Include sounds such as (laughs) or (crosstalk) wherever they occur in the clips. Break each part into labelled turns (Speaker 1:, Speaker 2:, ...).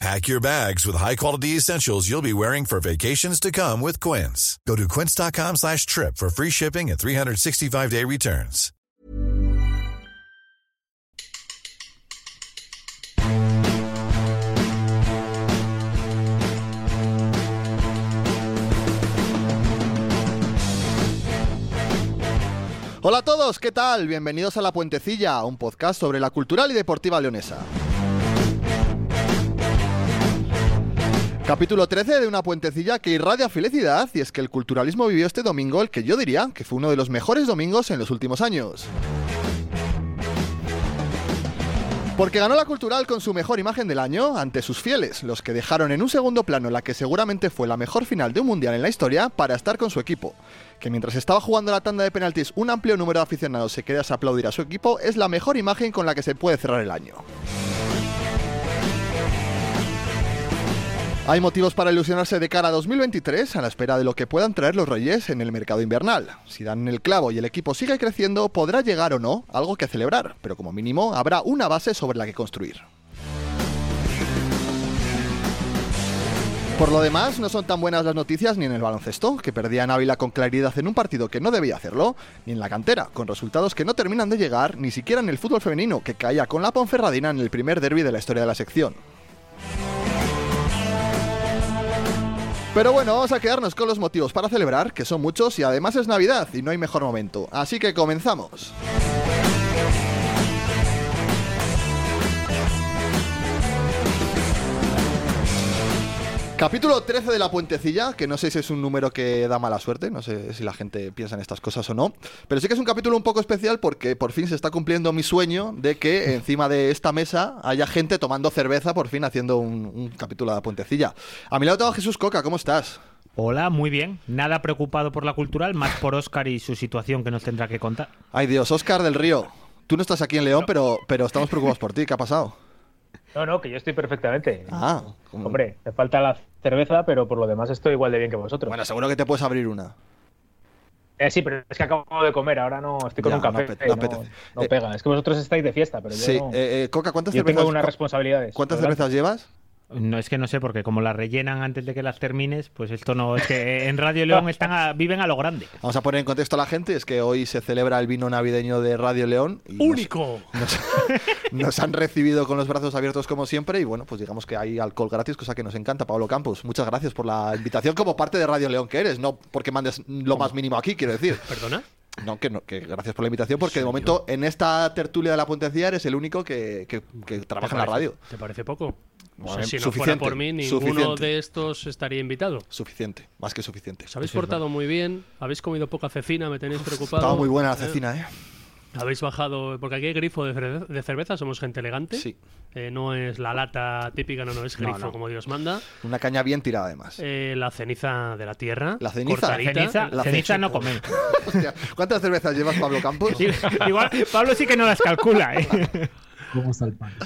Speaker 1: Pack your bags with high-quality essentials you'll be wearing for vacations to come with Quince. Go to quince.com slash trip for free shipping and 365-day returns.
Speaker 2: Hola a todos, ¿qué tal? Bienvenidos a La Puentecilla, un podcast sobre la cultural y deportiva leonesa. Capítulo 13 de una puentecilla que irradia felicidad y es que el culturalismo vivió este domingo el que yo diría que fue uno de los mejores domingos en los últimos años. Porque ganó la cultural con su mejor imagen del año ante sus fieles, los que dejaron en un segundo plano la que seguramente fue la mejor final de un mundial en la historia para estar con su equipo. Que mientras estaba jugando la tanda de penaltis un amplio número de aficionados se quedase a aplaudir a su equipo es la mejor imagen con la que se puede cerrar el año. Hay motivos para ilusionarse de cara a 2023 a la espera de lo que puedan traer los Reyes en el mercado invernal. Si dan el clavo y el equipo sigue creciendo, podrá llegar o no algo que celebrar, pero como mínimo habrá una base sobre la que construir. Por lo demás, no son tan buenas las noticias ni en el baloncesto, que perdía en Ávila con claridad en un partido que no debía hacerlo, ni en la cantera, con resultados que no terminan de llegar, ni siquiera en el fútbol femenino, que caía con la Ponferradina en el primer derby de la historia de la sección. Pero bueno, vamos a quedarnos con los motivos para celebrar, que son muchos y además es Navidad y no hay mejor momento. Así que comenzamos. Capítulo 13 de La Puentecilla, que no sé si es un número que da mala suerte, no sé si la gente piensa en estas cosas o no, pero sí que es un capítulo un poco especial porque por fin se está cumpliendo mi sueño de que encima de esta mesa haya gente tomando cerveza, por fin haciendo un, un capítulo de La Puentecilla. A mi lado tengo a Jesús Coca, ¿cómo estás?
Speaker 3: Hola, muy bien. Nada preocupado por la cultural, más por Óscar y su situación que nos tendrá que contar.
Speaker 2: Ay Dios, Óscar del Río, tú no estás aquí en León, pero, pero estamos preocupados por ti, ¿qué ha pasado?
Speaker 4: No, no, que yo estoy perfectamente.
Speaker 2: Ah,
Speaker 4: Hombre, me falta la cerveza, pero por lo demás estoy igual de bien que vosotros.
Speaker 2: Bueno, seguro que te puedes abrir una.
Speaker 4: Eh, sí, pero es que acabo de comer, ahora no estoy con
Speaker 2: Ya,
Speaker 4: un café.
Speaker 2: no apete-
Speaker 4: No,
Speaker 2: no apetece.
Speaker 4: no
Speaker 2: Eh,
Speaker 4: pega. Es que vosotros estáis de fiesta, pero yo
Speaker 2: Sí,
Speaker 4: no.
Speaker 2: eh, eh, Coca, ¿cuántas
Speaker 4: yo
Speaker 2: cervezas?
Speaker 4: tengo unas
Speaker 2: cu-
Speaker 4: responsabilidades.
Speaker 2: ¿Cuántas
Speaker 4: Adelante.
Speaker 2: cervezas llevas?
Speaker 3: No es que no sé, porque como la rellenan antes de que las termines, pues esto no. Es que en
Speaker 2: (laughs)
Speaker 3: Radio León están a- viven a lo grande.
Speaker 2: Vamos a poner en contexto a la gente, es que hoy se celebra el vino navideño de Radio León. y nos-
Speaker 5: Único.
Speaker 2: Nos, (laughs) nos han recibido con los brazos abiertos como siempre y bueno, pues digamos que hay alcohol gratis, cosa que nos encanta. Pablo Campos, muchas gracias por la invitación como parte de Radio León que eres, no porque mandes lo más mínimo aquí, quiero decir.
Speaker 5: ¿Perdona?
Speaker 2: No, que, no, que gracias por la invitación porque de momento en esta tertulia de la Puentecilla eres el único que, que- que trabaja en la
Speaker 5: ¿Te parece-
Speaker 2: radio.
Speaker 5: ¿Te parece poco?
Speaker 2: Bueno,
Speaker 5: O sea, si no
Speaker 2: suficiente,
Speaker 5: fuera por mí, ninguno
Speaker 2: suficiente.
Speaker 5: de estos estaría invitado.
Speaker 2: Suficiente, más que suficiente.
Speaker 5: Os habéis
Speaker 3: Eso es
Speaker 5: portado muy bien, habéis comido poca cecina, me tenéis preocupado.
Speaker 2: Estaba muy buena la
Speaker 5: Eh,
Speaker 2: cecina, ¿eh?
Speaker 5: Habéis bajado, porque aquí hay grifo de, cerve- de cerveza, somos gente elegante.
Speaker 2: Sí.
Speaker 5: Eh, no es la lata típica, no, no, es grifo
Speaker 2: no.
Speaker 5: como Dios manda.
Speaker 2: Una caña bien tirada además.
Speaker 5: Eh, la ceniza de la tierra.
Speaker 2: La ceniza.
Speaker 5: cortadita.
Speaker 3: Ceniza,
Speaker 2: la
Speaker 3: ceniza
Speaker 2: ceniza. (laughs)
Speaker 3: no comen.
Speaker 2: (laughs) Hostia, ¿Cuántas cervezas llevas, Pablo Campos?
Speaker 3: Igual, Pablo sí que no las calcula, ¿eh?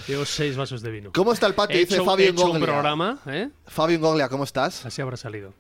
Speaker 5: Llevo seis vasos de vino.
Speaker 2: ¿Cómo está el patio?
Speaker 5: He
Speaker 2: Dice
Speaker 5: hecho, he
Speaker 2: Fabio
Speaker 5: hecho un
Speaker 2: Gonglia.
Speaker 5: programa, ¿eh?
Speaker 2: Fabio Gonglia, ¿cómo estás?
Speaker 5: Así habrá salido.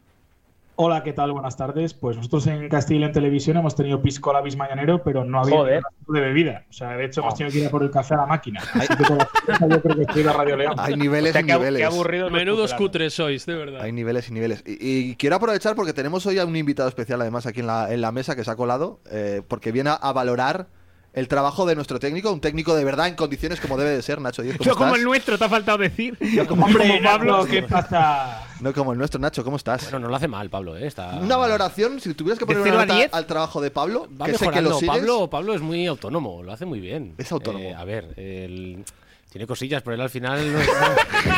Speaker 6: Hola, ¿qué tal? Buenas tardes. Pues nosotros en Castilla y León Televisión hemos tenido pisco a la mañanero, pero no había
Speaker 4: Joder.
Speaker 6: de bebida. O sea, de hecho,
Speaker 2: Oh.
Speaker 6: hemos tenido que ir a por el café a la máquina. Así que por la fuerza yo creo que estoy a Radio León.
Speaker 2: Hay niveles
Speaker 4: O sea,
Speaker 2: y
Speaker 4: qué, abu-
Speaker 2: niveles.
Speaker 4: qué aburrido. los
Speaker 5: Menudos
Speaker 4: culturales.
Speaker 5: cutres sois, de verdad.
Speaker 2: Hay niveles y niveles. Y, y quiero aprovechar porque tenemos hoy a un invitado especial, además, aquí en la, en la mesa que se ha colado, eh, porque viene a, a valorar el trabajo de nuestro técnico, un técnico de verdad en condiciones como debe de ser, Nacho Díez. ¿cómo
Speaker 3: (laughs) Yo como
Speaker 2: estás?
Speaker 3: el nuestro, te ha faltado decir.
Speaker 6: Hombre,
Speaker 3: como Pablo,
Speaker 6: Pablo, ¿qué pasa?
Speaker 2: No como el nuestro, Nacho, ¿cómo estás?
Speaker 7: Bueno, no lo hace mal, Pablo, ¿eh? Está...
Speaker 2: una valoración, si tuvieras que
Speaker 3: ¿De
Speaker 2: poner una
Speaker 3: cero a
Speaker 2: nota
Speaker 3: 10?
Speaker 2: al trabajo de Pablo,
Speaker 7: Va
Speaker 2: que sé que
Speaker 7: mejorando.
Speaker 2: lo sigues.
Speaker 7: Pablo, Pablo es muy autónomo, lo hace muy bien.
Speaker 2: Es autónomo.
Speaker 7: Eh, a ver, él tiene cosillas, pero él al final no es, (laughs)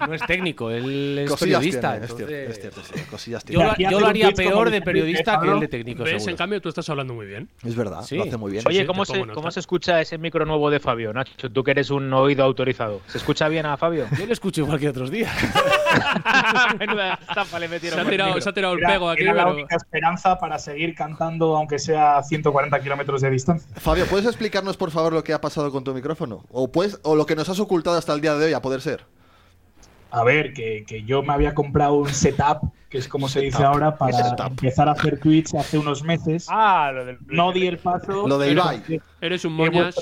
Speaker 7: no- no es técnico, él es
Speaker 2: cosillas
Speaker 7: periodista.
Speaker 2: tiene, es cierto,
Speaker 7: entonces-
Speaker 2: es cierto, es cierto, cosillas
Speaker 7: Yo,
Speaker 2: tiene.
Speaker 7: lo,
Speaker 6: Aquí
Speaker 7: yo
Speaker 6: hacer
Speaker 7: lo
Speaker 6: un
Speaker 7: haría
Speaker 6: tweet como "Ah,
Speaker 7: peor
Speaker 6: el
Speaker 7: de
Speaker 6: tweet de
Speaker 7: periodista que
Speaker 6: Pablo.
Speaker 7: él de técnico,
Speaker 5: ¿Ves?
Speaker 7: seguro.
Speaker 5: En cambio, tú estás hablando muy bien.
Speaker 2: Es verdad,
Speaker 7: Sí.
Speaker 2: lo hace muy bien.
Speaker 5: Sí,
Speaker 4: Oye,
Speaker 5: sí,
Speaker 4: ¿cómo,
Speaker 5: te
Speaker 4: se,
Speaker 5: pongo
Speaker 4: ¿cómo
Speaker 5: nota.
Speaker 4: se escucha ese micro nuevo de Fabio, Nacho? Tú que eres un oído autorizado. ¿Se escucha bien a Fabio?
Speaker 7: Yo lo escucho igual que otros
Speaker 5: (laughs)
Speaker 7: días.
Speaker 4: Menuda tapa le metieron
Speaker 5: Se ha
Speaker 4: por el
Speaker 5: tirado,
Speaker 4: micro.
Speaker 5: se ha tirado el
Speaker 6: Era,
Speaker 5: pego aquí,
Speaker 6: era la
Speaker 5: pero.
Speaker 6: única esperanza para seguir cantando, aunque sea a 140 kilómetros de distancia.
Speaker 2: Fabio, ¿puedes explicarnos por favor lo que ha pasado con tu micrófono? O puedes, o lo que nos has ocultado hasta el día de hoy, a poder ser.
Speaker 6: A ver, que, que yo me había comprado un setup, que es como se dice ahora, para
Speaker 2: setup.
Speaker 6: empezar a hacer tweets hace unos meses.
Speaker 4: Ah, lo del.
Speaker 6: No di el paso.
Speaker 2: Lo de Ibai.
Speaker 6: entonces
Speaker 5: Eres un moñas.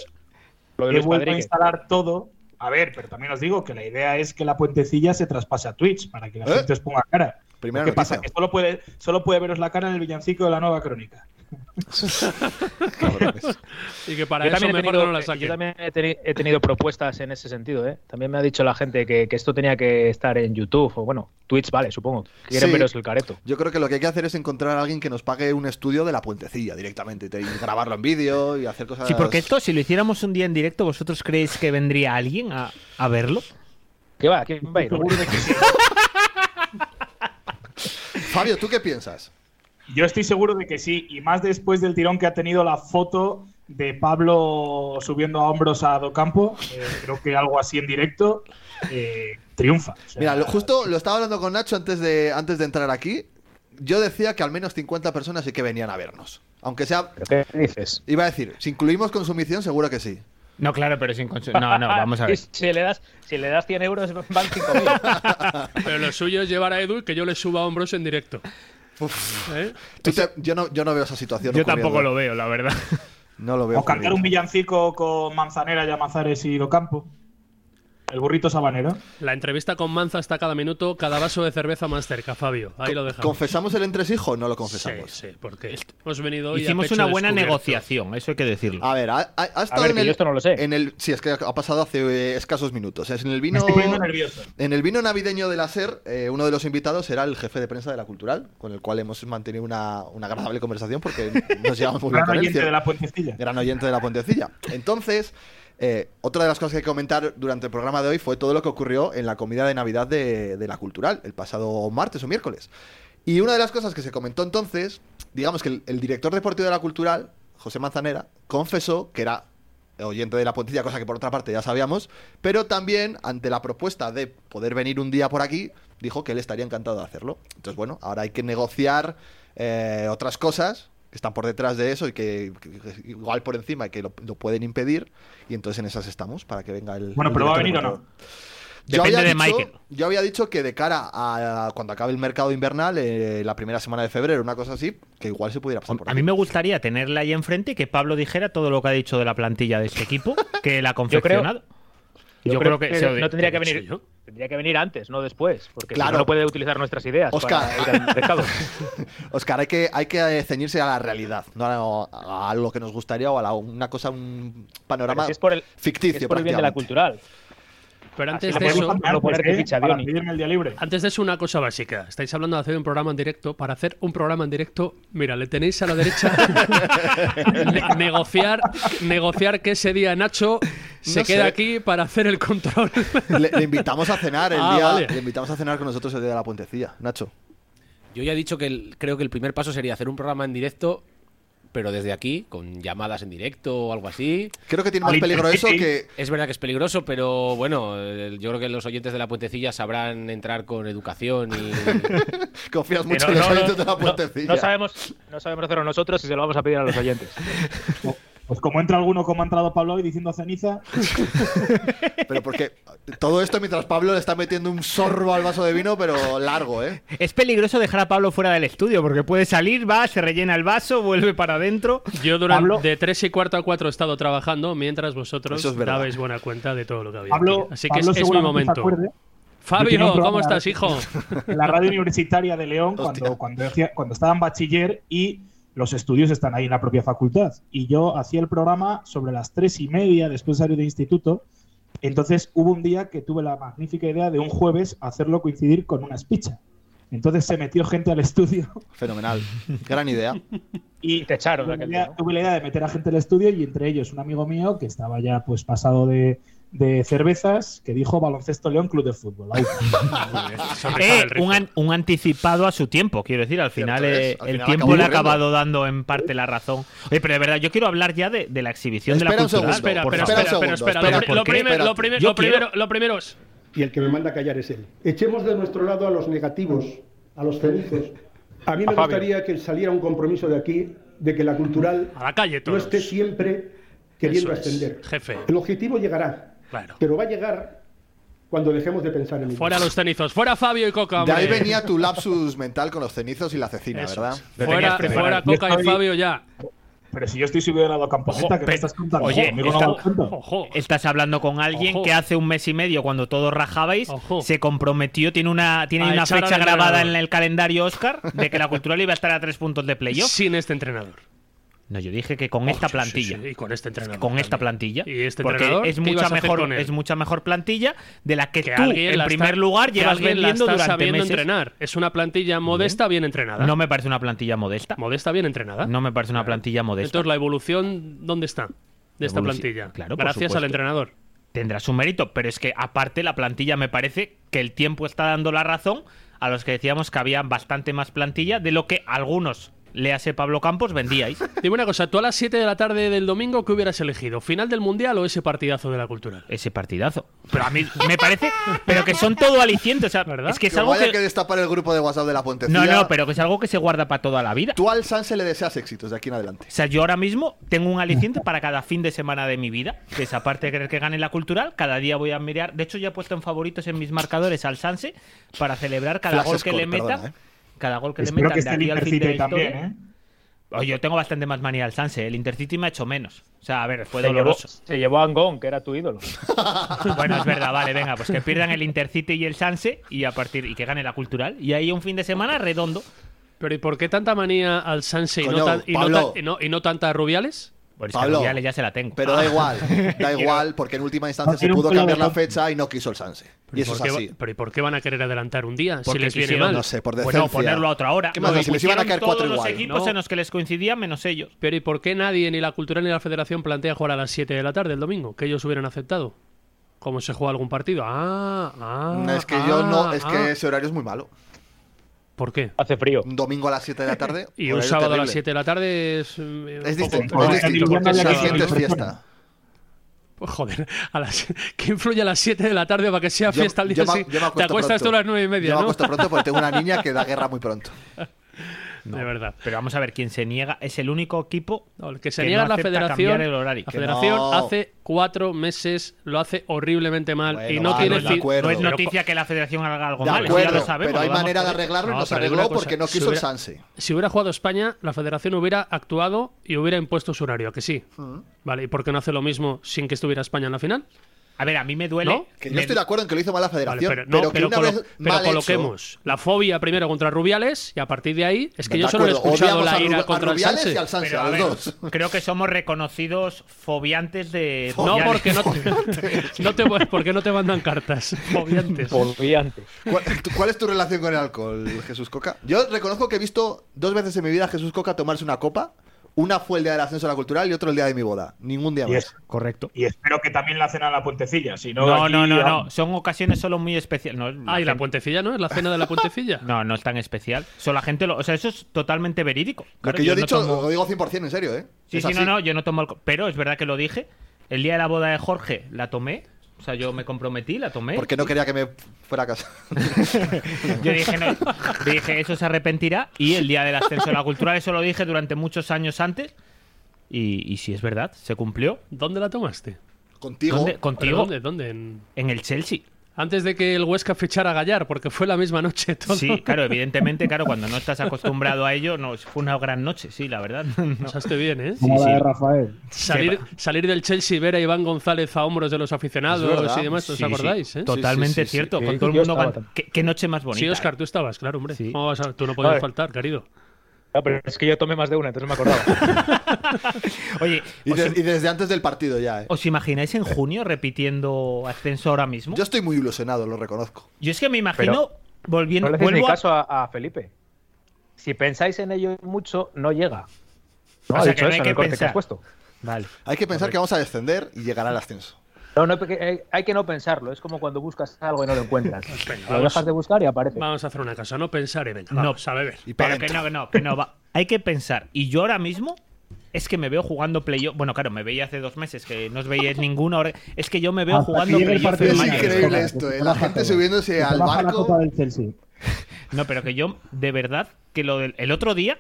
Speaker 4: lo de
Speaker 6: he
Speaker 4: Luis
Speaker 6: vuelto a
Speaker 4: Padrique.
Speaker 6: instalar todo. A ver, pero también os digo que la idea es que la puentecilla se traspase a Twitch para que la
Speaker 2: ¿Eh?
Speaker 6: gente os ponga cara.
Speaker 2: Primera
Speaker 6: ¿Qué
Speaker 2: noticia.
Speaker 6: pasa? Que solo puede, solo puede veros la cara en el villancico de la nueva crónica.
Speaker 2: Cabrones.
Speaker 5: Y que para
Speaker 4: Yo
Speaker 5: eso
Speaker 4: también, he
Speaker 5: mejor
Speaker 4: tenido,
Speaker 5: no la
Speaker 4: eh,
Speaker 5: saques.
Speaker 4: yo también he, teni- he tenido propuestas en ese sentido. ¿eh? También me ha dicho la gente que, que esto tenía que estar en YouTube o bueno, Twitch, vale, supongo. Quieren
Speaker 2: Sí.
Speaker 4: veros el careto.
Speaker 2: Yo creo que lo que hay que hacer es encontrar a alguien que nos pague un estudio de la puentecilla directamente y te- y grabarlo en vídeo y hacer cosas.
Speaker 3: Sí, porque esto, si lo hiciéramos un día en directo, ¿vosotros creéis que vendría alguien a, a verlo?
Speaker 4: ¿Qué va? ¿Quién
Speaker 5: (laughs)
Speaker 4: va a ir?
Speaker 6: Seguro de que sí.
Speaker 2: Fabio, ¿tú qué piensas?
Speaker 6: Yo estoy seguro de que sí, y más después del tirón que ha tenido la foto de Pablo subiendo a hombros a Docampo, eh, creo que algo así en directo eh, triunfa. O sea,
Speaker 2: Mira, lo- justo lo estaba hablando con Nacho antes de, antes de entrar aquí. Yo decía que al menos 50 personas sí que venían a vernos. Aunque sea,
Speaker 4: ¿Pero qué dices?
Speaker 2: iba a decir, si incluimos consumición, seguro que sí.
Speaker 3: No, claro, pero sin consumo. No, no,
Speaker 4: (laughs)
Speaker 3: vamos a
Speaker 4: Y
Speaker 3: ver.
Speaker 4: Si le, das, si le das 100 euros, van 5.000.
Speaker 5: Pero lo suyo es llevar a Edu y que yo le suba hombros en directo. ¿Eh?
Speaker 2: Tú te- yo, no, yo no veo esa situación.
Speaker 3: Yo
Speaker 2: ocurriendo. ¿eh?
Speaker 3: tampoco lo veo, la verdad.
Speaker 2: No lo veo.
Speaker 6: o cantar un
Speaker 2: ocurriendo.
Speaker 6: villancico con Manzanera, Llamazares y Docampo. El burrito sabanero.
Speaker 5: La entrevista con Manza está cada minuto, cada vaso de cerveza más cerca, Fabio. Ahí lo dejamos.
Speaker 2: ¿Confesamos el entresijo o no lo confesamos?
Speaker 5: Sí, sí, porque hemos venido hoy a
Speaker 3: Hicimos
Speaker 5: pecho
Speaker 3: una buena
Speaker 5: descubierto.
Speaker 3: negociación, eso hay que decirlo.
Speaker 2: A ver, ha, ha- ha estado
Speaker 4: ver,
Speaker 2: en
Speaker 4: que
Speaker 2: el.
Speaker 4: yo esto no lo sé.
Speaker 2: En el, sí, es que ha pasado hace eh, escasos minutos. Es en el
Speaker 6: Me
Speaker 2: vino.
Speaker 6: estoy poniendo nervioso.
Speaker 2: En el vino navideño de la SER, eh, uno de los invitados era el jefe de prensa de la Cultural, con el cual hemos mantenido una, una agradable conversación porque nos llevamos muy bien
Speaker 6: Gran
Speaker 2: con él,
Speaker 6: oyente
Speaker 2: cier-
Speaker 6: de la puentecilla.
Speaker 2: gran oyente de la Puentecilla. Entonces, eh, otra de las cosas que hay que comentar durante el programa de hoy fue todo lo que ocurrió en la comida de Navidad de, de la Cultural, el pasado martes o miércoles. Y una de las cosas que se comentó entonces, digamos que el, el director deportivo de la Cultural, José Manzanera, confesó que era oyente de la puentilla, cosa que por otra parte ya sabíamos, pero también ante la propuesta de poder venir un día por aquí, dijo que él estaría encantado de hacerlo. Entonces, bueno, ahora hay que negociar eh, otras cosas que están por detrás de eso y que, que- que igual por encima y que lo, lo pueden impedir, y entonces en esas estamos para que venga el...
Speaker 6: Bueno,
Speaker 2: el
Speaker 6: pero ¿va a
Speaker 2: director
Speaker 6: venir o no?
Speaker 2: deportivo. Yo
Speaker 3: Depende
Speaker 2: había
Speaker 3: de
Speaker 2: dicho-
Speaker 3: Michael.
Speaker 2: Yo había dicho que de cara a cuando acabe el mercado invernal, eh, la primera semana de febrero, una cosa así, que igual se pudiera pasar por
Speaker 3: A
Speaker 2: aquí.
Speaker 3: mí me gustaría tenerla ahí enfrente y que Pablo dijera todo lo que ha dicho de la plantilla de este equipo, que (laughs) la ha confeccionado. Yo, creo, que, se lo
Speaker 4: no
Speaker 3: di-
Speaker 4: tendría que
Speaker 3: lo he
Speaker 4: venir.
Speaker 3: dicho yo.
Speaker 4: Tendría que venir antes, no después, porque si
Speaker 2: Claro.
Speaker 4: no, no puede utilizar nuestras ideas.
Speaker 2: Oscar.
Speaker 4: para ir
Speaker 2: (laughs)
Speaker 4: al mercado.
Speaker 2: Oscar, hay que, hay que eh, ceñirse a la realidad, no a, a lo que nos gustaría o a la- una cosa, un
Speaker 4: Pero
Speaker 2: panorama
Speaker 4: si es por el,
Speaker 2: ficticio.
Speaker 4: es por el bien de la
Speaker 2: prácticamente.
Speaker 4: cultural.
Speaker 5: Pero antes
Speaker 4: Así
Speaker 5: de
Speaker 4: lo
Speaker 5: eso,
Speaker 4: podemos- no ponerte ficha,
Speaker 6: para
Speaker 4: Diony.
Speaker 6: pedirme el día libre.
Speaker 5: Antes de eso, una cosa básica. Estáis hablando de hacer un programa en directo. Para hacer un programa en directo, mira, le tenéis a
Speaker 2: (laughs)
Speaker 5: la derecha ne- negociar, negociar que ese día Nacho se
Speaker 2: No
Speaker 5: queda
Speaker 2: sé.
Speaker 5: aquí para hacer el control.
Speaker 2: Le, le invitamos a cenar el
Speaker 5: Ah,
Speaker 2: día,
Speaker 5: vale.
Speaker 2: le invitamos a cenar con nosotros el día de la puentecilla, Nacho.
Speaker 7: Yo ya he dicho que el- creo que el primer paso sería hacer un programa en directo, pero desde aquí, con llamadas en directo o algo así.
Speaker 2: Creo que tiene más
Speaker 6: Ay,
Speaker 2: peligro
Speaker 6: sí,
Speaker 2: eso
Speaker 6: sí.
Speaker 2: que
Speaker 7: Es verdad que es peligroso, pero bueno, eh, yo creo que los oyentes de la puentecilla sabrán entrar con educación y...
Speaker 2: confías
Speaker 4: Que
Speaker 2: mucho
Speaker 4: no-
Speaker 2: en los
Speaker 4: no-
Speaker 2: oyentes de
Speaker 4: no-
Speaker 2: la
Speaker 4: no-
Speaker 2: puentecilla.
Speaker 4: No sabemos, no sabemos hacerlo nosotros y se lo vamos a pedir a los oyentes.
Speaker 6: (laughs) Pues como entra alguno como ha entrado Pablo hoy diciendo ceniza,
Speaker 2: Pero porque todo esto mientras Pablo le está metiendo un sorbo al vaso de vino, pero largo, ¿eh?
Speaker 3: Es peligroso dejar a Pablo fuera del estudio porque puede salir, va, se rellena el vaso, vuelve para adentro.
Speaker 5: Yo durante
Speaker 6: Pablo-
Speaker 5: de 3 y cuarto a 4 he estado trabajando mientras vosotros
Speaker 2: Eso es verdad.
Speaker 5: dabais buena cuenta de todo lo que había.
Speaker 6: Pablo,
Speaker 5: aquí. Así que
Speaker 6: Pablo
Speaker 5: es, es mi
Speaker 6: seguramente se
Speaker 5: momento.
Speaker 6: acuerde Yo tenía
Speaker 5: Fabio,
Speaker 6: un
Speaker 5: ¿cómo
Speaker 6: programa
Speaker 5: estás, hijo?
Speaker 6: en la radio universitaria de León
Speaker 2: Hostia.
Speaker 6: cuando, cuando, hacía- cuando estaba en bachiller y los estudios están ahí en la propia facultad. Y yo hacía el programa sobre las tres y media después de salir de instituto. Entonces hubo un día que tuve la magnífica idea de un jueves hacerlo coincidir con una espicha. Entonces se metió gente al estudio
Speaker 2: Fenomenal. Gran idea.
Speaker 6: y
Speaker 4: Y te echaron
Speaker 6: tuve la,
Speaker 4: aquel
Speaker 6: idea,
Speaker 4: día, ¿no?
Speaker 6: (laughs) tuve la idea de meter a gente al estudio y entre ellos un amigo mío que estaba ya pues pasado de, de cervezas que dijo baloncesto León Club de Fútbol. Ahí.
Speaker 2: (laughs)
Speaker 5: Eso te
Speaker 3: Eh,
Speaker 5: sale el ritmo.
Speaker 3: un, an- un anticipado a su tiempo, quiero decir. Al final,
Speaker 2: Cierto es,
Speaker 3: eh,
Speaker 2: al
Speaker 3: el
Speaker 2: final
Speaker 3: tiempo
Speaker 2: acabó
Speaker 3: le ha
Speaker 2: corriendo.
Speaker 3: acabado dando en parte la razón. Oye, pero de verdad, yo quiero hablar ya de, de la exhibición de
Speaker 2: Espera
Speaker 3: la
Speaker 2: un
Speaker 3: cultural.
Speaker 2: segundo.
Speaker 5: Espera,
Speaker 2: por
Speaker 5: espera,
Speaker 2: favor.
Speaker 5: espera, espera,
Speaker 2: Espera un
Speaker 5: espera.
Speaker 2: segundo,
Speaker 5: Lo,
Speaker 2: espera,
Speaker 5: primer- lo
Speaker 2: espérate.
Speaker 5: primer-
Speaker 3: Yo
Speaker 5: lo
Speaker 3: quiero-
Speaker 5: primero, lo primero es.
Speaker 8: y el que me manda a callar es él. Echemos de nuestro lado a los negativos, a los felices. A mí me
Speaker 4: A Fabio.
Speaker 8: gustaría que saliera un compromiso de aquí de que la cultural
Speaker 5: A la calle
Speaker 8: no
Speaker 5: todos.
Speaker 8: esté siempre queriendo
Speaker 5: Eso es,
Speaker 8: ascender.
Speaker 5: jefe.
Speaker 8: El objetivo llegará,
Speaker 5: Claro.
Speaker 8: pero va a llegar cuando dejemos de pensar en ello.
Speaker 5: Fuera los cenizos, fuera Fabio y Coca.
Speaker 2: De
Speaker 5: Hombre.
Speaker 2: ahí venía tu lapsus mental con los cenizos y la cecina,
Speaker 5: Eso
Speaker 2: ¿verdad?
Speaker 5: es. Fuera, fuera
Speaker 6: Yo
Speaker 5: Coca y
Speaker 6: estoy-
Speaker 5: Fabio ya.
Speaker 6: Pero si yo estoy subido en la
Speaker 5: Ojo,
Speaker 6: campaneta, ¿qué
Speaker 5: pe-
Speaker 6: me estás contando?
Speaker 5: Oye,
Speaker 6: Amigo, no
Speaker 3: está-
Speaker 6: me das cuenta.
Speaker 5: ojo.
Speaker 3: Estás hablando con alguien
Speaker 5: Ojo.
Speaker 3: que hace un mes y medio, cuando todos rajabais,
Speaker 5: Ojo.
Speaker 3: se comprometió, tiene una, tiene
Speaker 5: A
Speaker 3: una
Speaker 5: echar al
Speaker 3: fecha grabada en
Speaker 5: entrenador.
Speaker 3: el calendario Oscar de que la cultural iba a estar a tres puntos de playoff.
Speaker 5: Sin este entrenador.
Speaker 3: No, yo dije que con esta
Speaker 5: Oh, sí, sí,
Speaker 3: plantilla.
Speaker 5: sí, Y con este entrenador.
Speaker 3: Con esta
Speaker 5: también.
Speaker 3: plantilla.
Speaker 5: Y este
Speaker 3: porque
Speaker 5: entrenador.
Speaker 3: es
Speaker 5: ¿qué
Speaker 3: mucha,
Speaker 5: ibas a hacer
Speaker 3: mejor,
Speaker 5: con él?
Speaker 3: es mucha mejor plantilla de la que,
Speaker 5: que
Speaker 3: tú,
Speaker 5: alguien
Speaker 3: en
Speaker 5: la
Speaker 3: primer
Speaker 5: está-
Speaker 3: lugar,
Speaker 5: que
Speaker 3: llevas
Speaker 5: alguien la
Speaker 3: vendiendo
Speaker 5: está
Speaker 3: durante
Speaker 5: sabiendo
Speaker 3: meses.
Speaker 5: entrenar. Es una plantilla modesta, bien entrenada.
Speaker 3: No me parece una plantilla modesta.
Speaker 5: Modesta, bien entrenada.
Speaker 3: No me parece una plantilla modesta.
Speaker 5: Entonces, ¿la evolución dónde está? De esta
Speaker 3: Evolución-
Speaker 5: plantilla.
Speaker 3: claro, por
Speaker 5: Gracias al
Speaker 3: supuesto.
Speaker 5: entrenador.
Speaker 3: Tendrá su mérito, pero es que aparte la plantilla me parece que el tiempo está dando la razón a los que decíamos que había bastante más plantilla de lo que algunos, le hace Pablo Campos,
Speaker 5: (laughs)
Speaker 3: vendíais.
Speaker 5: Dime una cosa, tú a las 7 de la tarde del domingo, ¿qué hubieras elegido? ¿Final del Mundial o ese partidazo de la cultural?
Speaker 3: Ese partidazo. Pero a mí me parece, pero que son todo alicientes. O sea,
Speaker 5: ¿Verdad?
Speaker 3: es que es
Speaker 2: Que
Speaker 3: algo
Speaker 2: vaya
Speaker 3: que...
Speaker 2: que... destapar el grupo de WhatsApp de la Pontecilla.
Speaker 3: No, no, pero que es algo que se guarda para toda la vida.
Speaker 2: Tú al Sanse le deseas éxitos de aquí en adelante.
Speaker 3: O sea, yo ahora mismo tengo un aliciente para cada fin de semana de mi vida. Que es aparte de querer que gane la cultural, cada día voy a mirar. De hecho, ya he puesto en favoritos en mis marcadores al Sanse para celebrar cada
Speaker 2: Flash
Speaker 3: gol que
Speaker 2: score,
Speaker 3: le meta.
Speaker 2: perdona, ¿eh?
Speaker 3: Cada gol que le
Speaker 6: Espero
Speaker 3: metan
Speaker 6: que
Speaker 3: de
Speaker 6: esté
Speaker 3: aquí
Speaker 6: el
Speaker 3: al fin de
Speaker 6: Intercity
Speaker 3: la
Speaker 6: también,
Speaker 3: historia.
Speaker 6: ¿eh?
Speaker 3: Oye, yo tengo bastante más manía al Sanse. ¿eh? El Intercity me ha hecho menos. O sea, a ver, fue
Speaker 4: Se llevó,
Speaker 3: doloroso.
Speaker 4: se llevó a Angón, que era tu ídolo.
Speaker 3: Bueno, es verdad, vale, venga, pues que pierdan el Intercity y el Sanse y a partir y que gane la cultural. Y ahí un fin de semana redondo.
Speaker 5: Pero ¿y por qué tanta manía al Sanse y,
Speaker 2: Coño,
Speaker 5: no, tan- y no
Speaker 2: Pablo.
Speaker 5: tan- y no- y no tanta a Rubiales?
Speaker 3: Bueno, es que
Speaker 2: Pablo,
Speaker 3: a Rubiales ya se la tengo.
Speaker 2: Pero
Speaker 5: Ah.
Speaker 2: da
Speaker 5: (laughs)
Speaker 2: igual, da igual, porque en última instancia se
Speaker 6: Tiene un
Speaker 2: pudo
Speaker 6: pelo de
Speaker 2: cambiar la
Speaker 6: campo.
Speaker 2: fecha y no quiso el Sanse. Y eso es
Speaker 5: ¿Por qué va-
Speaker 2: así.
Speaker 5: ¿Pero y por qué van a querer adelantar un día si
Speaker 3: Porque
Speaker 5: les viene
Speaker 3: quisieron,
Speaker 5: mal?
Speaker 2: No sé, por decencia.
Speaker 3: Bueno, ponerlo a otra hora.
Speaker 2: ¿Qué más
Speaker 3: Lo
Speaker 2: da? Si les iban a
Speaker 3: pusieron
Speaker 2: caer
Speaker 3: todos
Speaker 2: cuatro
Speaker 3: los
Speaker 2: igual.
Speaker 3: equipos
Speaker 5: No.
Speaker 3: en los que les coincidía menos ellos.
Speaker 5: Pero ¿y por qué nadie, ni la cultura ni la federación, plantea jugar a las 7 de la tarde el domingo? Que ellos hubieran aceptado. Como se juega algún partido. Ah, ah.
Speaker 2: Mm, es que yo no,
Speaker 5: ah,
Speaker 2: es que
Speaker 5: ah.
Speaker 2: ese horario es muy malo.
Speaker 5: ¿Por qué?
Speaker 4: Hace frío.
Speaker 2: Un domingo a las 7 de la tarde.
Speaker 5: Y un
Speaker 2: horario
Speaker 5: sábado a las
Speaker 2: terrible.
Speaker 5: 7 de la tarde es. mm, un
Speaker 2: Es
Speaker 5: poco-
Speaker 2: distinto,
Speaker 5: un
Speaker 2: es
Speaker 5: poco
Speaker 6: distinto,
Speaker 5: porque
Speaker 2: distinto.
Speaker 6: porque
Speaker 5: es
Speaker 2: Se
Speaker 6: sábado.
Speaker 2: siente
Speaker 5: sábado.
Speaker 2: fiesta.
Speaker 5: Joder, a las- (laughs) ¿qué influye a las 7 de la tarde para que sea
Speaker 2: Yo-
Speaker 5: fiesta al
Speaker 2: yo
Speaker 5: día
Speaker 2: me-
Speaker 5: siguiente?
Speaker 2: yo me
Speaker 5: Te
Speaker 2: acuesto
Speaker 5: acuestas tú
Speaker 2: pronto.
Speaker 5: a las 9 y media,
Speaker 2: Yo me
Speaker 5: ¿no?
Speaker 2: acuesto pronto porque tengo una niña que da guerra muy
Speaker 3: (laughs)
Speaker 2: pronto.
Speaker 5: De verdad.
Speaker 3: Pero vamos a ver, quien se niega es el único equipo
Speaker 5: (laughs) No, el que se
Speaker 3: Que
Speaker 5: niega
Speaker 3: no
Speaker 5: es la
Speaker 3: acepta
Speaker 5: federación.
Speaker 3: cambiar el horario.
Speaker 5: La
Speaker 2: Que
Speaker 5: federación
Speaker 2: no.
Speaker 5: hace cuatro meses lo hace horriblemente mal y
Speaker 2: Bueno,
Speaker 5: no
Speaker 2: vale,
Speaker 5: tiene
Speaker 2: de
Speaker 5: fi-
Speaker 2: acuerdo.
Speaker 3: No es
Speaker 2: Pero
Speaker 3: noticia que la federación haga algo
Speaker 2: De
Speaker 3: mal, eso
Speaker 2: acuerdo,
Speaker 3: ya lo sabemos.
Speaker 2: pero hay
Speaker 3: lo damos
Speaker 2: manera de
Speaker 3: por-
Speaker 2: arreglarlo y no se
Speaker 5: pero dime
Speaker 2: arregló
Speaker 5: una
Speaker 3: pues,
Speaker 5: cosa,
Speaker 2: porque no
Speaker 3: eh,
Speaker 5: si
Speaker 2: quiso el
Speaker 5: hubiera-
Speaker 2: Sanse.
Speaker 5: Si hubiera jugado España, la federación hubiera actuado y hubiera impuesto su horario, ¿a que sí.
Speaker 2: Mm.
Speaker 5: Vale, ¿y por qué no hace lo mismo sin que estuviera España en la final?
Speaker 3: A ver, a mí me duele.
Speaker 5: ¿No?
Speaker 2: Que yo estoy de acuerdo en que lo hizo mal la
Speaker 5: Vale,
Speaker 2: federación,
Speaker 5: pero no,
Speaker 2: pero que
Speaker 5: pero
Speaker 2: una
Speaker 5: colo-
Speaker 2: vez
Speaker 5: pero
Speaker 2: mal hecho.
Speaker 5: coloquemos la fobia primero contra Rubiales y a partir de ahí es que
Speaker 2: De
Speaker 5: yo solo he
Speaker 2: acuerdo,
Speaker 5: escuchado
Speaker 2: odiamos
Speaker 5: la
Speaker 2: a Ru-
Speaker 5: ira
Speaker 2: a
Speaker 5: contra el
Speaker 2: Rubiales
Speaker 5: Sánchez.
Speaker 2: y al Sanse,
Speaker 3: Pero,
Speaker 2: a
Speaker 3: a
Speaker 2: los
Speaker 3: ver,
Speaker 2: dos. (laughs)
Speaker 3: Creo que somos reconocidos fobiantes de.
Speaker 5: No,
Speaker 3: fobiales.
Speaker 5: porque no (laughs) te, no te- porque no te mandan cartas. (laughs) Fobiantes.
Speaker 3: (laughs)
Speaker 4: Olvidante.
Speaker 2: ¿Cuál, tú- cuál es tu relación con el alcohol, Jesús Coca? Yo reconozco que he visto dos veces en mi vida a Jesús Coca tomarse una copa. Una fue el día del ascenso a la cultural y otro el día de mi boda. Ningún día
Speaker 6: Y
Speaker 2: más.
Speaker 6: es-
Speaker 3: Correcto.
Speaker 6: Y espero que también la hacen a la puentecilla. Si no,
Speaker 3: No,
Speaker 6: aquí-
Speaker 3: no, no, no. Son ocasiones solo muy especiales. No, la
Speaker 5: Ah, y la
Speaker 3: gente-
Speaker 5: puentecilla, ¿no? ¿Es la cena de la (laughs) puentecilla?
Speaker 3: No, no es tan especial. Solo la gente lo- O sea, eso es totalmente verídico.
Speaker 2: Lo
Speaker 3: Claro,
Speaker 2: que yo he
Speaker 3: no
Speaker 2: dicho,
Speaker 3: tomo-
Speaker 2: lo digo 100% en serio, ¿eh?
Speaker 3: Sí,
Speaker 2: Es
Speaker 3: sí,
Speaker 2: así.
Speaker 3: no, no, yo no tomo alcohol. Pero es verdad que lo dije. El día de la boda de Jorge la tomé. O sea, yo me comprometí, la tomé.
Speaker 2: Porque no quería que me fuera a casa.
Speaker 3: Yo dije, no, dije, eso se arrepentirá. Y el día del ascenso a la cultural, eso lo dije durante muchos años antes. Y, y si es verdad, se cumplió.
Speaker 5: ¿Dónde la tomaste?
Speaker 2: Contigo.
Speaker 3: ¿Dónde?
Speaker 5: ¿Pero
Speaker 3: Contigo.
Speaker 5: ¿Dónde? ¿Dónde? En-
Speaker 3: En el Chelsea.
Speaker 5: Antes de que el Huesca fichara a Gallar, porque fue la misma noche todo. (laughs)
Speaker 3: Sí, claro, evidentemente, claro, cuando no estás acostumbrado a ello, no, fue una gran noche, sí, la verdad. (laughs) No.
Speaker 5: Pasaste bien, ¿eh?
Speaker 6: Como
Speaker 3: Sí,
Speaker 6: la
Speaker 3: sí.
Speaker 6: de Rafael.
Speaker 5: Salir, salir del Chelsea y ver a Iván González a hombros de los
Speaker 2: Es
Speaker 5: aficionados
Speaker 2: verdad.
Speaker 5: y demás, ¿os
Speaker 3: Sí, sí,
Speaker 5: acordáis? eh?
Speaker 3: Totalmente
Speaker 2: Sí, sí, sí, sí.
Speaker 3: cierto,
Speaker 4: Sí,
Speaker 3: con todo el
Speaker 4: yo
Speaker 3: mundo.
Speaker 4: estaba
Speaker 3: gan- ¿Qué, qué noche más bonita.
Speaker 5: Sí, Oscar, tú estabas, claro, hombre.
Speaker 3: Sí.
Speaker 5: ¿Cómo vas a- Tú no podías
Speaker 4: Vale.
Speaker 5: faltar, querido.
Speaker 4: Ah, pero es que yo tomé más de una, entonces no me
Speaker 3: (laughs)
Speaker 4: acordaba.
Speaker 3: Oye,
Speaker 2: Y,
Speaker 3: ¿os,
Speaker 2: de- y desde antes del partido ya, ¿eh?
Speaker 3: os imagináis en junio repitiendo ascenso ahora mismo?
Speaker 2: Yo
Speaker 3: Yo,
Speaker 2: estoy muy ilusionado, lo reconozco.
Speaker 3: es que me imagino
Speaker 4: no
Speaker 3: volviendo.
Speaker 4: le hacéis ni
Speaker 3: vuelvo a-
Speaker 4: caso a, a Felipe. Si pensáis en ello mucho, no llega. No,
Speaker 3: O
Speaker 4: ha
Speaker 3: sea,
Speaker 4: dicho
Speaker 3: que no
Speaker 4: eso
Speaker 3: hay
Speaker 4: en
Speaker 3: que
Speaker 4: el corte que
Speaker 3: pensar.
Speaker 4: has puesto.
Speaker 3: Vale.
Speaker 2: Hay que pensar que vamos a descender y llegará el ascenso.
Speaker 4: No, no, porque hay- hay que no pensarlo. Es como cuando buscas algo y no
Speaker 3: (laughs)
Speaker 4: lo encuentras. lo
Speaker 5: vamos.
Speaker 4: dejas de buscar y aparece.
Speaker 5: Vamos a hacer una cosa, no pensar y venga,
Speaker 3: No.
Speaker 5: vamos a beber.
Speaker 2: Y para
Speaker 3: Pero que no, que no, que no va. Hay que pensar. Y yo ahora mismo es que me veo jugando playoff. Bueno, claro, me veía hace dos meses que no os veíais ninguno. Ahora... Es que yo me veo
Speaker 6: Hasta
Speaker 3: jugando
Speaker 6: que llegue Ah, el
Speaker 3: playoff
Speaker 6: partido
Speaker 3: en
Speaker 2: Es
Speaker 6: de
Speaker 3: mayo.
Speaker 6: Manchester.
Speaker 2: increíble esto, ¿eh? La gente subiéndose
Speaker 6: Que se
Speaker 2: al
Speaker 6: baja la Copa
Speaker 2: barco.
Speaker 6: del Chelsea.
Speaker 3: (laughs) No, pero que yo, de verdad, que lo del el otro día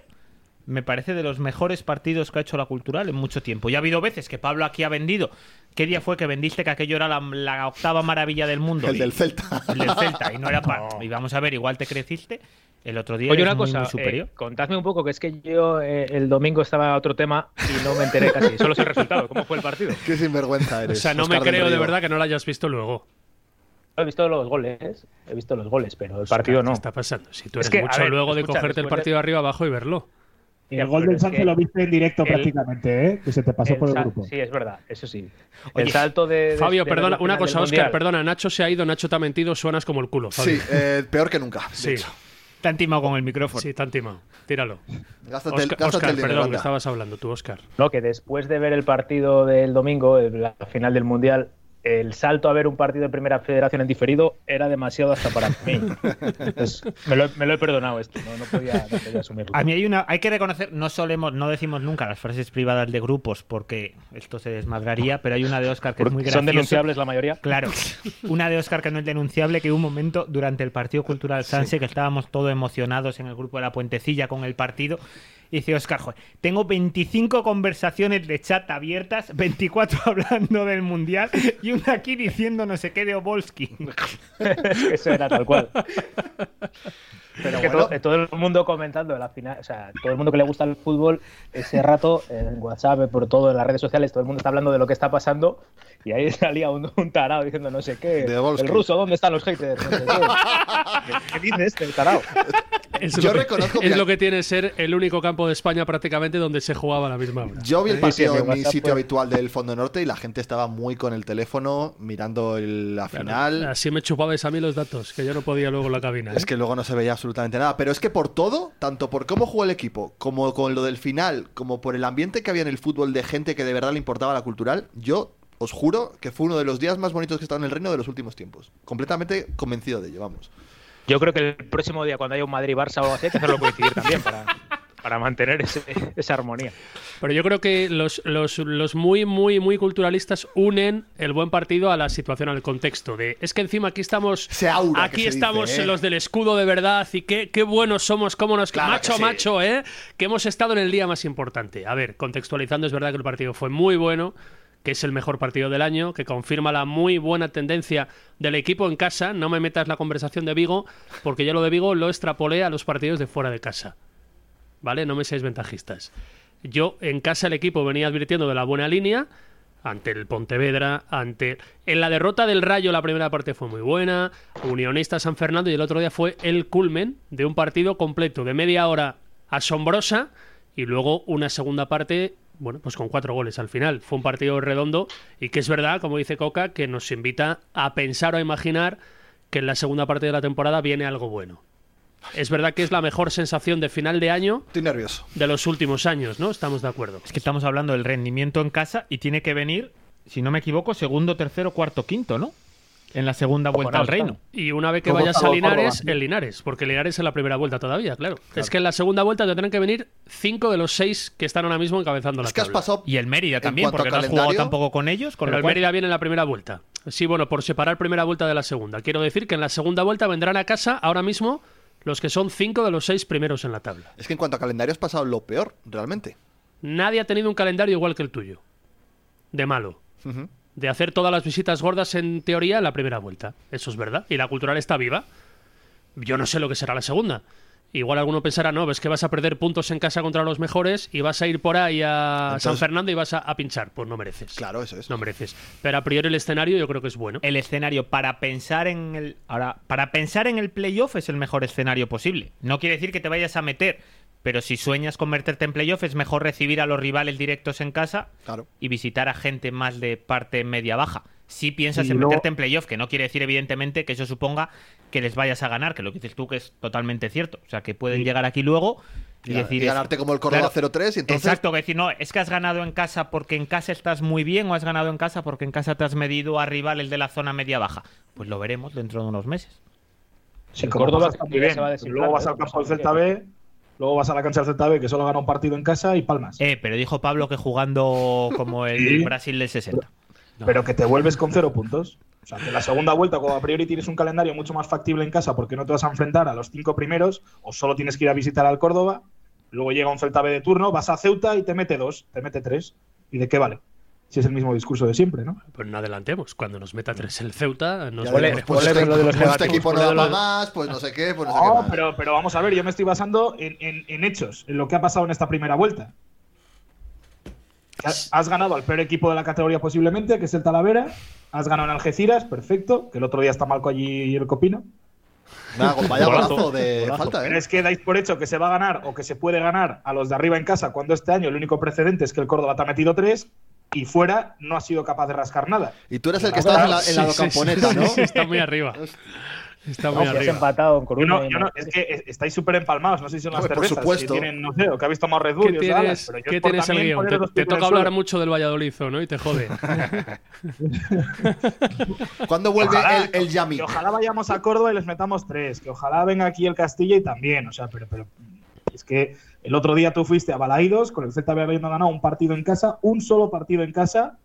Speaker 3: me parece de los mejores partidos que ha hecho la cultural en mucho tiempo. Ya ha habido veces que Pablo aquí ha vendido. ¿Qué día fue que vendiste que aquello era la, la octava maravilla del mundo?
Speaker 2: El
Speaker 3: Y-
Speaker 2: del Celta.
Speaker 3: el del Celta. Y no era para. Y vamos a ver, igual te creciste. El otro día
Speaker 4: Oye,
Speaker 3: eres
Speaker 4: una
Speaker 3: muy,
Speaker 4: cosa,
Speaker 3: muy
Speaker 4: eh,
Speaker 3: superior.
Speaker 4: contadme un poco, que es que yo eh, el domingo estaba a otro tema y no me enteré casi. Solo sé el resultado, cómo fue el partido.
Speaker 2: Qué
Speaker 5: (laughs)
Speaker 2: sinvergüenza
Speaker 5: O
Speaker 2: eres.
Speaker 5: sea, no
Speaker 2: Óscar
Speaker 5: me
Speaker 2: del
Speaker 5: creo de
Speaker 2: Río.
Speaker 5: verdad que no lo hayas visto luego.
Speaker 4: He visto los goles, he visto los goles, pero el partido
Speaker 5: ¿Qué
Speaker 4: no.
Speaker 5: está pasando? Si tú eres
Speaker 4: Es que, a
Speaker 5: mucho
Speaker 4: ver,
Speaker 5: luego de
Speaker 4: escucha,
Speaker 5: cogerte el
Speaker 4: después de-
Speaker 5: partido arriba abajo y verlo.
Speaker 6: El
Speaker 4: Ya,
Speaker 6: gol
Speaker 4: pero
Speaker 6: del
Speaker 4: es
Speaker 6: Santi
Speaker 4: que
Speaker 6: lo viste en directo
Speaker 4: el-
Speaker 6: prácticamente, ¿eh? Que se te pasó
Speaker 4: El
Speaker 6: por el
Speaker 4: sal-
Speaker 6: grupo.
Speaker 4: Sí, es verdad, eso sí.
Speaker 3: Oye,
Speaker 4: el salto de. de-
Speaker 5: Fabio,
Speaker 4: de
Speaker 5: perdona,
Speaker 4: la
Speaker 5: una
Speaker 4: final
Speaker 5: cosa,
Speaker 4: del
Speaker 5: Oscar,
Speaker 4: Mundial.
Speaker 5: perdona, Nacho se ha ido, Nacho te ha mentido, suenas como el culo, Fabio.
Speaker 2: Sí, eh, peor que nunca. de
Speaker 5: Sí.
Speaker 2: hecho.
Speaker 3: Te han timado con el micrófono.
Speaker 5: Sí, tan timado. Tíralo.
Speaker 2: Gástate, el-
Speaker 5: Oscar,
Speaker 2: gástate
Speaker 5: Oscar,
Speaker 2: el dinero.
Speaker 5: perdón, que
Speaker 2: anda.
Speaker 5: estabas hablando tú, Oscar.
Speaker 4: No, que después de ver el partido del domingo, el- la final del Mundial, el salto a ver un partido de Primera Federación en diferido era demasiado hasta para
Speaker 3: (laughs)
Speaker 4: mí. Entonces, me, lo, he- me lo he perdonado esto, no, no podía, no podía asumirlo.
Speaker 3: A mí hay una, hay que reconocer, no solemos, no decimos nunca las frases privadas de grupos porque esto se desmadraría, pero hay una de Oscar que es muy graciosa.
Speaker 4: Son denunciables la mayoría.
Speaker 3: Claro, una de Oscar que no es denunciable, que hubo un momento durante el partido cultural Sanse que estábamos todos emocionados en el grupo de la Puentecilla con el partido. Y dice Oscar, "Joder, tengo 25 conversaciones de chat abiertas, 24 (laughs) hablando del mundial y una aquí diciendo no sé qué de Obolski.
Speaker 4: Eso era tal cual.
Speaker 2: Pero
Speaker 4: Es que
Speaker 2: bueno,
Speaker 4: todo, todo el mundo comentando de la final, o sea, todo el mundo que le gusta el fútbol, ese rato en WhatsApp, por todo, en las redes sociales, todo el mundo está hablando de lo que está pasando y ahí (laughs) salía un, un tarado diciendo no sé qué,
Speaker 2: De Volsky.
Speaker 4: el ruso, ¿dónde están los haters? No sé
Speaker 2: (laughs)
Speaker 4: qué. ¿Qué dice este el tarado?
Speaker 5: Es
Speaker 2: Yo
Speaker 5: lo que-
Speaker 2: reconozco
Speaker 5: es
Speaker 2: que-
Speaker 5: lo que tiene ser el único campo de España prácticamente donde se jugaba a la misma hora.
Speaker 2: Yo vi el
Speaker 4: Sí,
Speaker 2: partido
Speaker 4: sí,
Speaker 2: en
Speaker 4: en
Speaker 2: mi
Speaker 4: WhatsApp,
Speaker 2: sitio
Speaker 4: pues.
Speaker 2: habitual del Fondo Norte y la gente estaba muy con el teléfono mirando el- la final.
Speaker 5: Así me chupabais a mí los datos, que yo no podía luego en la cabina.
Speaker 2: Es
Speaker 5: ¿eh?
Speaker 2: que luego no se veía absolutamente nada. Pero es que por todo, tanto por cómo jugó el equipo, como con lo del final, como por el ambiente que había en el fútbol de gente que de verdad le importaba la cultural, yo os juro que fue uno de los días más bonitos que he estado en el reino de los últimos tiempos. Completamente convencido de ello, vamos.
Speaker 4: Yo creo que el próximo día, cuando haya un Madrid-Barça o algo así, hay que hacerlo coincidir también para, para mantener ese- esa armonía.
Speaker 5: Pero yo creo que los, los, los muy, muy, muy culturalistas unen el buen partido a la situación, al contexto. De, es que encima aquí estamos.
Speaker 2: Ese aura que
Speaker 5: aquí
Speaker 2: se
Speaker 5: estamos
Speaker 2: dice, ¿eh?
Speaker 5: los del escudo de verdad y qué, qué buenos somos, cómo nos.
Speaker 2: Claro
Speaker 5: macho,
Speaker 2: que sí.
Speaker 5: macho, ¿eh? Que hemos estado en el día más importante. A ver, contextualizando, es verdad que el partido fue muy bueno, que es el mejor partido del año, que confirma la muy buena tendencia del equipo en casa. No me metas la conversación de Vigo, porque ya lo de Vigo lo extrapolé a los partidos de fuera de casa. ¿vale? No me seáis ventajistas. Yo en casa el equipo venía advirtiendo de la buena línea ante el Pontevedra, ante en la derrota del Rayo la primera parte fue muy buena, Unionista San Fernando y el otro día fue el culmen de un partido completo de media hora asombrosa y luego una segunda parte, bueno, pues con cuatro goles al final. Fue un partido redondo y que es verdad, como dice Coca, que nos invita a pensar o a imaginar que en la segunda parte de la temporada viene algo bueno. Es verdad que es la mejor sensación de final de año
Speaker 2: Estoy nervioso.
Speaker 5: de los últimos años, ¿no? Estamos de acuerdo.
Speaker 3: Es que estamos hablando del rendimiento en casa y tiene que venir, si no me equivoco, segundo, tercero, cuarto, quinto, ¿no? En la segunda vuelta al
Speaker 4: Ojalá,
Speaker 3: reino.
Speaker 5: Y una vez que
Speaker 6: Como
Speaker 5: vayas a
Speaker 6: Córdoba.
Speaker 5: Linares, en Linares, porque Linares es la primera vuelta todavía, claro. Es que en la segunda vuelta tendrán que venir cinco de los seis que están ahora mismo encabezando la
Speaker 2: Es que has
Speaker 5: tabla.
Speaker 2: pasado.
Speaker 3: Y el Mérida
Speaker 2: En
Speaker 3: también,
Speaker 2: cuanto a
Speaker 3: porque no has
Speaker 2: calendario-
Speaker 3: jugado tampoco con ellos. Con
Speaker 5: Pero
Speaker 3: lo
Speaker 5: el
Speaker 3: cual-
Speaker 5: Mérida viene en la primera vuelta. Sí, bueno, por separar primera vuelta de la segunda. Quiero decir que en la segunda vuelta vendrán a casa ahora mismo los que son cinco de los seis primeros en la tabla.
Speaker 2: Es que en cuanto a calendario has pasado lo peor, realmente.
Speaker 5: Nadie ha tenido un calendario igual que el tuyo. De malo.
Speaker 2: Ujú.
Speaker 5: De hacer todas las visitas gordas en teoría en la primera vuelta. Eso es verdad. Y la cultural está viva. Yo no sé lo que será la segunda. Igual alguno pensará, no, ves que vas a perder puntos en casa contra los mejores y vas a ir por ahí a
Speaker 2: Entonces-
Speaker 5: San Fernando y vas a, a pinchar. Pues no mereces.
Speaker 2: Claro, eso es.
Speaker 5: No mereces. Pero a priori el escenario yo creo que es bueno.
Speaker 3: El escenario para pensar en el ahora para pensar en el playoff es el mejor escenario posible. No quiere decir que te vayas a meter, pero si sueñas con meterte en playoff es mejor recibir a los rivales directos en casa
Speaker 2: Claro.
Speaker 3: y visitar a gente más de parte media baja. Si piensas
Speaker 6: Y
Speaker 3: en
Speaker 6: luego-
Speaker 3: meterte en playoff, que no quiere decir evidentemente que eso suponga que les vayas a ganar, que lo que dices tú que es totalmente cierto, o sea que pueden llegar aquí luego y,
Speaker 2: Y,
Speaker 3: decir
Speaker 2: y ganarte
Speaker 3: esto.
Speaker 2: como el Córdoba
Speaker 3: Claro.
Speaker 2: 0-3 y entonces...
Speaker 3: Exacto, que decir, no, es que has ganado en casa porque en casa estás muy bien o has ganado en casa porque en casa te has medido a rivales de la zona media-baja. Pues lo veremos dentro de unos meses.
Speaker 6: Si
Speaker 4: El
Speaker 6: como
Speaker 4: Córdoba
Speaker 6: pasa
Speaker 4: está
Speaker 6: que
Speaker 4: muy bien,
Speaker 6: se va a desinflar,
Speaker 4: luego
Speaker 6: luego
Speaker 4: vas
Speaker 6: vas
Speaker 4: al
Speaker 6: al campo del Celta B, (laughs) luego vas a la cancha del Celta B, que solo gana un partido en casa y palmas.
Speaker 3: Eh, pero dijo Pablo que jugando como el
Speaker 6: Sí.
Speaker 3: Brasil del 60.
Speaker 6: Pero que te vuelves con cero puntos. O sea, que la segunda vuelta, como a priori tienes un calendario mucho más factible en casa porque no te vas a enfrentar a los cinco primeros o solo tienes que ir a visitar al Córdoba, luego llega un Celta B de turno, vas a Ceuta y te mete dos, te mete tres. ¿Y de qué vale? Si es el mismo discurso de siempre, ¿no?
Speaker 5: Pues no adelantemos. Cuando nos meta tres el Ceuta, nos
Speaker 2: Ya
Speaker 5: veremos.
Speaker 2: veremos,
Speaker 4: ponle
Speaker 2: pues este,
Speaker 4: lo de
Speaker 2: pues
Speaker 4: los
Speaker 2: este
Speaker 4: negativos,
Speaker 2: equipo no
Speaker 5: ponle
Speaker 2: da
Speaker 5: lo
Speaker 2: para
Speaker 5: de-
Speaker 2: más, pues no sé qué, pues no sé qué
Speaker 6: No,
Speaker 2: más.
Speaker 6: Ah, pero, pero vamos a ver, yo me estoy basando en, en- en hechos, en lo que ha pasado en esta primera vuelta. Has, has ganado al peor equipo de la categoría posiblemente, que es el Talavera. Has ganado en Algeciras, perfecto, que el otro día está Malco allí el Copino.
Speaker 2: Nada, vaya
Speaker 5: Golazo,
Speaker 2: golazo de
Speaker 5: golazo.
Speaker 2: falta,
Speaker 6: Pero
Speaker 2: ¿eh?
Speaker 6: es que dais por hecho que se va a ganar o que se puede ganar a los de arriba en casa cuando este año el único precedente es que el Córdoba te ha metido tres y fuera no ha sido capaz de rascar nada.
Speaker 2: Y tú eres el que
Speaker 6: Claro,
Speaker 2: estabas en la, en la
Speaker 5: Sí, sí,
Speaker 2: docamponeta,
Speaker 5: sí,
Speaker 2: ¿no?
Speaker 5: sí, sí, está muy arriba. Está
Speaker 6: pues
Speaker 5: muy
Speaker 4: No, si has
Speaker 5: arriba.
Speaker 4: empatado en
Speaker 6: Yo
Speaker 4: Coruña.
Speaker 6: no-
Speaker 4: y
Speaker 6: yo
Speaker 4: en-
Speaker 6: no- es que es- estáis súper empalmados, no sé si son las
Speaker 2: Hombre, por
Speaker 6: cervezas,
Speaker 2: supuesto.
Speaker 6: si tienen, no sé, o que habéis tomado Red Bull,
Speaker 5: ¿Qué
Speaker 6: y os da alas,
Speaker 5: tienes,
Speaker 6: pero yo
Speaker 5: qué
Speaker 6: es por
Speaker 5: tienes el
Speaker 6: también
Speaker 5: guión?
Speaker 6: poner
Speaker 5: Te,
Speaker 6: los
Speaker 5: te
Speaker 6: pies en el
Speaker 5: toca hablar
Speaker 6: suelo.
Speaker 5: mucho del Valladolid, ¿no? Y te jode.
Speaker 2: ¿Cuándo vuelve
Speaker 6: Ojalá,
Speaker 2: el, el Yami?
Speaker 6: Que ojalá vayamos a Córdoba y les metamos tres. Que ojalá venga aquí el Castilla y también. O sea, pero, pero es que el otro día tú fuiste a Balaidos con el Celta B habiendo ganado un partido en casa, un solo partido en casa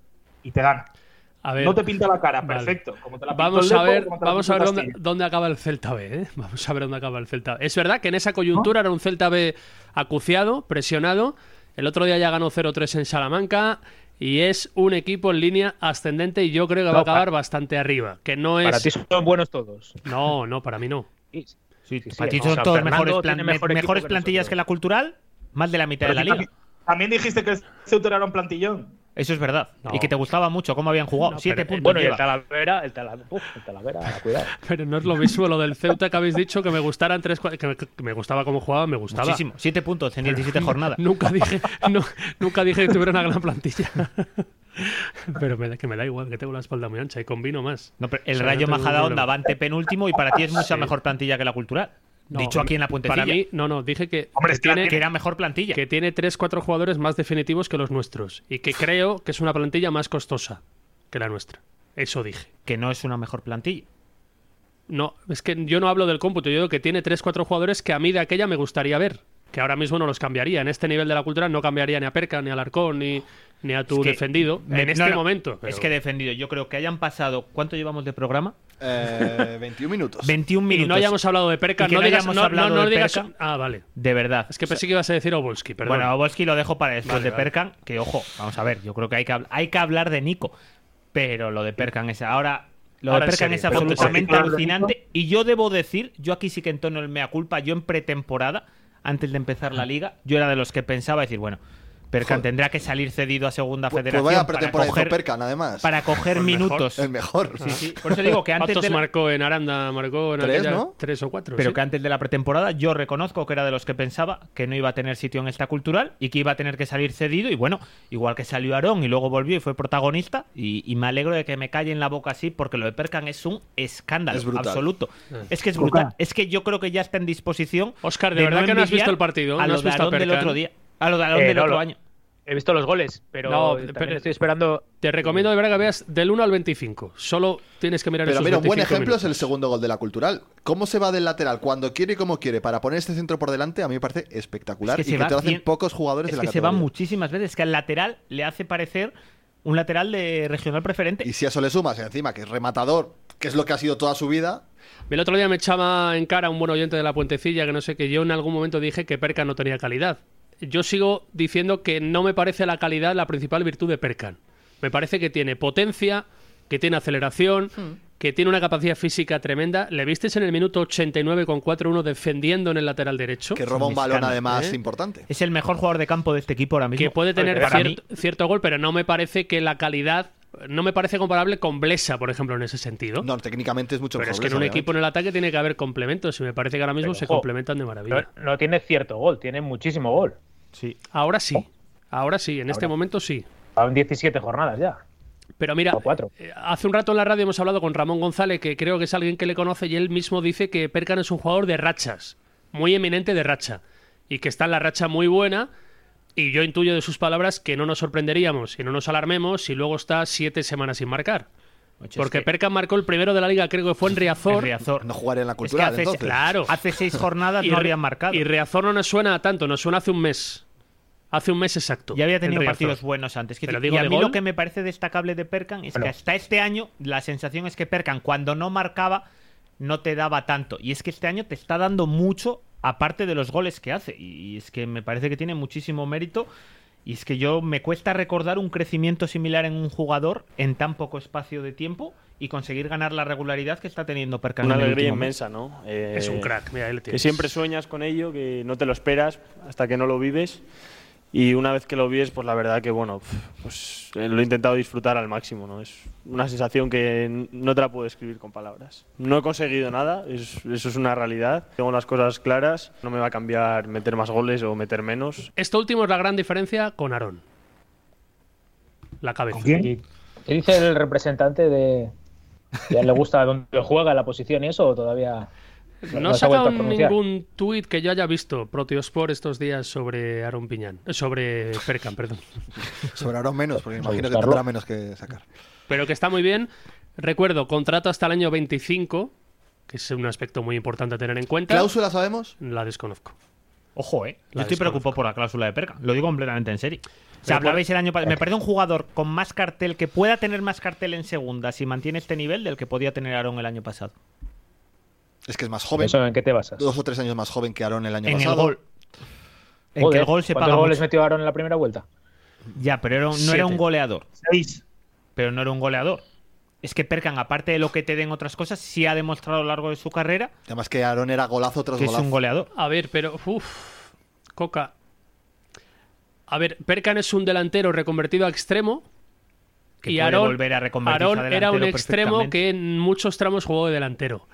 Speaker 6: y te gana.
Speaker 5: A ver,
Speaker 6: no te pinta la cara,
Speaker 5: Eh, vale.
Speaker 6: perfecto. Como te la pintó
Speaker 5: vamos
Speaker 6: el
Speaker 5: a
Speaker 6: Depor,
Speaker 5: ver,
Speaker 6: como te la
Speaker 5: vamos a
Speaker 6: pintó
Speaker 5: ver
Speaker 6: el
Speaker 5: dónde,
Speaker 6: Castilla.
Speaker 5: dónde acaba el Celta B, ¿eh? (laughs) Vamos a ver dónde acaba el Celta B. Es verdad que en esa coyuntura era un Celta B acuciado, presionado. El otro día ya ganó 0-3 en Salamanca y es un equipo en línea ascendente y yo creo que va a
Speaker 4: No, para-
Speaker 5: acabar bastante arriba. Que no
Speaker 4: Para ti
Speaker 5: es...
Speaker 4: son buenos todos.
Speaker 5: No, no, para mí no.
Speaker 4: Sí, sí, sí,
Speaker 3: Para ti
Speaker 4: no,
Speaker 3: son
Speaker 4: o sea,
Speaker 3: todos
Speaker 4: Fernando
Speaker 3: mejores, plan-
Speaker 4: tiene mejor
Speaker 3: me-
Speaker 4: equipo
Speaker 3: mejores
Speaker 4: que
Speaker 3: plantillas
Speaker 4: nosotros.
Speaker 3: que la cultural, más de la mitad
Speaker 6: Pero
Speaker 3: de la
Speaker 6: tú
Speaker 3: liga.
Speaker 6: también, también dijiste que el
Speaker 4: este
Speaker 6: Ceuta era un plantillón.
Speaker 3: Eso es verdad.
Speaker 5: No.
Speaker 3: Y que te gustaba mucho cómo habían jugado.
Speaker 5: No,
Speaker 3: Siete
Speaker 6: eh,
Speaker 5: pero-
Speaker 3: puntos.
Speaker 4: Bueno, y el
Speaker 3: lleva.
Speaker 4: Talavera, el Talavera, uf, el Talavera, cuidado.
Speaker 5: Pero no es lo mismo lo del Ceuta que habéis dicho, que me gustaran tres... cua- Que me, que me gustaba cómo jugaba, me gustaba.
Speaker 3: Muchísimo. Siete puntos en 17 jornadas.
Speaker 5: Nunca dije, nu- nunca dije que tuviera una gran plantilla. (laughs) Pero me da, que me da igual, que tengo la espalda muy ancha y combino más.
Speaker 3: No, pero el
Speaker 5: O sea, no
Speaker 3: Rayo
Speaker 5: tengo
Speaker 3: Majadahonda
Speaker 5: problema.
Speaker 3: va ante penúltimo y para ti es mucha
Speaker 5: Sí.
Speaker 3: mejor plantilla que la cultural.
Speaker 5: No,
Speaker 3: Dicho aquí en la puentecilla.
Speaker 5: Para mí, no, no, dije que,
Speaker 6: Hombre,
Speaker 5: que
Speaker 6: es que la
Speaker 5: tiene,
Speaker 3: que era mejor plantilla.
Speaker 5: que tiene 3-4 jugadores más definitivos que los nuestros. Y que creo que es una plantilla más costosa que la nuestra. Eso dije.
Speaker 3: que no es una mejor plantilla.
Speaker 5: No, es que yo no hablo del cómputo, yo digo que tiene 3-4 jugadores que a mí de aquella me gustaría ver. Que ahora mismo no los cambiaría. En este nivel de la cultura no cambiaría ni a Perca, ni a Alarcón, ni, ni a tu
Speaker 3: que-
Speaker 5: defendido.
Speaker 3: Me-
Speaker 5: en
Speaker 3: no,
Speaker 5: este
Speaker 3: no,
Speaker 5: momento.
Speaker 3: Es
Speaker 5: pero-
Speaker 3: que defendido. Yo creo que hayan pasado. ¿Cuánto llevamos de programa?
Speaker 2: Eh, 21 minutos.
Speaker 3: 21
Speaker 5: Y
Speaker 3: minutos.
Speaker 5: no hayamos hablado de Perca,
Speaker 3: Y que
Speaker 5: no,
Speaker 3: no
Speaker 5: digas,
Speaker 3: hayamos
Speaker 5: no- no-
Speaker 3: hablado
Speaker 5: no
Speaker 3: de
Speaker 5: digas-
Speaker 3: Perka.
Speaker 5: Ah, vale.
Speaker 3: De verdad.
Speaker 5: Es que pensé que ibas a decir Obolski, perdón.
Speaker 3: Bueno, a Volsky lo dejo para después
Speaker 5: Vale,
Speaker 3: de
Speaker 5: vale.
Speaker 3: Perkan, que ojo, vamos a ver, yo creo que hay que, habl- hay que hablar de Nico, pero lo de Perkan es ahora... Lo
Speaker 5: Ahora
Speaker 3: de
Speaker 5: en
Speaker 3: Perkan
Speaker 5: serio,
Speaker 3: es
Speaker 5: pero ponte
Speaker 3: absolutamente
Speaker 6: serio.
Speaker 3: alucinante y yo debo decir, yo aquí sí que entono el mea culpa, yo en pretemporada, antes de empezar
Speaker 5: Ah.
Speaker 3: la liga, yo era de los que pensaba decir, bueno, Perkan
Speaker 2: Joder.
Speaker 3: tendrá que salir cedido a segunda
Speaker 2: Pues- pues
Speaker 3: federación
Speaker 2: vaya
Speaker 3: para
Speaker 2: pretemporada hizo
Speaker 3: coger,
Speaker 2: Perkan, además.
Speaker 3: para coger
Speaker 5: Pues
Speaker 3: minutos.
Speaker 2: El mejor.
Speaker 3: Sí, sí. Por eso digo que antes
Speaker 5: ¿Cuántos
Speaker 3: de la-
Speaker 5: marcó en Aranda? Marcó en
Speaker 2: Tres,
Speaker 5: aquella-
Speaker 2: ¿no?
Speaker 5: tres o cuatro.
Speaker 3: Pero
Speaker 5: sí.
Speaker 3: que antes de la pretemporada yo reconozco que era de los que pensaba que no iba a tener sitio en esta cultural y que iba a tener que salir cedido. Y bueno, igual que salió Aarón y luego volvió y fue protagonista. Y, y me alegro de que me calle en la boca así porque lo de Perkan es un escándalo
Speaker 2: Es brutal.
Speaker 3: absoluto.
Speaker 5: Ah.
Speaker 3: Es que es
Speaker 6: Coca.
Speaker 3: brutal. Es que yo creo que ya está en disposición.
Speaker 5: Óscar, ¿de verdad que no has
Speaker 3: envidiar
Speaker 5: visto el partido?
Speaker 3: A
Speaker 5: ¿No
Speaker 3: lo
Speaker 5: has
Speaker 3: de
Speaker 5: visto a
Speaker 3: Aarón del
Speaker 5: Perkan?
Speaker 3: otro día. A lo de Aarón
Speaker 4: Eh,
Speaker 3: del
Speaker 4: no,
Speaker 3: otro
Speaker 4: lo-
Speaker 3: año.
Speaker 4: He visto los goles, pero
Speaker 5: No,
Speaker 4: también
Speaker 5: pero-
Speaker 4: estoy esperando.
Speaker 5: Te recomiendo de verdad que veas del 1 al 25. Solo tienes que mirar
Speaker 2: (laughs) Pero
Speaker 5: esos
Speaker 2: mira, un buen
Speaker 5: 25
Speaker 2: ejemplo es el
Speaker 5: minutos.
Speaker 2: segundo gol de la cultural. Cómo se va del lateral cuando quiere y como quiere para poner este centro por delante, a mí me parece espectacular.
Speaker 3: Es que
Speaker 2: y
Speaker 3: se
Speaker 2: que
Speaker 3: va
Speaker 2: te lo hacen
Speaker 3: cien-
Speaker 2: pocos jugadores
Speaker 3: Es
Speaker 2: de la
Speaker 3: que se va
Speaker 2: categoría.
Speaker 3: muchísimas veces. Que al lateral le hace parecer un lateral de regional preferente.
Speaker 2: Y si a eso le sumas encima que es rematador, que es lo que ha sido toda su vida,
Speaker 5: El otro día me echaba en cara un buen oyente de la puentecilla que no sé que yo en algún momento dije que Perca no tenía calidad. yo sigo diciendo que no me parece la calidad la principal virtud de Perkan. Me parece que tiene potencia, que tiene aceleración, que tiene una capacidad física tremenda. Le visteis en el minuto 89 con 4-1 defendiendo en el lateral derecho.
Speaker 2: Que roba un balón,
Speaker 3: Mexicano,
Speaker 2: además,
Speaker 5: ¿eh?
Speaker 2: importante.
Speaker 3: Es el mejor jugador de campo de este equipo ahora mismo.
Speaker 5: que puede tener
Speaker 3: Para
Speaker 5: cier-
Speaker 3: mí,
Speaker 5: cierto gol, pero no me parece que la calidad, no me parece comparable con Blesa, por ejemplo, en ese sentido.
Speaker 2: No, técnicamente es mucho
Speaker 5: pero
Speaker 2: mejor.
Speaker 5: es que en
Speaker 2: Blesa,
Speaker 5: un
Speaker 2: obviamente.
Speaker 5: equipo en el ataque tiene que haber complementos y me parece que ahora mismo
Speaker 4: Pero,
Speaker 5: se
Speaker 4: ojo,
Speaker 5: complementan de maravilla.
Speaker 4: No, no tiene cierto gol, tiene muchísimo gol.
Speaker 3: sí.
Speaker 5: Ahora sí, ahora sí, en este momento sí.
Speaker 4: Van 17 jornadas ya.
Speaker 5: Pero mira,
Speaker 4: O cuatro.
Speaker 5: eh, hace un rato en la radio hemos hablado con Ramón González, que creo que es alguien que le conoce, y él mismo dice que Perkan es un jugador de rachas, muy eminente de racha, y que está en la racha muy buena. Y yo intuyo de sus palabras que no nos sorprenderíamos y no nos alarmemos si luego está siete semanas sin marcar.
Speaker 3: Ocho,
Speaker 5: Porque
Speaker 3: es que-
Speaker 5: Perkan marcó el primero de la liga, creo que fue en Riazor.
Speaker 3: en Riazor.
Speaker 2: No jugar en la
Speaker 3: Es que
Speaker 2: cultural,
Speaker 3: hace,
Speaker 2: entonces.
Speaker 5: claro.
Speaker 3: hace seis jornadas
Speaker 5: (laughs) y
Speaker 3: no
Speaker 5: Re-
Speaker 3: habían marcado.
Speaker 5: Y Riazor no nos suena a tanto, nos suena hace un mes. Hace un mes exacto.
Speaker 3: Ya había tenido
Speaker 5: en Riazor.
Speaker 3: partidos buenos antes. Quiero
Speaker 5: Pero
Speaker 3: decir,
Speaker 5: digo
Speaker 3: y a
Speaker 5: de
Speaker 3: mí
Speaker 5: gol.
Speaker 3: lo que me parece destacable de Perkan es que
Speaker 4: Bueno.
Speaker 3: hasta este año la sensación es que Perkan cuando no marcaba no te daba tanto. Y es que este año te está dando mucho aparte de los goles que hace. Y es que me parece que tiene muchísimo mérito. Y es que yo me cuesta recordar un crecimiento similar en un jugador en tan poco espacio de tiempo y conseguir ganar la regularidad que está teniendo Perkan.
Speaker 9: Una
Speaker 3: en el
Speaker 9: alegría
Speaker 3: último mes.
Speaker 9: inmensa, ¿no? Eh,
Speaker 5: Es un crack, mira, ahí le
Speaker 9: Que
Speaker 5: tienes.
Speaker 9: siempre sueñas con ello, que no te lo esperas hasta que no lo vives. Y una vez que lo vives, pues la verdad que, bueno, pf, pues eh, lo he intentado disfrutar al máximo, ¿no? Es una sensación que n- no te la puedo describir con palabras. No he conseguido nada, es- eso es una realidad. Tengo las cosas claras, no me va a cambiar meter más goles o meter menos.
Speaker 5: Esto último es la gran diferencia con Aarón. La cabeza.
Speaker 6: ¿Con quién?
Speaker 4: ¿Qué dice el representante de. ¿Ya le gusta dónde juega, la posición y eso? ¿O todavía.?
Speaker 5: No ha
Speaker 4: se ha vuelto
Speaker 5: sacado
Speaker 4: a pronunciar?
Speaker 5: ningún tuit que yo haya visto Protiospor estos días sobre Aarón Piñán. eh, Sobre Perkan, (laughs) perdón.
Speaker 2: Sobraron menos, porque
Speaker 4: Vamos a
Speaker 2: imagino que
Speaker 4: buscarlo.
Speaker 2: tendrá menos que sacar.
Speaker 5: Pero que está muy bien. Recuerdo, contrato hasta el año 25, que es un aspecto muy importante a tener en cuenta.
Speaker 2: ¿Cláusula sabemos?
Speaker 5: La desconozco.
Speaker 3: Ojo, eh. Yo
Speaker 5: La
Speaker 3: estoy
Speaker 5: desconozco.
Speaker 3: preocupado por la cláusula de Perkan. Lo digo completamente en serio. O sea,
Speaker 5: Pero por- Eh.
Speaker 3: hablabais el año pasado. Me parece un jugador con más cartel, que pueda tener más cartel en segunda si mantiene este nivel del que podía tener Aaron el año pasado.
Speaker 2: Es que es más joven.
Speaker 4: ¿Eso en qué te basas?
Speaker 2: Dos o tres años más joven que Aarón el año
Speaker 3: En el
Speaker 2: pasado.
Speaker 3: gol. En que
Speaker 4: Joder,
Speaker 3: el gol se
Speaker 4: ¿Cuántos
Speaker 3: paga
Speaker 4: goles
Speaker 3: mucho.
Speaker 4: metió Aaron en la primera vuelta?
Speaker 3: Ya, pero era un- no
Speaker 5: Siete.
Speaker 3: era un goleador.
Speaker 6: Seis.
Speaker 3: Pero no era un goleador. Es que Perkan, aparte de lo que te den otras cosas, sí ha demostrado a lo largo de su carrera
Speaker 2: Además que Aarón era golazo tras
Speaker 3: que es
Speaker 2: golazo.
Speaker 3: un goleador.
Speaker 5: A ver, pero. Uf, Coca. A ver, Perkan es un delantero reconvertido a extremo.
Speaker 3: Que
Speaker 5: y
Speaker 3: puede
Speaker 5: Aarón
Speaker 3: volver a reconvertirse
Speaker 5: Aarón
Speaker 3: a
Speaker 5: era un
Speaker 3: delantero
Speaker 5: extremo
Speaker 3: perfectamente.
Speaker 5: que en muchos tramos jugó de delantero.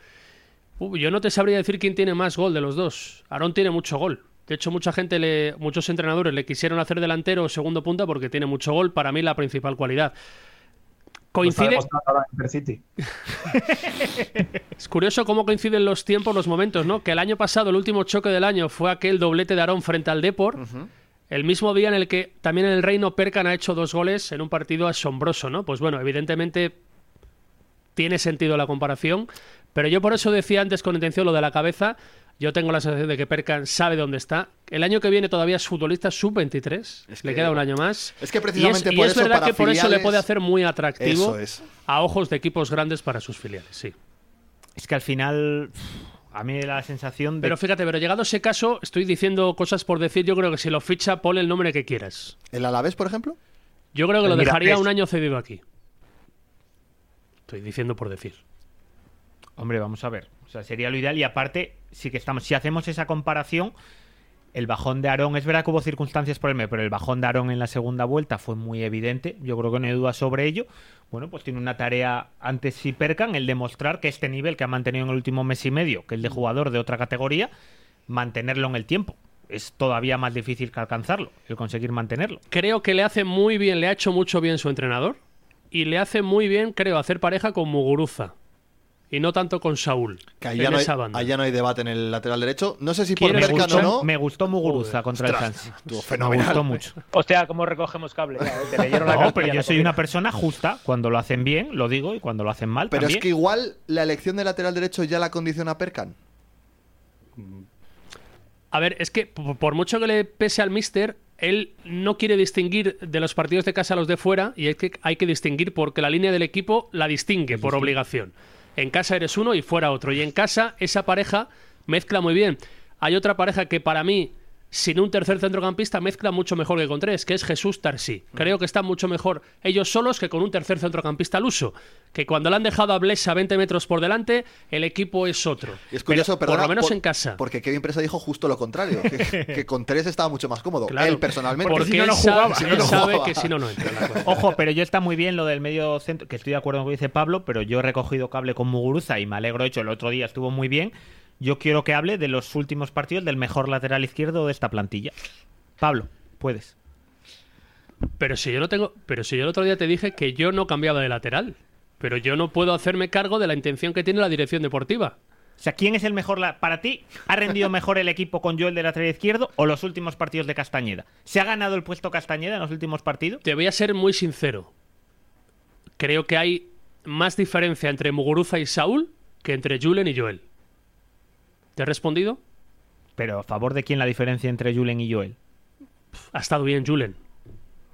Speaker 5: Uh, yo no te sabría decir quién tiene más gol de los dos. Aarón tiene mucho gol. De hecho, mucha gente, le, muchos entrenadores le quisieron hacer delantero o segundo punta porque tiene mucho gol. Para mí, la principal cualidad.
Speaker 6: Lo está
Speaker 5: Coincide,
Speaker 3: Pues
Speaker 6: demostrando ahora en Intercity.
Speaker 5: es curioso cómo coinciden los tiempos, los momentos, ¿no? Que el año pasado, el último choque del año, fue aquel doblete de Aarón frente al Depor. El mismo día en el que también en el Reino Perkan ha hecho dos goles en un partido asombroso, ¿no? Pues bueno, evidentemente tiene sentido la comparación, pero yo por eso decía antes con intención lo de la cabeza, yo tengo la sensación de que Perkan sabe dónde está. El año que viene todavía es futbolista sub-23,
Speaker 2: Es
Speaker 5: le
Speaker 2: que-
Speaker 5: queda un año más.
Speaker 2: es que
Speaker 5: Y
Speaker 2: precisamente
Speaker 5: y
Speaker 2: por
Speaker 5: es
Speaker 2: eso
Speaker 5: verdad
Speaker 2: para
Speaker 5: que por eso le
Speaker 2: filiales-
Speaker 5: puede hacer muy atractivo
Speaker 2: Eso es.
Speaker 5: a ojos de equipos grandes para sus filiales, sí.
Speaker 3: Es que al final. A mí la sensación de
Speaker 5: Pero fíjate, pero llegado ese caso, estoy diciendo cosas por decir, yo creo que si lo ficha, ponle el nombre que quieras.
Speaker 2: ¿El Alavés, por ejemplo?
Speaker 5: Yo creo que lo
Speaker 3: Pues
Speaker 4: Mira,
Speaker 5: dejaría
Speaker 4: es-
Speaker 5: un año cedido aquí. Estoy diciendo por decir.
Speaker 3: Hombre, vamos a ver. O sea, sería lo ideal. Y aparte, sí que estamos. Si hacemos esa comparación, el bajón de Aarón, es verdad que hubo circunstancias por el medio, pero el bajón de Aarón en la segunda vuelta fue muy evidente. Yo creo que no hay duda sobre ello. Bueno, pues tiene una tarea antes si percan, el demostrar que este nivel que ha mantenido en el último mes y medio, que el de jugador de otra categoría, mantenerlo en el tiempo. Es todavía más difícil que alcanzarlo, el conseguir mantenerlo.
Speaker 5: Creo que le hace muy bien, le ha hecho mucho bien su entrenador. Y le hace muy bien, creo, hacer pareja con Muguruza. Y no tanto con Saúl.
Speaker 2: Que ahí
Speaker 5: en
Speaker 2: ya, no hay,
Speaker 5: esa banda.
Speaker 2: ahí ya no hay debate en el lateral derecho. No sé si por
Speaker 5: ¿Quién
Speaker 3: Me
Speaker 5: es
Speaker 2: Mercano o
Speaker 3: gustó,
Speaker 2: no.
Speaker 3: me gustó Muguruza contra el
Speaker 2: Ostras,
Speaker 3: Sanz.
Speaker 2: estuvo
Speaker 3: Me
Speaker 2: fenomenal.
Speaker 3: gustó mucho.
Speaker 4: Hostia, ¿cómo recogemos cable? Ya, eh, te leyeron la
Speaker 3: No,
Speaker 4: cartilla
Speaker 3: pero
Speaker 4: en
Speaker 3: yo
Speaker 4: la
Speaker 3: soy
Speaker 4: comida.
Speaker 3: una persona justa. Cuando lo hacen bien, lo digo, y cuando lo hacen mal,
Speaker 2: Pero
Speaker 3: también.
Speaker 2: es que igual la elección de lateral derecho ya la condiciona Perkan.
Speaker 5: A ver, es que p- por mucho que le pese al mister, él no quiere distinguir de los partidos de casa a los de fuera y es que hay que distinguir porque la línea del equipo la distingue por obligación. En casa eres uno y fuera otro. Y en casa esa pareja mezcla muy bien. Hay otra pareja que para mí sin un tercer centrocampista mezcla mucho mejor que con tres, que es Jesús Tarsi. Creo que están mucho mejor ellos solos que con un tercer centrocampista al uso. Que cuando le han dejado a Blesa 20 metros por delante, el equipo es otro.
Speaker 2: Y es curioso,
Speaker 5: Pero,
Speaker 2: perdona,
Speaker 5: Por lo menos
Speaker 2: por-
Speaker 5: en casa.
Speaker 2: Porque Kevin Presa dijo justo lo contrario,
Speaker 5: (laughs)
Speaker 2: que, que con tres estaba mucho más cómodo.
Speaker 5: Claro.
Speaker 2: él personalmente.
Speaker 5: Porque él sabe- él sabe que si no, no entra. la cosa.
Speaker 3: Ojo, pero yo está muy bien lo del medio centro, que estoy de acuerdo con lo que dice Pablo, pero yo he recogido cable con Muguruza y me alegro, hecho, el otro día estuvo muy bien. Yo quiero que hable de los últimos partidos del mejor lateral izquierdo de esta plantilla. Pablo, puedes.
Speaker 5: Pero si yo no tengo, pero si yo el otro día te dije que yo no cambiaba de lateral, pero yo no puedo hacerme cargo de la intención que tiene la dirección deportiva.
Speaker 3: O sea, ¿quién es el mejor la- para ti? ¿Ha rendido mejor el equipo con Joel de lateral izquierdo o los últimos partidos de Castañeda? ¿Se ha ganado el puesto Castañeda en los últimos partidos?
Speaker 5: Te voy a ser muy sincero. Creo que hay más diferencia entre Muguruza y Saúl que entre Julen y Joel. ¿Te he respondido?
Speaker 3: Pero a favor de quién la diferencia entre Julen y Joel?
Speaker 5: Ha estado bien Julen.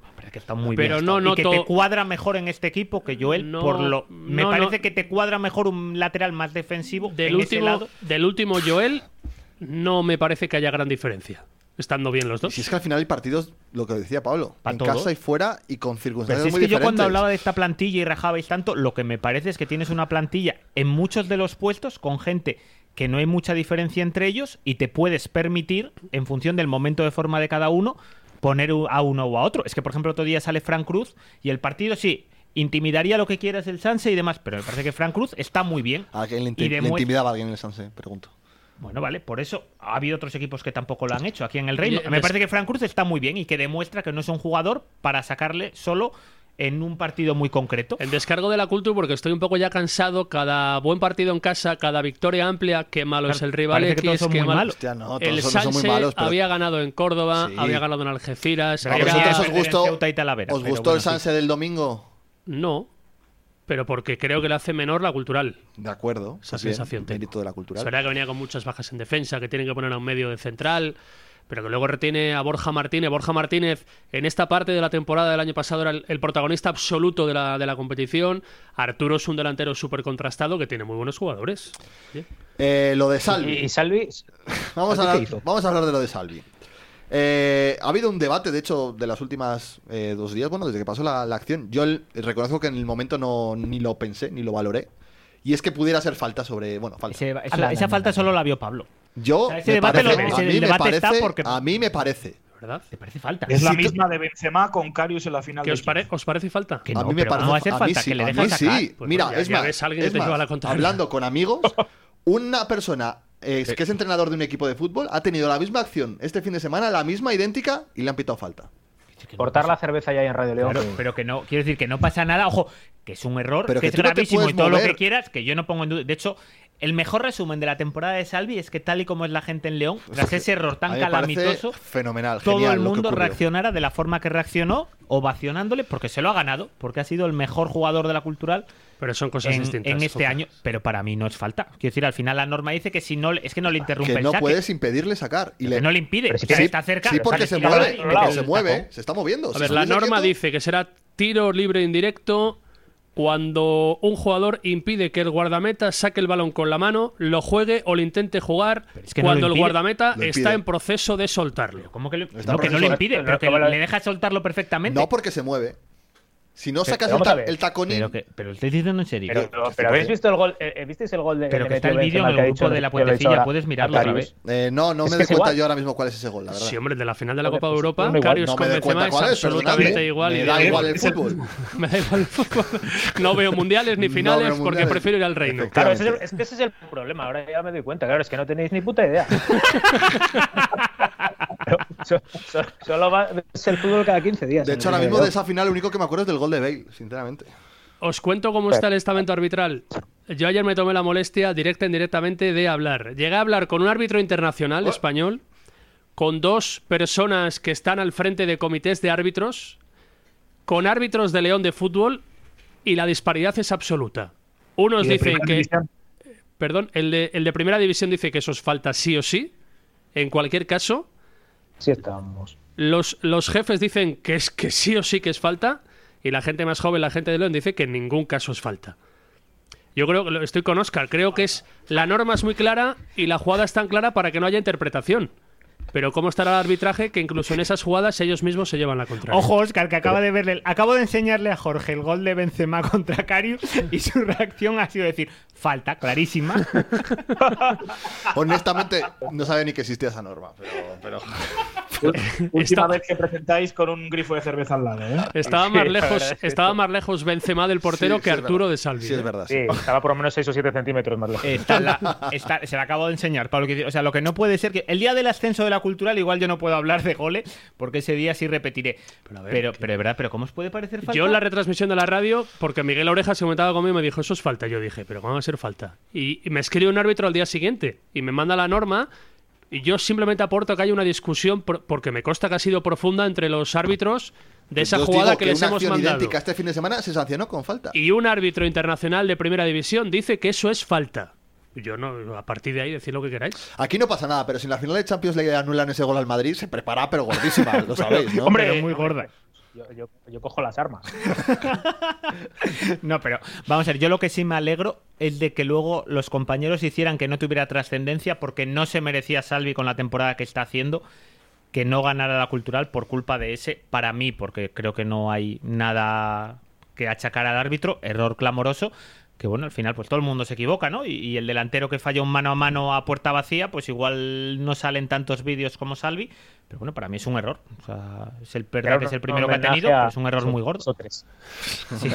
Speaker 3: Hombre, que está muy
Speaker 5: Pero
Speaker 3: bien.
Speaker 5: no
Speaker 3: está- y que
Speaker 5: noto-
Speaker 3: te cuadra mejor en este equipo que Joel.
Speaker 5: No,
Speaker 3: por lo... Me
Speaker 5: no,
Speaker 3: parece
Speaker 5: no.
Speaker 3: que te cuadra mejor un lateral más defensivo
Speaker 5: Del
Speaker 3: en ese
Speaker 5: último,
Speaker 3: lado.
Speaker 5: del último Joel no me parece que haya gran diferencia. Estando bien los
Speaker 2: Y
Speaker 5: dos.
Speaker 2: Si es que al final hay partidos, lo que decía Pablo,
Speaker 3: Pa'
Speaker 2: en
Speaker 3: todo.
Speaker 2: casa y fuera y con
Speaker 3: Pero
Speaker 2: circunstancias
Speaker 3: si es
Speaker 2: muy
Speaker 3: que yo cuando
Speaker 2: diferentes.
Speaker 3: hablaba de esta plantilla y rajabais tanto, lo que me parece es que tienes una plantilla en muchos de los puestos con gente que no hay mucha diferencia entre ellos y te puedes permitir, en función del momento de forma de cada uno, poner u- a uno o a otro. Es que, por ejemplo, otro día sale Frank Cruz y el partido sí, intimidaría lo que quieras el Sanse y demás, pero me parece que Frank Cruz está muy bien.
Speaker 2: ¿A quién le,
Speaker 3: y
Speaker 2: inti- le
Speaker 3: demue-
Speaker 2: intimidaba a alguien en el Sanse? Pregunto.
Speaker 3: Bueno, vale, por eso ha habido otros equipos que tampoco lo han hecho aquí en el Reino.
Speaker 5: Oye,
Speaker 3: Me
Speaker 5: es-
Speaker 3: parece que Frank Cruz está muy bien y que demuestra que no es un jugador para sacarle solo en un partido muy concreto.
Speaker 5: En descargo de la cultura, porque estoy un poco ya cansado. Cada buen partido en casa, cada victoria amplia, qué malo
Speaker 3: Claro,
Speaker 5: es el rival.
Speaker 3: parece que todos
Speaker 5: X,
Speaker 3: son
Speaker 5: qué
Speaker 3: muy
Speaker 5: malo.
Speaker 3: malos.
Speaker 2: Hostia, no, todos
Speaker 5: el
Speaker 2: son- no son muy
Speaker 5: Sanse
Speaker 2: malos, pero-
Speaker 5: había ganado en Córdoba,
Speaker 2: Sí.
Speaker 5: había ganado en Algeciras.
Speaker 2: A
Speaker 3: Pero
Speaker 5: era-
Speaker 2: Ah, vosotros os
Speaker 3: perder en
Speaker 2: gustó,
Speaker 3: Ceuta y Talavera,
Speaker 2: ¿os
Speaker 3: pero
Speaker 2: gustó
Speaker 3: bueno,
Speaker 2: el
Speaker 3: sí.
Speaker 2: Sanse del domingo?
Speaker 5: No, pero porque creo que le hace menor la cultural.
Speaker 2: De acuerdo.
Speaker 5: Esa
Speaker 2: pues bien,
Speaker 5: sensación tengo.
Speaker 2: mérito de la cultural.
Speaker 5: Es verdad que venía con muchas bajas en defensa, que tienen que poner a un medio de central, pero que luego retiene a Borja Martínez. Borja Martínez, en esta parte de la temporada del año pasado, era el, el protagonista absoluto de la, de la competición. Arturo es un delantero súper contrastado que tiene muy buenos jugadores.
Speaker 2: Eh, lo de
Speaker 4: Y,
Speaker 2: Salvi.
Speaker 4: y Salvi,
Speaker 2: Vamos a,
Speaker 4: ¿Salvi qué
Speaker 2: hablar,
Speaker 4: hizo?
Speaker 2: vamos a hablar de lo de Salvi. Eh, ha habido un debate, de hecho, de las últimas eh, dos días, bueno, desde que pasó la, la acción. Yo el- reconozco que en el momento no ni lo pensé, ni lo valoré. Y es que pudiera ser falta sobre. Bueno, falta.
Speaker 3: Ese- esa,
Speaker 4: Ala,
Speaker 3: esa
Speaker 4: ala,
Speaker 3: falta
Speaker 4: ala.
Speaker 3: solo la vio Pablo.
Speaker 2: Yo.
Speaker 3: O sea, ese
Speaker 2: me
Speaker 3: debate lo-
Speaker 2: parece-
Speaker 3: ese
Speaker 2: a, mí me
Speaker 3: debate está
Speaker 2: parece-
Speaker 3: porque-
Speaker 2: a mí me parece.
Speaker 5: ¿Verdad?
Speaker 3: ¿Te parece falta?
Speaker 6: Es la
Speaker 2: Si tú-
Speaker 6: misma de Benzema con Carius en la final.
Speaker 5: ¿Qué
Speaker 6: de
Speaker 5: os, pare- os parece falta?
Speaker 3: Que
Speaker 2: a
Speaker 3: no,
Speaker 2: mí me
Speaker 3: pero
Speaker 2: parece.
Speaker 3: no va a hacer
Speaker 2: mí
Speaker 3: falta
Speaker 2: sí,
Speaker 3: que le
Speaker 2: a mí
Speaker 3: dejes sacar.
Speaker 2: sí.
Speaker 5: Pues
Speaker 2: Mira,
Speaker 5: ya-
Speaker 2: es
Speaker 5: ya
Speaker 2: más,
Speaker 5: ves, alguien
Speaker 2: es
Speaker 5: te lleva
Speaker 2: más,
Speaker 5: la contraria.
Speaker 2: hablando con
Speaker 5: (laughs)
Speaker 2: amigos, una persona eh, que es entrenador de un equipo de fútbol ha tenido la misma acción este fin de semana, la misma idéntica y le han pitado falta.
Speaker 3: Que no
Speaker 4: cortar
Speaker 3: pasa-
Speaker 4: la cerveza ya en Radio León.
Speaker 3: Claro,
Speaker 4: que-
Speaker 3: pero que no, quiero decir que no pasa nada, ojo, que es un error,
Speaker 2: Pero que
Speaker 3: que, es
Speaker 2: tú no te
Speaker 3: gravísimo y
Speaker 2: puedes
Speaker 3: todo lo que
Speaker 2: mover.
Speaker 3: quieras, que yo no pongo en duda. De hecho, el mejor resumen de la temporada de Salvi es que tal y como es la gente en León, tras ese error
Speaker 2: A
Speaker 3: tan
Speaker 2: mí me parece
Speaker 3: calamitoso,
Speaker 2: Fenomenal,
Speaker 3: todo
Speaker 2: genial lo
Speaker 3: el
Speaker 2: que
Speaker 3: mundo
Speaker 2: ocurrió.
Speaker 3: reaccionara de la forma que reaccionó, ovacionándole, porque se lo ha ganado, porque ha sido el mejor jugador de la cultural
Speaker 5: Pero son cosas
Speaker 3: en,
Speaker 5: distintas.
Speaker 3: en este
Speaker 5: Juanfran.
Speaker 3: año. Pero para mí no es falta. Quiero decir, al final la norma dice que si no le- es que no le interrumpe
Speaker 2: Ah, Que
Speaker 3: el
Speaker 2: no
Speaker 3: saque,
Speaker 2: puedes impedirle sacar. Y
Speaker 3: que
Speaker 2: le...
Speaker 3: no le impide,
Speaker 4: Pero
Speaker 3: o
Speaker 4: si
Speaker 3: sea,
Speaker 2: sí,
Speaker 3: está cerca.
Speaker 2: sí,
Speaker 3: pero
Speaker 2: porque
Speaker 3: sale
Speaker 2: se
Speaker 3: tirado
Speaker 2: mueve,
Speaker 3: ahí,
Speaker 4: otro
Speaker 2: porque
Speaker 4: lado.
Speaker 2: se
Speaker 3: el
Speaker 2: mueve,
Speaker 3: tacón.
Speaker 2: se está moviendo.
Speaker 5: A
Speaker 2: Si
Speaker 5: ver, la
Speaker 2: estuviese
Speaker 5: norma
Speaker 2: quieto-
Speaker 5: dice que será tiro libre indirecto cuando un jugador impide que el guardameta saque el balón con la mano, lo juegue o lo intente jugar
Speaker 3: Pero es que no
Speaker 5: cuando
Speaker 3: lo
Speaker 5: el
Speaker 3: impide.
Speaker 5: guardameta
Speaker 2: Lo
Speaker 5: está
Speaker 2: impide.
Speaker 5: en proceso de soltarlo.
Speaker 3: Pero ¿Cómo que, lo-
Speaker 2: Está ¿eh?
Speaker 3: no, que no le
Speaker 2: profesor-
Speaker 3: impide,
Speaker 4: Pero
Speaker 3: pero que
Speaker 4: no, pero-
Speaker 3: le deja soltarlo perfectamente.
Speaker 2: No porque se mueve. Si no sacas el,
Speaker 4: vamos a
Speaker 2: ta-
Speaker 4: ver.
Speaker 2: el taconín,
Speaker 3: Pero, que, pero estoy diciendo en serio.
Speaker 4: Pero, pero habéis visto el gol, eh, eh, ¿visteis el gol de
Speaker 3: Pero
Speaker 4: que
Speaker 3: que está
Speaker 4: metió
Speaker 3: el vídeo en
Speaker 4: Benzema,
Speaker 3: el
Speaker 4: que ha
Speaker 3: grupo
Speaker 4: dicho-
Speaker 3: de la
Speaker 4: que le ha dicho
Speaker 3: puentecilla,
Speaker 4: ahora
Speaker 3: puedes mirarlo
Speaker 4: a
Speaker 3: otra
Speaker 4: Karius?
Speaker 3: vez.
Speaker 2: eh, no, no
Speaker 4: Es
Speaker 2: me
Speaker 4: que
Speaker 2: doy
Speaker 4: es
Speaker 2: cuenta
Speaker 4: igual.
Speaker 2: yo ahora mismo cuál es ese gol, la verdad.
Speaker 5: Sí, hombre, de la final de la
Speaker 4: Joder,
Speaker 5: Copa de
Speaker 4: pues,
Speaker 5: Europa,
Speaker 4: no igual,
Speaker 5: Karius
Speaker 2: no me
Speaker 5: con
Speaker 2: doy
Speaker 5: Benzema
Speaker 2: cuenta
Speaker 5: es
Speaker 2: cuál es,
Speaker 5: absolutamente
Speaker 2: perdonadme.
Speaker 5: igual. y
Speaker 2: Me da
Speaker 5: de-
Speaker 2: igual
Speaker 5: (laughs)
Speaker 2: el fútbol.
Speaker 5: me da igual el fútbol. No veo mundiales ni
Speaker 2: No
Speaker 5: finales
Speaker 2: veo
Speaker 5: porque
Speaker 2: mundiales.
Speaker 5: prefiero ir al reino.
Speaker 4: Claro,
Speaker 2: Efectivamente.
Speaker 4: ese es, es que ese es el problema. Ahora ya me doy cuenta. Claro, es que no tenéis ni
Speaker 2: (laughs)
Speaker 4: puta idea. Pero so- so- solo va es el fútbol cada 15 días.
Speaker 2: De hecho, ahora mismo de esa final, lo único que me acuerdo es del gol de Bale, sinceramente.
Speaker 5: Os cuento cómo
Speaker 4: Pues,
Speaker 5: está el estamento
Speaker 4: eh,
Speaker 5: arbitral. Yo ayer me tomé la molestia directa e indirectamente de hablar. Llegué a hablar con un árbitro internacional español, con dos personas que están al frente de comités de árbitros, con árbitros de León de fútbol y la disparidad es absoluta. Unos
Speaker 4: Y de
Speaker 5: dicen
Speaker 4: primera
Speaker 5: que,
Speaker 4: división.
Speaker 5: perdón, el de, el de primera división dice que eso es falta sí o sí, en cualquier caso.
Speaker 4: Sí, estamos.
Speaker 5: Los, los jefes dicen que es que sí o sí que es falta y la gente más joven, la gente de León, dice que en ningún caso es falta. Yo creo que lo- estoy con Oscar, creo que es la norma es muy clara y la jugada es tan clara para que no haya interpretación. Pero ¿cómo estará el arbitraje que incluso en esas jugadas ellos mismos se llevan la contraria?
Speaker 3: Ojo, Oscar, que acaba de verle. Acabo de enseñarle a Jorge el gol de Benzema (laughs) contra Carius y su reacción ha sido decir: falta, clarísima.
Speaker 2: Honestamente, no sabía ni que existía esa norma, pero, pero-
Speaker 6: Última
Speaker 5: Está-
Speaker 6: vez que presentáis con un grifo de cerveza al lado, ¿eh?
Speaker 2: Ah,
Speaker 5: Estaba
Speaker 2: (laughs)
Speaker 5: más lejos, estaba más lejos Benzema del portero
Speaker 2: Sí,
Speaker 5: que
Speaker 2: sí es
Speaker 5: Arturo
Speaker 2: verdad.
Speaker 5: de Salvi.
Speaker 2: Sí, es
Speaker 5: ¿eh?
Speaker 2: verdad. sí.
Speaker 4: Sí, estaba por lo menos 6 o 7 centímetros más lejos.
Speaker 3: Está la- está- se la acabo de enseñar, Pablo. que- O sea, lo que no puede ser que el día del ascenso de la cultural, igual yo no puedo hablar de goles, porque ese día sí repetiré. Pero,
Speaker 5: a ver,
Speaker 3: pero,
Speaker 5: ¿qué?
Speaker 3: es verdad, pero ¿cómo os puede parecer falta?
Speaker 5: Yo en la retransmisión de la radio, porque Miguel Oreja se comentaba conmigo y me dijo, eso es falta. Yo dije, pero ¿cómo va a ser falta? Y, y me escribe un árbitro al día siguiente y me manda la norma y yo simplemente aporto que hay una discusión por- porque me consta que ha sido profunda entre los árbitros de esa
Speaker 2: Yo os digo
Speaker 5: jugada que, les
Speaker 2: una
Speaker 5: hemos
Speaker 2: acción
Speaker 5: mandado.
Speaker 2: idéntica este fin de semana se sancionó con falta.
Speaker 5: Y un árbitro internacional de primera división dice que eso es falta. Yo no, a partir de ahí, decir lo que queráis.
Speaker 2: Aquí no pasa nada, pero si en la final de Champions le anulan ese gol al Madrid, se prepara, pero
Speaker 5: (laughs)
Speaker 2: gordísima, lo sabéis, ¿no?
Speaker 3: Hombre, muy gorda.
Speaker 4: Yo, yo- yo cojo las
Speaker 3: (laughs)
Speaker 4: armas.
Speaker 3: No, pero vamos a ver, yo lo que sí me alegro es de que luego los compañeros hicieran que no tuviera trascendencia porque no se merecía Salvi con la temporada que está haciendo que no ganara la cultural por culpa de ese, para mí, porque creo que no hay nada que achacar al árbitro, error clamoroso, que bueno, al final pues todo el mundo se equivoca, ¿no? Y, y el delantero que falla un mano a mano a puerta vacía, pues igual no salen tantos vídeos como Salvi, pero bueno, para mí es un error, o sea, es el
Speaker 4: Era
Speaker 3: perdón que es
Speaker 4: un
Speaker 3: el primero que ha tenido,
Speaker 4: homenaje
Speaker 3: pero
Speaker 4: a
Speaker 3: es un error muy gordo.
Speaker 4: nosotros tres.
Speaker 3: Sí.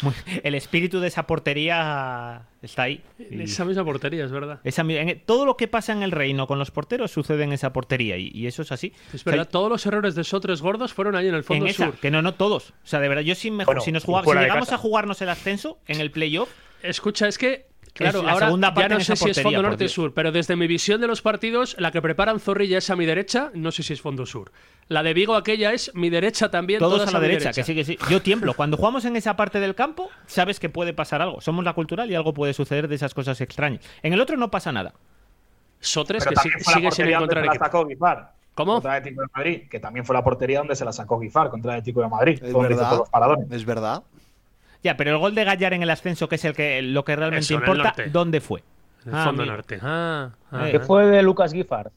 Speaker 3: Muy- el espíritu de esa portería está ahí.
Speaker 5: En
Speaker 3: Y
Speaker 5: esa misma portería, es verdad.
Speaker 2: Eh,
Speaker 3: esa mi- en- e- todo lo que pasa en el reino con los porteros sucede en esa portería y, y eso es así.
Speaker 5: Es verdad,
Speaker 3: O sea,
Speaker 5: todos los errores de Sotres gordos fueron ahí en el
Speaker 3: en
Speaker 5: fondo
Speaker 3: esa,
Speaker 5: sur.
Speaker 3: que no, no todos. O sea, de verdad, yo sí mejor.
Speaker 4: Bueno,
Speaker 3: si nos jugaba- si
Speaker 4: fuera de
Speaker 3: llegamos
Speaker 4: casa.
Speaker 3: a jugarnos el ascenso en el playoff,
Speaker 5: Escucha, es que, claro,
Speaker 3: la
Speaker 5: ahora
Speaker 3: segunda parte
Speaker 5: ya no
Speaker 3: en
Speaker 5: sé
Speaker 3: esa
Speaker 5: si es
Speaker 3: portería,
Speaker 5: fondo
Speaker 3: por
Speaker 5: norte y
Speaker 3: Dios.
Speaker 5: sur, pero desde mi visión de los partidos, la que preparan Zorrilla es a mi derecha, no sé si es fondo sur. La de Vigo aquella es mi derecha también,
Speaker 3: todos,
Speaker 5: todas
Speaker 3: a la
Speaker 5: mi
Speaker 3: derecha, que sí, que sí. Yo tiemblo. Cuando jugamos en esa parte del campo, sabes que puede pasar algo. Somos la cultural y algo puede suceder de esas cosas extrañas. En el otro no pasa nada.
Speaker 5: Sotres
Speaker 6: Pero
Speaker 5: que sí-
Speaker 6: también fue la
Speaker 5: sigue sin
Speaker 6: portería donde
Speaker 5: encontrar
Speaker 6: se la
Speaker 5: equipo.
Speaker 6: sacó Guifar.
Speaker 5: ¿Cómo?
Speaker 6: Contra el Atlético de Madrid, que también fue la portería donde se la sacó Guifar contra el Atlético de Madrid.
Speaker 2: Es
Speaker 6: donde hizo
Speaker 2: verdad.
Speaker 6: todos los paradones.
Speaker 2: Es verdad.
Speaker 3: Ya, pero el gol de Gallar en el ascenso, que es el que lo que realmente
Speaker 5: Eso, en el
Speaker 3: importa,
Speaker 5: norte.
Speaker 3: ¿dónde fue?
Speaker 5: En el
Speaker 3: Ah,
Speaker 5: fondo
Speaker 3: mira.
Speaker 5: norte. Ah, ah,
Speaker 3: Eh,
Speaker 4: ¿Qué fue de Lucas Giffard?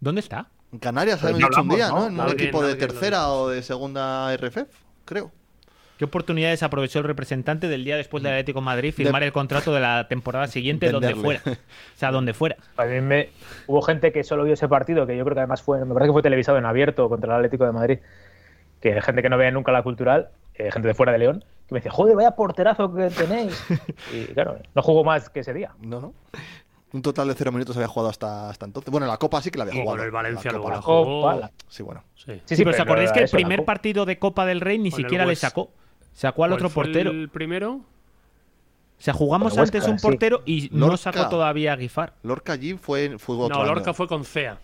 Speaker 3: ¿Dónde está?
Speaker 2: En Canarias
Speaker 6: Pues
Speaker 2: habíamos
Speaker 6: ya
Speaker 2: dicho un
Speaker 6: hablamos,
Speaker 2: día,
Speaker 6: ¿no?
Speaker 2: ¿no? En un
Speaker 5: Alguien-
Speaker 2: equipo de
Speaker 5: alguien lo
Speaker 2: tercera o de segunda RFF, creo.
Speaker 3: ¿Qué oportunidades aprovechó el representante del día después del Atlético de Madrid
Speaker 2: Mm.
Speaker 3: firmar
Speaker 2: De-
Speaker 3: el contrato de la temporada siguiente donde
Speaker 2: Venderle.
Speaker 3: fuera? O sea, donde fuera.
Speaker 4: A mí me... Hubo gente que solo vio ese partido, que yo creo que además fue, me parece que fue televisado en abierto contra el Atlético de Madrid, que hay gente que no veía nunca la cultural, eh, gente de fuera de León, que me decía, joder, vaya porterazo que
Speaker 3: (laughs)
Speaker 4: tenéis. Y claro, no jugó más que ese día.
Speaker 2: No, no. Un total de cero minutos había jugado hasta, hasta entonces. Bueno, la Copa sí que la había
Speaker 5: Bueno,
Speaker 2: jugado.
Speaker 5: el Valencia
Speaker 2: La
Speaker 5: luego
Speaker 2: Copa
Speaker 5: la
Speaker 2: no.
Speaker 5: jugó.
Speaker 4: Copa, la-
Speaker 2: Sí, bueno.
Speaker 5: sí.
Speaker 3: Sí, pero ¿os acordáis
Speaker 4: la-
Speaker 3: que el
Speaker 4: eso, la
Speaker 3: primer
Speaker 4: Copa.
Speaker 3: partido de Copa del Rey ni
Speaker 5: Con el
Speaker 3: siquiera le
Speaker 5: West.
Speaker 3: sacó? Sacó al
Speaker 5: ¿Cuál
Speaker 3: otro
Speaker 5: Pues fue
Speaker 3: portero.
Speaker 5: El primero.
Speaker 3: O sea, jugamos
Speaker 4: Con el Huesca,
Speaker 3: antes un
Speaker 4: sí.
Speaker 3: portero y no
Speaker 2: Lorca.
Speaker 3: sacó todavía a Guifar.
Speaker 2: Lorca allí fue, fue otro
Speaker 5: no,
Speaker 2: año.
Speaker 5: Lorca fue con CEA.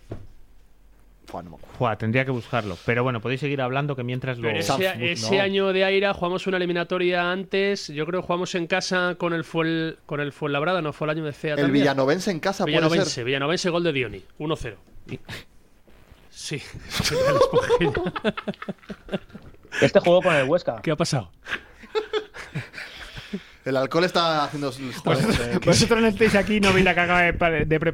Speaker 2: Fua, no me acuerdo.
Speaker 3: Juá, tendría que buscarlo. Pero bueno, podéis seguir hablando que mientras lo.
Speaker 5: Pero
Speaker 2: Sam Smith,
Speaker 5: ese, ese
Speaker 2: no.
Speaker 5: año de Aira jugamos una eliminatoria antes. Yo creo que jugamos en casa con el, Fuel, con el Fuenlabrada, no fue el año de CEA.
Speaker 2: El
Speaker 5: también.
Speaker 2: Villanovense en casa Ah, puede
Speaker 5: Villanovense,
Speaker 2: ser.
Speaker 5: Villanovense, gol de Dioni, 1-0. Sí, (laughs) ¿Qué tal, Esponjilla?
Speaker 4: Este jugó con el Huesca.
Speaker 5: ¿qué ha pasado?
Speaker 2: El alcohol está haciendo. está-
Speaker 5: Pues,
Speaker 2: eh,
Speaker 3: Vosotros no estáis aquí, no veis la cagada de, preparar.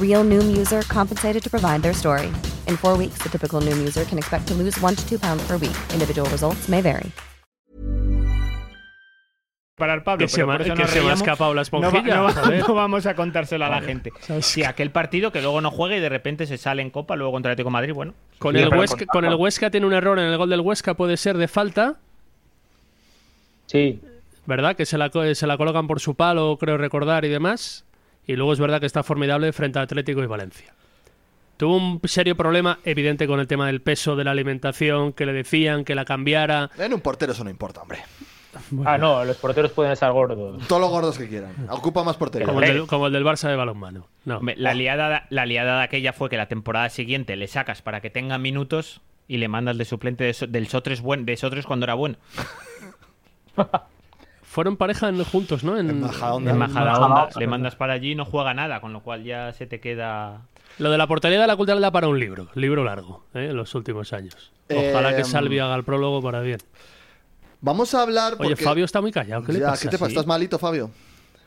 Speaker 10: Real Noom user compensated to provide their story. In four weeks, the typical Noom user can expect to lose one to two pounds per week. Individual results may vary.
Speaker 3: Pablo.
Speaker 5: Que se
Speaker 3: pero
Speaker 5: me-
Speaker 3: por eso
Speaker 5: que
Speaker 3: nos
Speaker 5: se me ha
Speaker 3: reíamos.
Speaker 5: escapado la
Speaker 3: Pues
Speaker 5: esponjilla,
Speaker 3: No, va- no va- (laughs)
Speaker 5: joder.
Speaker 3: no vamos a contárselo a la gente. Sí, aquel partido que luego no juega y de repente se sale en Copa, luego contra el Atlético de Madrid, bueno.
Speaker 5: Con
Speaker 6: Sí,
Speaker 5: el,
Speaker 6: pero
Speaker 5: Huesca,
Speaker 6: con-
Speaker 5: con el Huesca tiene un error en el gol del Huesca, puede ser de falta.
Speaker 4: Sí.
Speaker 5: ¿Verdad? Que se la, co- se la colocan por su palo, creo recordar, y demás. Y luego es verdad que está formidable frente a Atlético y Valencia. Tuvo un serio problema evidente con el tema del peso, de la alimentación, que le decían que la cambiara.
Speaker 2: (laughs) En un portero eso no importa, hombre.
Speaker 4: Ah, no, los porteros pueden estar gordos.
Speaker 2: Todos los gordos que quieran. Ocupa más portería.
Speaker 5: Como el del, como el del Barça de balonmano. No.
Speaker 3: Hombre, La, liada, la liada de aquella fue que la temporada siguiente le sacas para que tenga minutos y le mandas de suplente de So- del Sotres, buen, de Sotres cuando era bueno.
Speaker 5: Fueron pareja en- juntos, ¿no? En,
Speaker 3: En Majadahonda le mandas para allí y no juega nada, con lo cual ya se te queda...
Speaker 5: Lo de la portería de la cultura da para un libro, libro largo, ¿eh? en los últimos años. Ojalá
Speaker 2: Eh,
Speaker 5: que Salvi haga el prólogo para bien.
Speaker 2: Vamos a hablar
Speaker 5: Oye,
Speaker 2: porque...
Speaker 5: Fabio está muy callado. ¿Qué le
Speaker 2: Ya,
Speaker 5: pasa?
Speaker 2: ¿qué te pasa?
Speaker 5: Sí.
Speaker 2: ¿Estás malito, Fabio?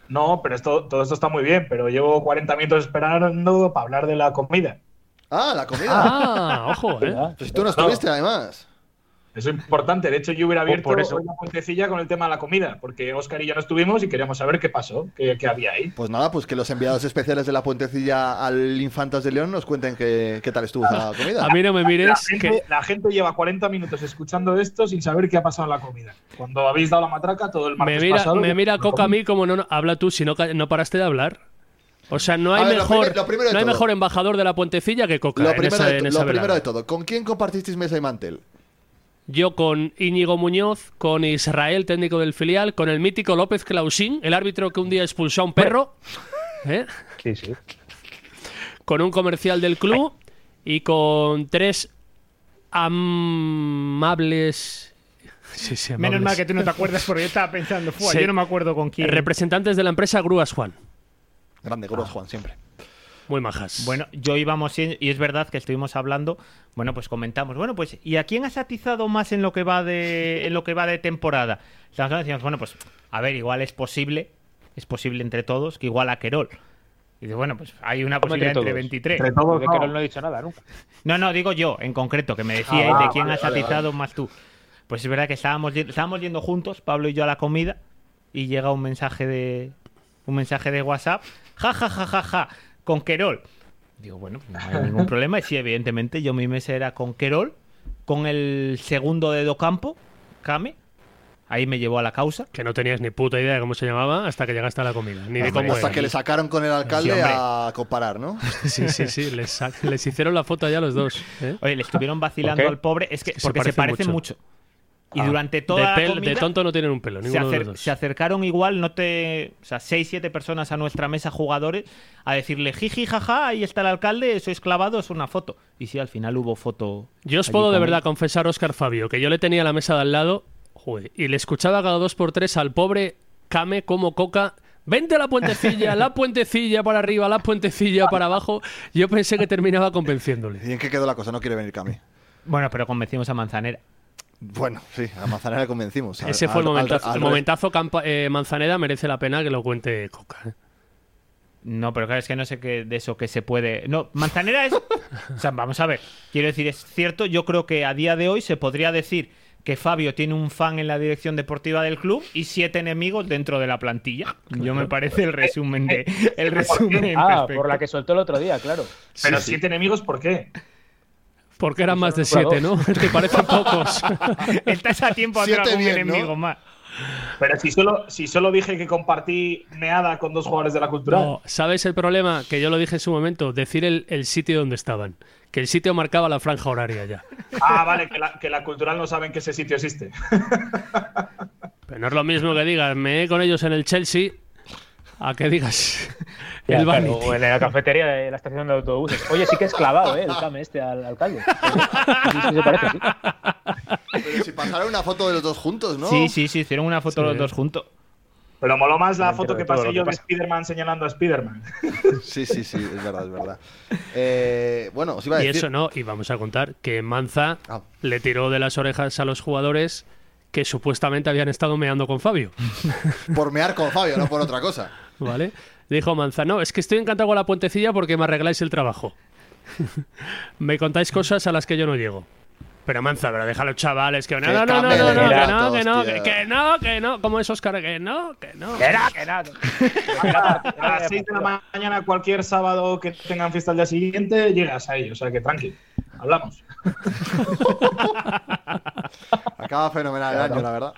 Speaker 6: No, pero esto, todo esto está muy bien, pero llevo 40 minutos esperando para hablar de la comida.
Speaker 2: Ah, la comida.
Speaker 5: Ah, ojo, eh.
Speaker 2: Pues tú no estuviste, además.
Speaker 6: Eso es importante. De hecho, yo
Speaker 4: Oh,
Speaker 6: hubiera abierto
Speaker 2: por eso.
Speaker 6: hoy la puentecilla con el tema de la comida, porque Oscar y yo no estuvimos y queríamos saber qué pasó, qué, qué había ahí.
Speaker 2: Pues nada, pues que los enviados especiales de la puentecilla al Infantas de León nos cuenten qué, qué tal estuvo esa comida.
Speaker 6: La gente, la gente lleva 40 minutos escuchando esto sin saber qué ha pasado en la comida. Cuando habéis dado la matraca todo el martes
Speaker 5: Me mira,
Speaker 6: pasado.
Speaker 5: me mira Coca a mí como no, no- habla tú si no, ca- no paraste de hablar. O sea, no
Speaker 2: A
Speaker 5: hay,
Speaker 2: ver, lo
Speaker 5: mejor,
Speaker 2: primer- lo primero de
Speaker 5: no hay
Speaker 2: todo.
Speaker 5: mejor embajador de la puentecilla que Coca.
Speaker 2: Lo
Speaker 5: en
Speaker 2: primero,
Speaker 5: esa-
Speaker 2: de,
Speaker 5: en
Speaker 2: to-
Speaker 5: esa
Speaker 2: lo primero
Speaker 5: velada.
Speaker 2: de todo, ¿con quién compartisteis mesa y mantel?
Speaker 5: Yo con Íñigo Muñoz, con Israel, técnico del filial, con el mítico López Clausín, el árbitro que un día expulsó a un perro, ¿eh?
Speaker 4: Sí, sí.
Speaker 5: con un comercial del club y con tres amables. Sí, sí,
Speaker 11: Menos
Speaker 5: amables.
Speaker 11: mal que tú no te acuerdas porque yo estaba pensando, "Fua,
Speaker 5: Sí.
Speaker 11: yo no me acuerdo con quién.
Speaker 5: Representantes de la empresa Grúas Juan.
Speaker 2: Grande,
Speaker 5: Ah,
Speaker 2: Grúas Juan, siempre.
Speaker 5: Muy majas.
Speaker 3: Bueno, yo íbamos, y y es verdad que estuvimos hablando, bueno, pues comentamos, bueno, pues, ¿y a quién has atizado más en lo que va de, en lo que va de temporada? Estábamos hablando y decíamos, bueno, pues, a ver, igual es posible, es posible entre todos, que igual a Querol. Y dice, bueno, pues hay una
Speaker 4: ¿Cómo
Speaker 3: posibilidad
Speaker 4: entre
Speaker 3: entre
Speaker 4: todos?
Speaker 3: 23.
Speaker 4: Entre todos, Porque no. Querol no ha dicho nada nunca.
Speaker 3: No, no, digo yo, en concreto, que me decíais
Speaker 4: Ah,
Speaker 3: de quién
Speaker 4: vale,
Speaker 3: has
Speaker 4: vale,
Speaker 3: atizado más tú. Pues es verdad que estábamos, ye- estábamos yendo juntos, Pablo y yo, a la comida, y llega un mensaje de. un mensaje de WhatsApp. Ja ja ja ja ja. Con Querol. Digo, bueno, pues no hay ningún problema. Y sí, evidentemente, yo mi mesa era con Querol, con el segundo de Docampo, Kame. Ahí me llevó a la causa.
Speaker 5: Que no tenías ni puta idea de cómo se llamaba hasta que llegaste a la comida. Ni de cómo
Speaker 2: Hasta
Speaker 5: era.
Speaker 2: que le sacaron con el alcalde
Speaker 5: Sí, hombre.
Speaker 2: a comparar, ¿no?
Speaker 5: (laughs) Sí, sí, sí. Les, sa- les hicieron la foto ya los dos. ¿eh?
Speaker 3: Oye, le estuvieron vacilando al pobre. Es que,
Speaker 5: Es que se
Speaker 3: porque se
Speaker 5: parecen
Speaker 3: parecen
Speaker 5: mucho.
Speaker 3: mucho. Y
Speaker 5: Ah.
Speaker 3: durante toda
Speaker 5: de,
Speaker 3: la
Speaker 5: pel-
Speaker 3: comida-
Speaker 5: de tonto no tienen un pelo,
Speaker 3: se,
Speaker 5: ninguno de
Speaker 3: acer-
Speaker 5: los dos.
Speaker 3: se acercaron igual, no te. O sea, seis, siete personas a nuestra mesa, jugadores, a decirle jiji, jaja, ahí está el alcalde, sois clavados, una foto. Y sí, al final hubo foto.
Speaker 5: Yo os
Speaker 3: allí
Speaker 5: puedo de
Speaker 3: con
Speaker 5: verdad
Speaker 3: él.
Speaker 5: confesar, Oscar Fabio, que yo le tenía la mesa de al lado joder, y le escuchaba cada dos por tres al pobre Kame como coca. Vente a la puentecilla, la puentecilla para arriba, la puentecilla para abajo. Yo pensé que terminaba convenciéndole.
Speaker 2: ¿Y en qué quedó la cosa? No quiere venir Cami.
Speaker 3: Bueno, pero convencimos a Manzanera.
Speaker 2: Bueno, sí, a Manzanera le convencimos. (laughs) Al-
Speaker 5: Ese fue
Speaker 2: al-
Speaker 5: el
Speaker 2: al-
Speaker 5: momentazo.
Speaker 2: al-
Speaker 5: el momentazo Campa- eh, Manzaneda merece la pena que lo cuente Coca. ¿eh?
Speaker 3: No, pero claro, es que no sé qué de eso que se puede. No, Manzanera es. O sea, vamos a ver. Quiero decir, es cierto, yo creo que a día de hoy se podría decir que Fabio tiene un fan en la dirección deportiva del club y siete enemigos dentro de la plantilla. Yo me parece el resumen de. El resumen en
Speaker 4: Ah,
Speaker 3: perspectiva.
Speaker 4: por la que soltó el otro día, claro.
Speaker 6: Pero siete enemigos, ¿por qué?
Speaker 5: Porque eran más de
Speaker 4: solo
Speaker 5: siete, ¿no? (laughs) Te
Speaker 6: (laughs)
Speaker 5: parecen pocos.
Speaker 3: Estás a tiempo de hacer
Speaker 6: Siete
Speaker 3: algún
Speaker 6: bien, ¿no?
Speaker 3: enemigo más.
Speaker 6: Pero si solo, si solo dije que compartí neada con dos jugadores de la cultura.
Speaker 5: (laughs) No, ¿sabes el problema? Que yo lo dije en su momento, decir el, el sitio donde estaban. Que el sitio marcaba la franja horaria ya.
Speaker 6: Ah, vale, que la, que la cultural no saben que ese sitio existe.
Speaker 5: Pero no es lo mismo que digas, me he con ellos en el Chelsea, a que digas
Speaker 4: Ya,
Speaker 5: el
Speaker 4: claro,
Speaker 5: Vanity.
Speaker 4: o en la cafetería de la estación de autobuses. Oye, sí que es clavado, ¿eh? El came este al alcalde. Sí, sí se parece, sí.
Speaker 2: Pero si pasaron una foto de los dos juntos, ¿no?
Speaker 3: Sí, sí, sí, hicieron una foto
Speaker 2: Sí.
Speaker 3: los dos juntos.
Speaker 6: Pero moló más la
Speaker 2: Me entero
Speaker 6: foto
Speaker 2: de
Speaker 6: que
Speaker 2: todo lo
Speaker 6: pasé
Speaker 2: que
Speaker 6: yo de
Speaker 2: pasa.
Speaker 6: Spiderman señalando a Spiderman.
Speaker 2: Sí, sí, sí, es verdad, es verdad. Eh, bueno, os iba a
Speaker 5: Y
Speaker 2: decir. Ah,
Speaker 5: eso no, y vamos a contar que Manza le tiró de las orejas a los jugadores que supuestamente habían estado meando con Fabio.
Speaker 2: Por mear con Fabio, no por otra cosa.
Speaker 5: ¿Vale? Dijo Manza, no, es que estoy encantado con la puentecilla porque me arregláis el trabajo. (laughs) me contáis cosas a las que yo no llego. Pero Manza, pero déjalo, chavales, que no,
Speaker 4: Que
Speaker 5: no, no, no,
Speaker 4: cambie
Speaker 5: no,
Speaker 4: de
Speaker 5: no, que no,
Speaker 4: relatos,
Speaker 5: que no,
Speaker 4: tío.
Speaker 5: que, que no, que no, ¿cómo es Oscar? Que no, que no.
Speaker 4: Que no, que
Speaker 6: A las 6 de la mañana, cualquier sábado que tengan fiesta al día siguiente, llegas ahí, o sea que tranqui. Hablamos.
Speaker 2: Acaba fenomenal el año, la verdad.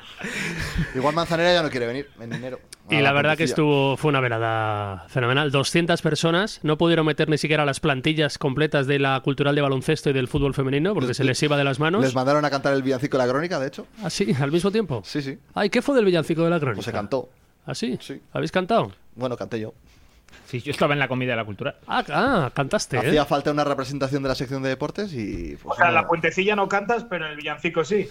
Speaker 2: Igual Manzanera ya no quiere venir en enero. Ah,
Speaker 5: Y
Speaker 2: A
Speaker 5: la verdad que
Speaker 2: puentecilla.
Speaker 5: estuvo fue una velada fenomenal. 200 personas no pudieron meter ni siquiera las plantillas completas de la cultural de baloncesto y del fútbol femenino porque se les iba de las manos.
Speaker 2: Les mandaron a cantar el villancico de la crónica, de hecho.
Speaker 5: Así, al mismo tiempo.
Speaker 2: Sí, sí.
Speaker 5: Ay, ¿qué fue del villancico de la crónica?
Speaker 2: Pues se cantó.
Speaker 5: ¿Ah, sí?
Speaker 2: Sí.
Speaker 5: ¿Habéis cantado?
Speaker 2: Bueno, canté yo.
Speaker 3: Sí, yo estaba en la comida de la cultura.
Speaker 5: Ah, ah, cantaste. ¿eh?
Speaker 2: Hacía falta una representación de la sección de deportes y. pues,
Speaker 6: O sea, en
Speaker 2: una-
Speaker 6: la puentecilla no cantas, pero en el villancico sí.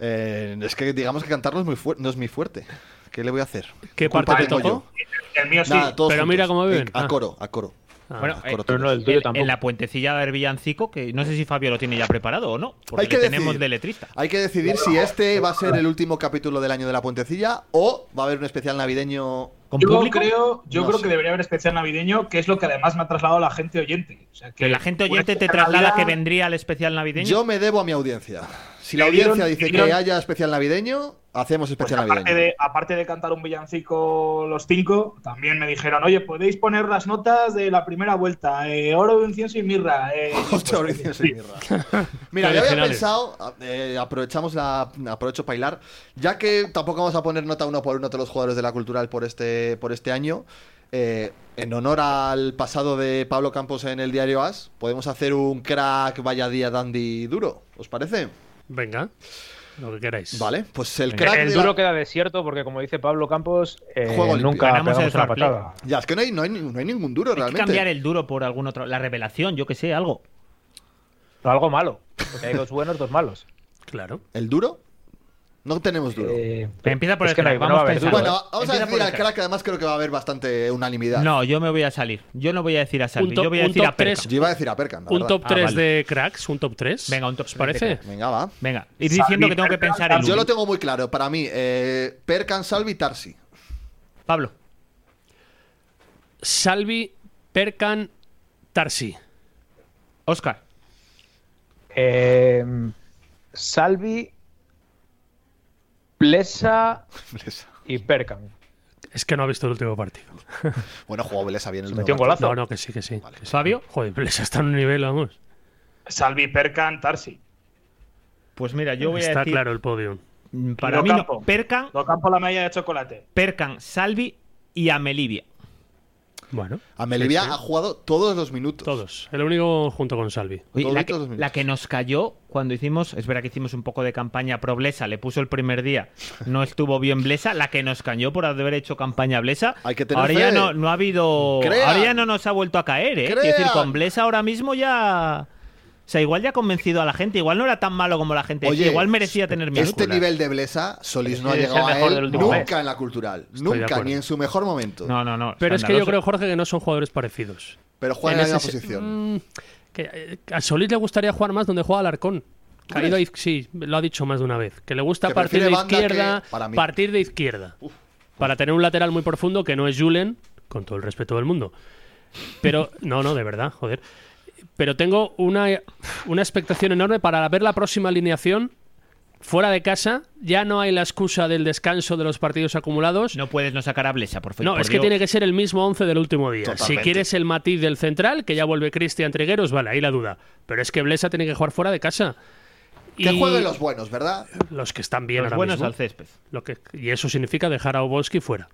Speaker 2: Eh, es que digamos que cantarlo es muy fuerte, no es mi fuerte. ¿Qué le voy a hacer?
Speaker 5: ¿Qué
Speaker 2: Culpa
Speaker 5: parte te
Speaker 2: tengo
Speaker 5: tocó?
Speaker 6: El mío sí.
Speaker 2: Nada, todos
Speaker 5: pero mira cómo beben.
Speaker 2: En- A
Speaker 5: Ah.
Speaker 2: coro, a coro.
Speaker 3: Bueno,
Speaker 2: A
Speaker 3: eh,
Speaker 2: coro
Speaker 3: pero
Speaker 2: todos.
Speaker 3: no, en- en, la puentecilla del villancico, que no sé si Fabio lo tiene ya preparado o no, porque
Speaker 2: Hay que
Speaker 3: le tenemos
Speaker 2: decidir.
Speaker 3: de letrista.
Speaker 2: Hay que decidir si este va a ser el último capítulo del año de la puentecilla o va a haber un especial navideño.
Speaker 3: ¿Con
Speaker 6: Yo
Speaker 3: público?
Speaker 6: creo, yo
Speaker 2: No
Speaker 6: creo
Speaker 2: sé.
Speaker 6: que debería haber especial navideño, que es lo que además me ha trasladado la gente oyente. O sea, que
Speaker 3: Que la gente
Speaker 6: una
Speaker 3: oyente te
Speaker 6: especial
Speaker 3: traslada que
Speaker 6: Navidad-
Speaker 3: vendría al especial navideño.
Speaker 2: Yo me debo a mi audiencia. Si la
Speaker 6: Le
Speaker 2: audiencia
Speaker 6: dieron- le
Speaker 2: dice que
Speaker 6: dieron-
Speaker 2: haya especial navideño, hacemos
Speaker 6: Pues
Speaker 2: especial
Speaker 6: aparte,
Speaker 2: navideño.
Speaker 6: de, aparte de cantar un villancico los cinco, también me dijeron, oye, podéis poner las notas de la primera vuelta, eh, oro, incienso y mirra. eh".
Speaker 2: Hostia, Mauricio, soy mirra. Mira, yo había
Speaker 5: Originales.
Speaker 2: pensado, eh, aprovechamos la, aprovecho para hilar, ya que tampoco vamos a poner nota uno por uno de los jugadores de la cultural por este, por este año, eh, en honor al pasado de Pablo Campos en el diario As, podemos hacer un crack vaya día dandy duro, ¿os parece?
Speaker 5: Venga, lo que queráis.
Speaker 2: Vale, pues el
Speaker 4: El,
Speaker 2: crack de la-
Speaker 4: duro queda desierto porque, como dice Pablo Campos, eh,
Speaker 2: Juego limpio.
Speaker 4: nunca
Speaker 3: Ganamos
Speaker 4: pegamos
Speaker 3: el
Speaker 4: una
Speaker 3: fair play.
Speaker 4: patada.
Speaker 2: Ya, es que no hay, no hay, ni- no hay ningún duro
Speaker 3: Hay que
Speaker 2: realmente.
Speaker 3: cambiar el duro por algún otro. La revelación, yo que sé, algo.
Speaker 4: Pero algo malo. Porque hay dos buenos, dos malos.
Speaker 5: Claro.
Speaker 2: ¿El duro? No tenemos duro.
Speaker 4: Eh,
Speaker 3: Empieza por
Speaker 4: es
Speaker 3: el
Speaker 4: que no
Speaker 3: crack,
Speaker 4: hay- no
Speaker 3: vamos
Speaker 4: va a haber
Speaker 3: pensando.
Speaker 4: duro,
Speaker 2: bueno,
Speaker 3: ¿eh?
Speaker 2: vamos a
Speaker 3: Empieza
Speaker 2: decir
Speaker 3: por el
Speaker 2: al crack, además creo que va a haber bastante unanimidad.
Speaker 3: No, yo me voy a salir. Yo no voy a decir a Salvi,
Speaker 5: Un top-
Speaker 3: yo voy a
Speaker 5: un
Speaker 3: decir
Speaker 5: top
Speaker 3: a Perca.
Speaker 5: tres.
Speaker 2: Yo iba a decir a Perkan, la
Speaker 5: Un
Speaker 2: verdad.
Speaker 5: top
Speaker 3: Ah,
Speaker 5: 3
Speaker 3: vale.
Speaker 5: de cracks, un top 3.
Speaker 3: Venga, un top
Speaker 5: ¿Os
Speaker 3: tres de
Speaker 5: parece?
Speaker 2: Venga, va.
Speaker 3: Venga, ir
Speaker 6: Salvi,
Speaker 3: diciendo que tengo que
Speaker 6: Perca,
Speaker 3: pensar el
Speaker 6: Salvi.
Speaker 2: Yo
Speaker 3: uno.
Speaker 2: lo tengo muy claro. Para mí, eh, Perkan, Salvi, Tarsi. (laughs)
Speaker 3: Pablo,
Speaker 5: Salvi, Perkan, Tarsi.
Speaker 3: Oscar, este
Speaker 4: eh, Salvi, Plesa y Perkan.
Speaker 5: Es que no ha visto el último partido.
Speaker 2: Bueno, jugó Beleza bien el
Speaker 4: Metió un
Speaker 2: último
Speaker 4: golazo.
Speaker 5: No, no, que sí, que sí. que sí.
Speaker 3: Fabio.
Speaker 5: Joder, pero les está en un nivel, vamos.
Speaker 6: Salvi, Percan, Tarsi.
Speaker 3: Pues mira, yo voy a
Speaker 5: Está
Speaker 3: decir.
Speaker 5: claro el podio.
Speaker 3: mm, Para
Speaker 6: Lo
Speaker 3: mí, no.
Speaker 6: campo.
Speaker 3: Percan,
Speaker 6: Lo campo la medalla de chocolate.
Speaker 3: Percan, Salvi y Amelivia.
Speaker 5: Bueno,
Speaker 2: partido. Amelivia ha jugado todos los minutos.
Speaker 5: todos. El único junto con Salvi.
Speaker 3: Oye,
Speaker 2: Todos
Speaker 3: la,
Speaker 2: los
Speaker 3: que,
Speaker 2: minutos.
Speaker 3: la que nos cayó cuando hicimos, es verdad que hicimos un poco de campaña pro Blesa, le puso el primer día, no estuvo bien Blesa, la que nos cayó por haber hecho campaña a Blesa.
Speaker 2: Hay que tener
Speaker 3: ahora ya
Speaker 2: fe.
Speaker 3: no, no ha habido.
Speaker 2: Crean.
Speaker 3: Ahora ya no nos ha vuelto a caer, ¿eh? Quiero decir,
Speaker 2: Crean.
Speaker 3: con Blesa ahora mismo ya. O sea, igual ya ha convencido a la gente, igual no era tan malo como la gente decía, igual merecía tener miedo.
Speaker 2: Este nivel de Blesa, Solís no ha
Speaker 4: Ese es el
Speaker 2: llegado a
Speaker 4: mejor del
Speaker 2: él
Speaker 4: último
Speaker 2: nunca
Speaker 4: mes.
Speaker 2: en la cultural.
Speaker 5: de
Speaker 2: nunca,
Speaker 5: acuerdo.
Speaker 2: ni en su mejor momento.
Speaker 3: No, no, no.
Speaker 5: Pero es que yo creo,
Speaker 3: escandaloso.
Speaker 5: Jorge, que no son jugadores parecidos.
Speaker 2: Pero juega en
Speaker 5: En
Speaker 2: la misma
Speaker 5: ese se-
Speaker 2: posición.
Speaker 5: Mm, que, eh, a Solís le gustaría jugar más donde juega Alarcón. Ha ido a iz- sí, lo ha dicho más de una vez. Que le gusta
Speaker 2: Que
Speaker 5: partir de
Speaker 2: prefiere banda
Speaker 5: izquierda.
Speaker 2: que- para mí.
Speaker 5: Partir de izquierda. Para tener un lateral muy profundo que no es Julen, con todo el respeto del mundo.
Speaker 2: (laughs)
Speaker 5: Pero, no, no, de verdad, joder. Pero tengo una, una expectación enorme para ver la próxima alineación fuera de casa. Ya no hay la excusa del descanso de los partidos acumulados.
Speaker 3: No puedes no sacar a Blesa, por favor.
Speaker 5: No,
Speaker 3: por
Speaker 5: es que
Speaker 3: Dios.
Speaker 5: tiene que ser el mismo 11 del último día.
Speaker 2: Totalmente.
Speaker 5: Si quieres el matiz del central, que ya vuelve Cristian Trigueros, vale, ahí la duda. Pero es que Blesa tiene que jugar fuera de casa.
Speaker 2: Que
Speaker 5: Y
Speaker 2: jueguen los buenos, ¿verdad?
Speaker 5: los que están bien
Speaker 3: Los
Speaker 5: ahora
Speaker 3: buenos
Speaker 5: mismo.
Speaker 3: al césped.
Speaker 5: Lo que... Y eso significa dejar a Obolski fuera.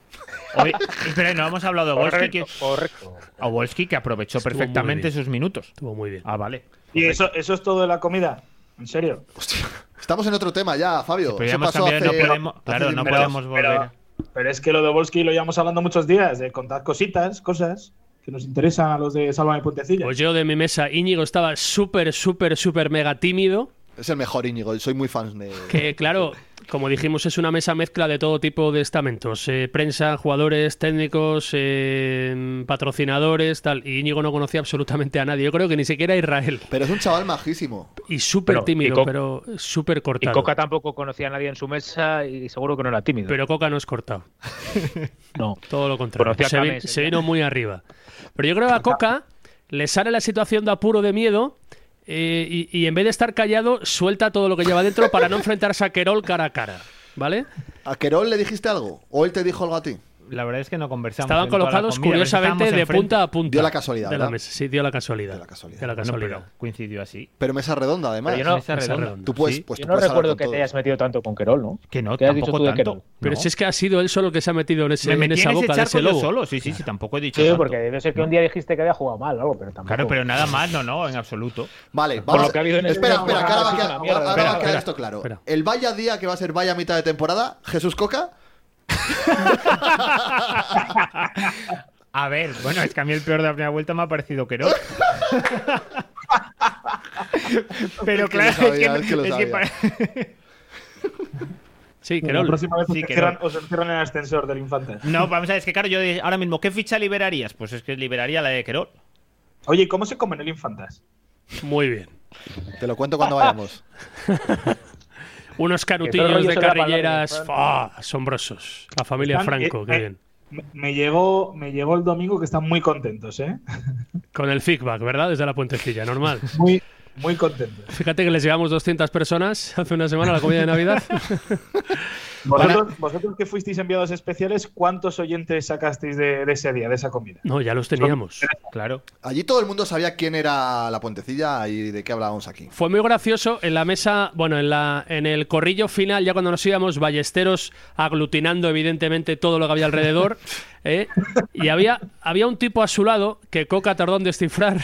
Speaker 3: (laughs) Hoy- Espera, no hemos hablado de Wolski, que,
Speaker 4: Correcto, correcto.
Speaker 3: Obolski, que aprovechó
Speaker 5: Estuvo muy
Speaker 3: perfectamente
Speaker 5: bien.
Speaker 3: sus minutos.
Speaker 5: Estuvo muy bien.
Speaker 3: Ah, vale.
Speaker 6: ¿Y eso, eso es todo de la comida? ¿En serio?
Speaker 2: Hostia. Estamos en otro tema ya, Fabio.
Speaker 3: Pero ya
Speaker 2: Eso
Speaker 3: hemos
Speaker 2: pasó
Speaker 3: cambiado,
Speaker 2: hace-
Speaker 3: no podemos-
Speaker 2: hace
Speaker 3: claro,
Speaker 2: diez
Speaker 3: no
Speaker 2: minutos.
Speaker 3: podemos volver.
Speaker 6: Pero, pero es que lo de Volsky lo llevamos hablando muchos días, de contar cositas, cosas que nos interesan a los de Sálvame Puentecilla.
Speaker 5: Pues yo de mi mesa, Íñigo estaba súper, súper, súper mega tímido.
Speaker 2: Es el mejor Íñigo, soy muy fan de.
Speaker 3: (laughs)
Speaker 5: Que claro, como dijimos, es una mesa mezcla de todo tipo de estamentos: eh, prensa, jugadores, técnicos, eh, patrocinadores, tal. Y Íñigo no conocía absolutamente a nadie. Yo creo que ni siquiera a Israel.
Speaker 2: Pero es un chaval majísimo.
Speaker 5: Y súper
Speaker 4: Pero, y
Speaker 5: tímido,
Speaker 4: Co-
Speaker 5: pero súper
Speaker 4: Y
Speaker 5: cortado.
Speaker 4: Coca tampoco conocía a nadie en su mesa y seguro que no era tímido.
Speaker 5: Pero Coca no es cortado.
Speaker 4: no.
Speaker 5: Todo lo contrario.
Speaker 4: Conocía a
Speaker 5: Se, vi-
Speaker 4: James,
Speaker 3: ¿eh?
Speaker 5: se
Speaker 4: ya.
Speaker 5: vino muy arriba. Pero yo creo que a Coca le sale la situación de apuro de miedo eh, y, y en vez de estar callado, suelta todo lo que lleva dentro para no enfrentarse a Querol cara a cara. ¿Vale?
Speaker 2: ¿A Querol le dijiste algo? ¿O él te dijo algo a ti?
Speaker 3: la verdad es que no conversamos.
Speaker 5: Estaban
Speaker 3: en toda la
Speaker 5: colocados
Speaker 3: comida, a veces
Speaker 5: curiosamente
Speaker 3: estábamos
Speaker 5: de
Speaker 3: enfrente.
Speaker 5: punta a punta.
Speaker 2: Dio la casualidad,
Speaker 5: De la
Speaker 2: ¿verdad?
Speaker 5: mesa. Sí, dio la casualidad.
Speaker 2: De la casualidad.
Speaker 5: De la
Speaker 3: Bueno,
Speaker 5: casualidad.
Speaker 3: pero coincidió así.
Speaker 2: Pero mesa redonda, además.
Speaker 4: Pero yo no-
Speaker 3: Mesa
Speaker 5: Mesa
Speaker 3: redonda.
Speaker 5: redonda,
Speaker 2: Tú puedes,
Speaker 5: sí.
Speaker 2: pues
Speaker 4: Yo
Speaker 2: tú
Speaker 4: no
Speaker 2: puedes hablar
Speaker 4: recuerdo
Speaker 2: con
Speaker 4: que
Speaker 2: todos.
Speaker 4: te hayas metido tanto con Querol, ¿no?
Speaker 3: Que no,
Speaker 4: ¿Qué has dicho
Speaker 3: tampoco
Speaker 4: tú de
Speaker 3: tanto.
Speaker 4: Querol?
Speaker 5: Pero
Speaker 3: No.
Speaker 5: si es que ha sido él solo que se ha metido en, ese,
Speaker 3: me
Speaker 5: en
Speaker 3: metí
Speaker 5: esa
Speaker 3: en ese
Speaker 5: boca de
Speaker 3: charco
Speaker 5: ese
Speaker 3: yo
Speaker 5: lobo.
Speaker 3: solo, sí, sí, sí, tampoco he dicho
Speaker 4: Sí,
Speaker 3: tanto.
Speaker 4: porque debe ser que un día dijiste que había jugado mal o algo, pero tampoco.
Speaker 3: Claro, pero nada más, no, no, en absoluto.
Speaker 2: Vale,
Speaker 4: Por
Speaker 2: vamos.
Speaker 4: lo que ha habido en el
Speaker 2: espera,
Speaker 4: programa,
Speaker 2: espera, que ahora va a
Speaker 4: sí,
Speaker 2: quedar,
Speaker 4: una mierda.
Speaker 2: ahora va a
Speaker 5: Espera,
Speaker 2: quedar
Speaker 5: espera,
Speaker 2: esto claro.
Speaker 5: espera.
Speaker 2: El vaya día que va a ser vaya mitad de temporada, Jesús Coca.
Speaker 3: A
Speaker 4: (laughs)
Speaker 3: ver, bueno, es que a mí el peor de la primera vuelta me ha parecido
Speaker 2: (laughs)
Speaker 3: que no. Pero
Speaker 2: Es que lo
Speaker 3: claro, es que,
Speaker 2: sabía,
Speaker 3: no-
Speaker 2: es que lo
Speaker 3: es que
Speaker 2: sabía.
Speaker 3: para-
Speaker 5: Sí,
Speaker 6: la
Speaker 5: Querol.
Speaker 6: próxima vez os,
Speaker 3: Sí, que
Speaker 6: encierran, os encierran en el ascensor del infante.
Speaker 3: (laughs) No, vamos a ver, es que claro, yo de- ahora mismo, ¿qué ficha liberarías? Pues es que liberaría la de Querol.
Speaker 6: Oye, ¿y ¿cómo se comen el infantas?
Speaker 5: Muy bien.
Speaker 2: Te lo cuento cuando vayamos.
Speaker 5: Unos
Speaker 4: Que todo
Speaker 5: canutillos
Speaker 4: el rollo sobre
Speaker 5: de
Speaker 4: la palabra
Speaker 5: carrilleras
Speaker 4: de
Speaker 5: ¡fua! asombrosos. La familia
Speaker 6: Están-
Speaker 5: Franco,
Speaker 6: eh,
Speaker 5: qué
Speaker 6: eh,
Speaker 5: bien.
Speaker 6: Me, me llegó, me llegó el domingo que están muy contentos, ¿eh?
Speaker 5: Con el feedback, ¿verdad? Desde la puentecilla, normal.
Speaker 6: Muy, muy contentos.
Speaker 2: (laughs)
Speaker 5: Fíjate que les llevamos 200 personas hace una semana a la comida
Speaker 4: (laughs)
Speaker 5: de Navidad.
Speaker 6: Vosotros, vosotros que fuisteis enviados especiales, ¿cuántos oyentes sacasteis de, de ese día, de esa comida?
Speaker 5: No, ya los teníamos.
Speaker 3: Claro.
Speaker 2: Allí todo el mundo sabía quién era la puentecilla y de qué hablábamos aquí.
Speaker 5: Fue muy gracioso en la mesa, bueno, en la en el corrillo final, ya cuando nos íbamos, ballesteros aglutinando evidentemente todo lo que
Speaker 4: (laughs)
Speaker 5: había alrededor, ¿eh? y había, había un tipo a su lado que Coca tardó en descifrar.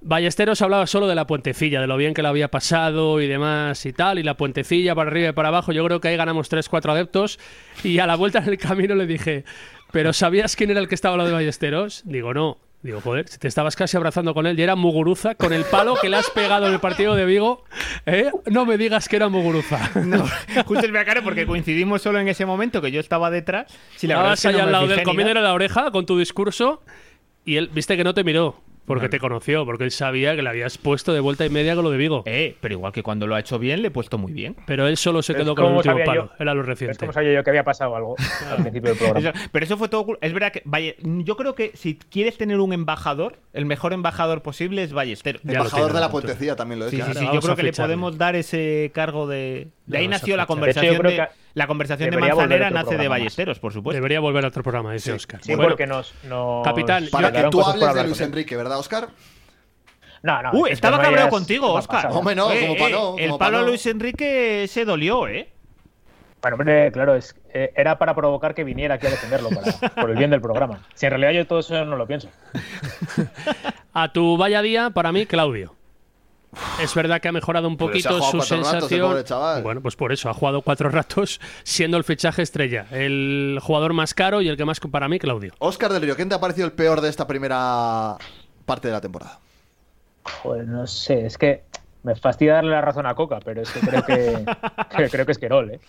Speaker 5: Ballesteros hablaba solo de la puentecilla, de lo bien que la había pasado y demás y tal, y la puentecilla para arriba y para abajo, yo creo que ahí ganamos 3-4 adeptos, y a la vuelta en el camino le dije, ¿pero sabías quién era el que estaba hablando de Ballesteros? Digo, no. Digo, joder, si te estabas casi abrazando con él y era Muguruza con el palo que le has pegado en el partido de Vigo, ¿eh? no me digas que era Muguruza.
Speaker 3: No, (laughs) justo el cara porque coincidimos solo en ese momento que yo estaba detrás. Si la verdad
Speaker 5: Estabas
Speaker 3: es que
Speaker 5: Ah, ahí
Speaker 3: no
Speaker 5: al
Speaker 3: me
Speaker 5: lado
Speaker 3: fijé
Speaker 5: del
Speaker 3: ni
Speaker 5: comienzo
Speaker 3: nada.
Speaker 5: de la oreja con tu discurso y él, viste que no te miró, porque te conoció, porque él sabía que le habías puesto de vuelta y media con lo de Vigo.
Speaker 3: Eh, pero igual que cuando lo ha hecho bien, le he puesto muy bien.
Speaker 5: Pero él solo se
Speaker 4: Pero
Speaker 5: quedó
Speaker 4: es
Speaker 5: con el
Speaker 4: como
Speaker 5: último
Speaker 4: sabía
Speaker 5: palo,
Speaker 4: yo.
Speaker 5: era lo
Speaker 4: Pero es
Speaker 5: reciente.
Speaker 4: como sabía yo que había pasado algo al principio del programa.
Speaker 3: Eso- pero eso fue todo. cul- Es verdad que. Valle- yo creo que si quieres tener un embajador, el mejor embajador posible es Ballesteros.
Speaker 5: Ya lo
Speaker 2: Embajador
Speaker 5: tiene,
Speaker 2: de la
Speaker 5: entonces.
Speaker 2: puentecilla también lo es.
Speaker 3: Sí, sí,
Speaker 2: claro.
Speaker 3: sí, yo
Speaker 5: vamos
Speaker 3: creo
Speaker 5: a
Speaker 3: que le
Speaker 5: ficharle.
Speaker 3: podemos dar ese cargo de. De ahí
Speaker 5: vamos a
Speaker 3: nació la
Speaker 5: ficharle.
Speaker 3: conversación.
Speaker 4: De hecho, yo
Speaker 3: De
Speaker 4: creo
Speaker 3: la conversación de
Speaker 4: debería volver
Speaker 3: Manzanera
Speaker 4: otro
Speaker 3: nace de
Speaker 4: programa más.
Speaker 3: Ballesteros, por supuesto.
Speaker 5: Debería volver a otro programa, dice Oscar.
Speaker 4: Sí, porque nos, nos
Speaker 5: Capitán, yo-
Speaker 2: Para que
Speaker 4: regalaron
Speaker 2: tú
Speaker 4: cosas por
Speaker 2: hables de
Speaker 4: hablar
Speaker 2: Luis
Speaker 4: con él.
Speaker 2: Enrique, ¿verdad, Oscar?
Speaker 4: No, no,
Speaker 3: Uy,
Speaker 4: es que
Speaker 3: estaba
Speaker 4: no
Speaker 3: cabreado
Speaker 4: hayas-
Speaker 3: contigo,
Speaker 4: no ha
Speaker 3: Oscar.
Speaker 4: pasado.
Speaker 2: Hombre, no, como pa' no,
Speaker 3: eh, El
Speaker 2: como pa'
Speaker 3: palo
Speaker 2: no.
Speaker 3: Luis Enrique se dolió, ¿eh?
Speaker 4: Bueno, hombre, claro, es, eh, era para provocar que viniera aquí a defenderlo, para- por el bien del programa. Si en realidad yo todo eso no lo pienso.
Speaker 5: A tu vaya día, para mí, Claudio. Es verdad que ha mejorado un
Speaker 2: Pero si ha
Speaker 5: poquito
Speaker 2: jugado
Speaker 5: su
Speaker 2: cuatro ratos, el
Speaker 5: sensación.
Speaker 2: pobre chaval.
Speaker 5: bueno, pues por eso ha jugado cuatro ratos, siendo el fichaje estrella, el jugador más caro y el que más para mí, Claudio.
Speaker 2: Oscar del Río, ¿quién te ha parecido el peor de esta primera parte de la temporada?
Speaker 4: Joder, no sé, es que me fastidia darle la razón a Coca, pero es que creo
Speaker 3: (laughs)
Speaker 4: que, que- creo que es Querol, ¿eh?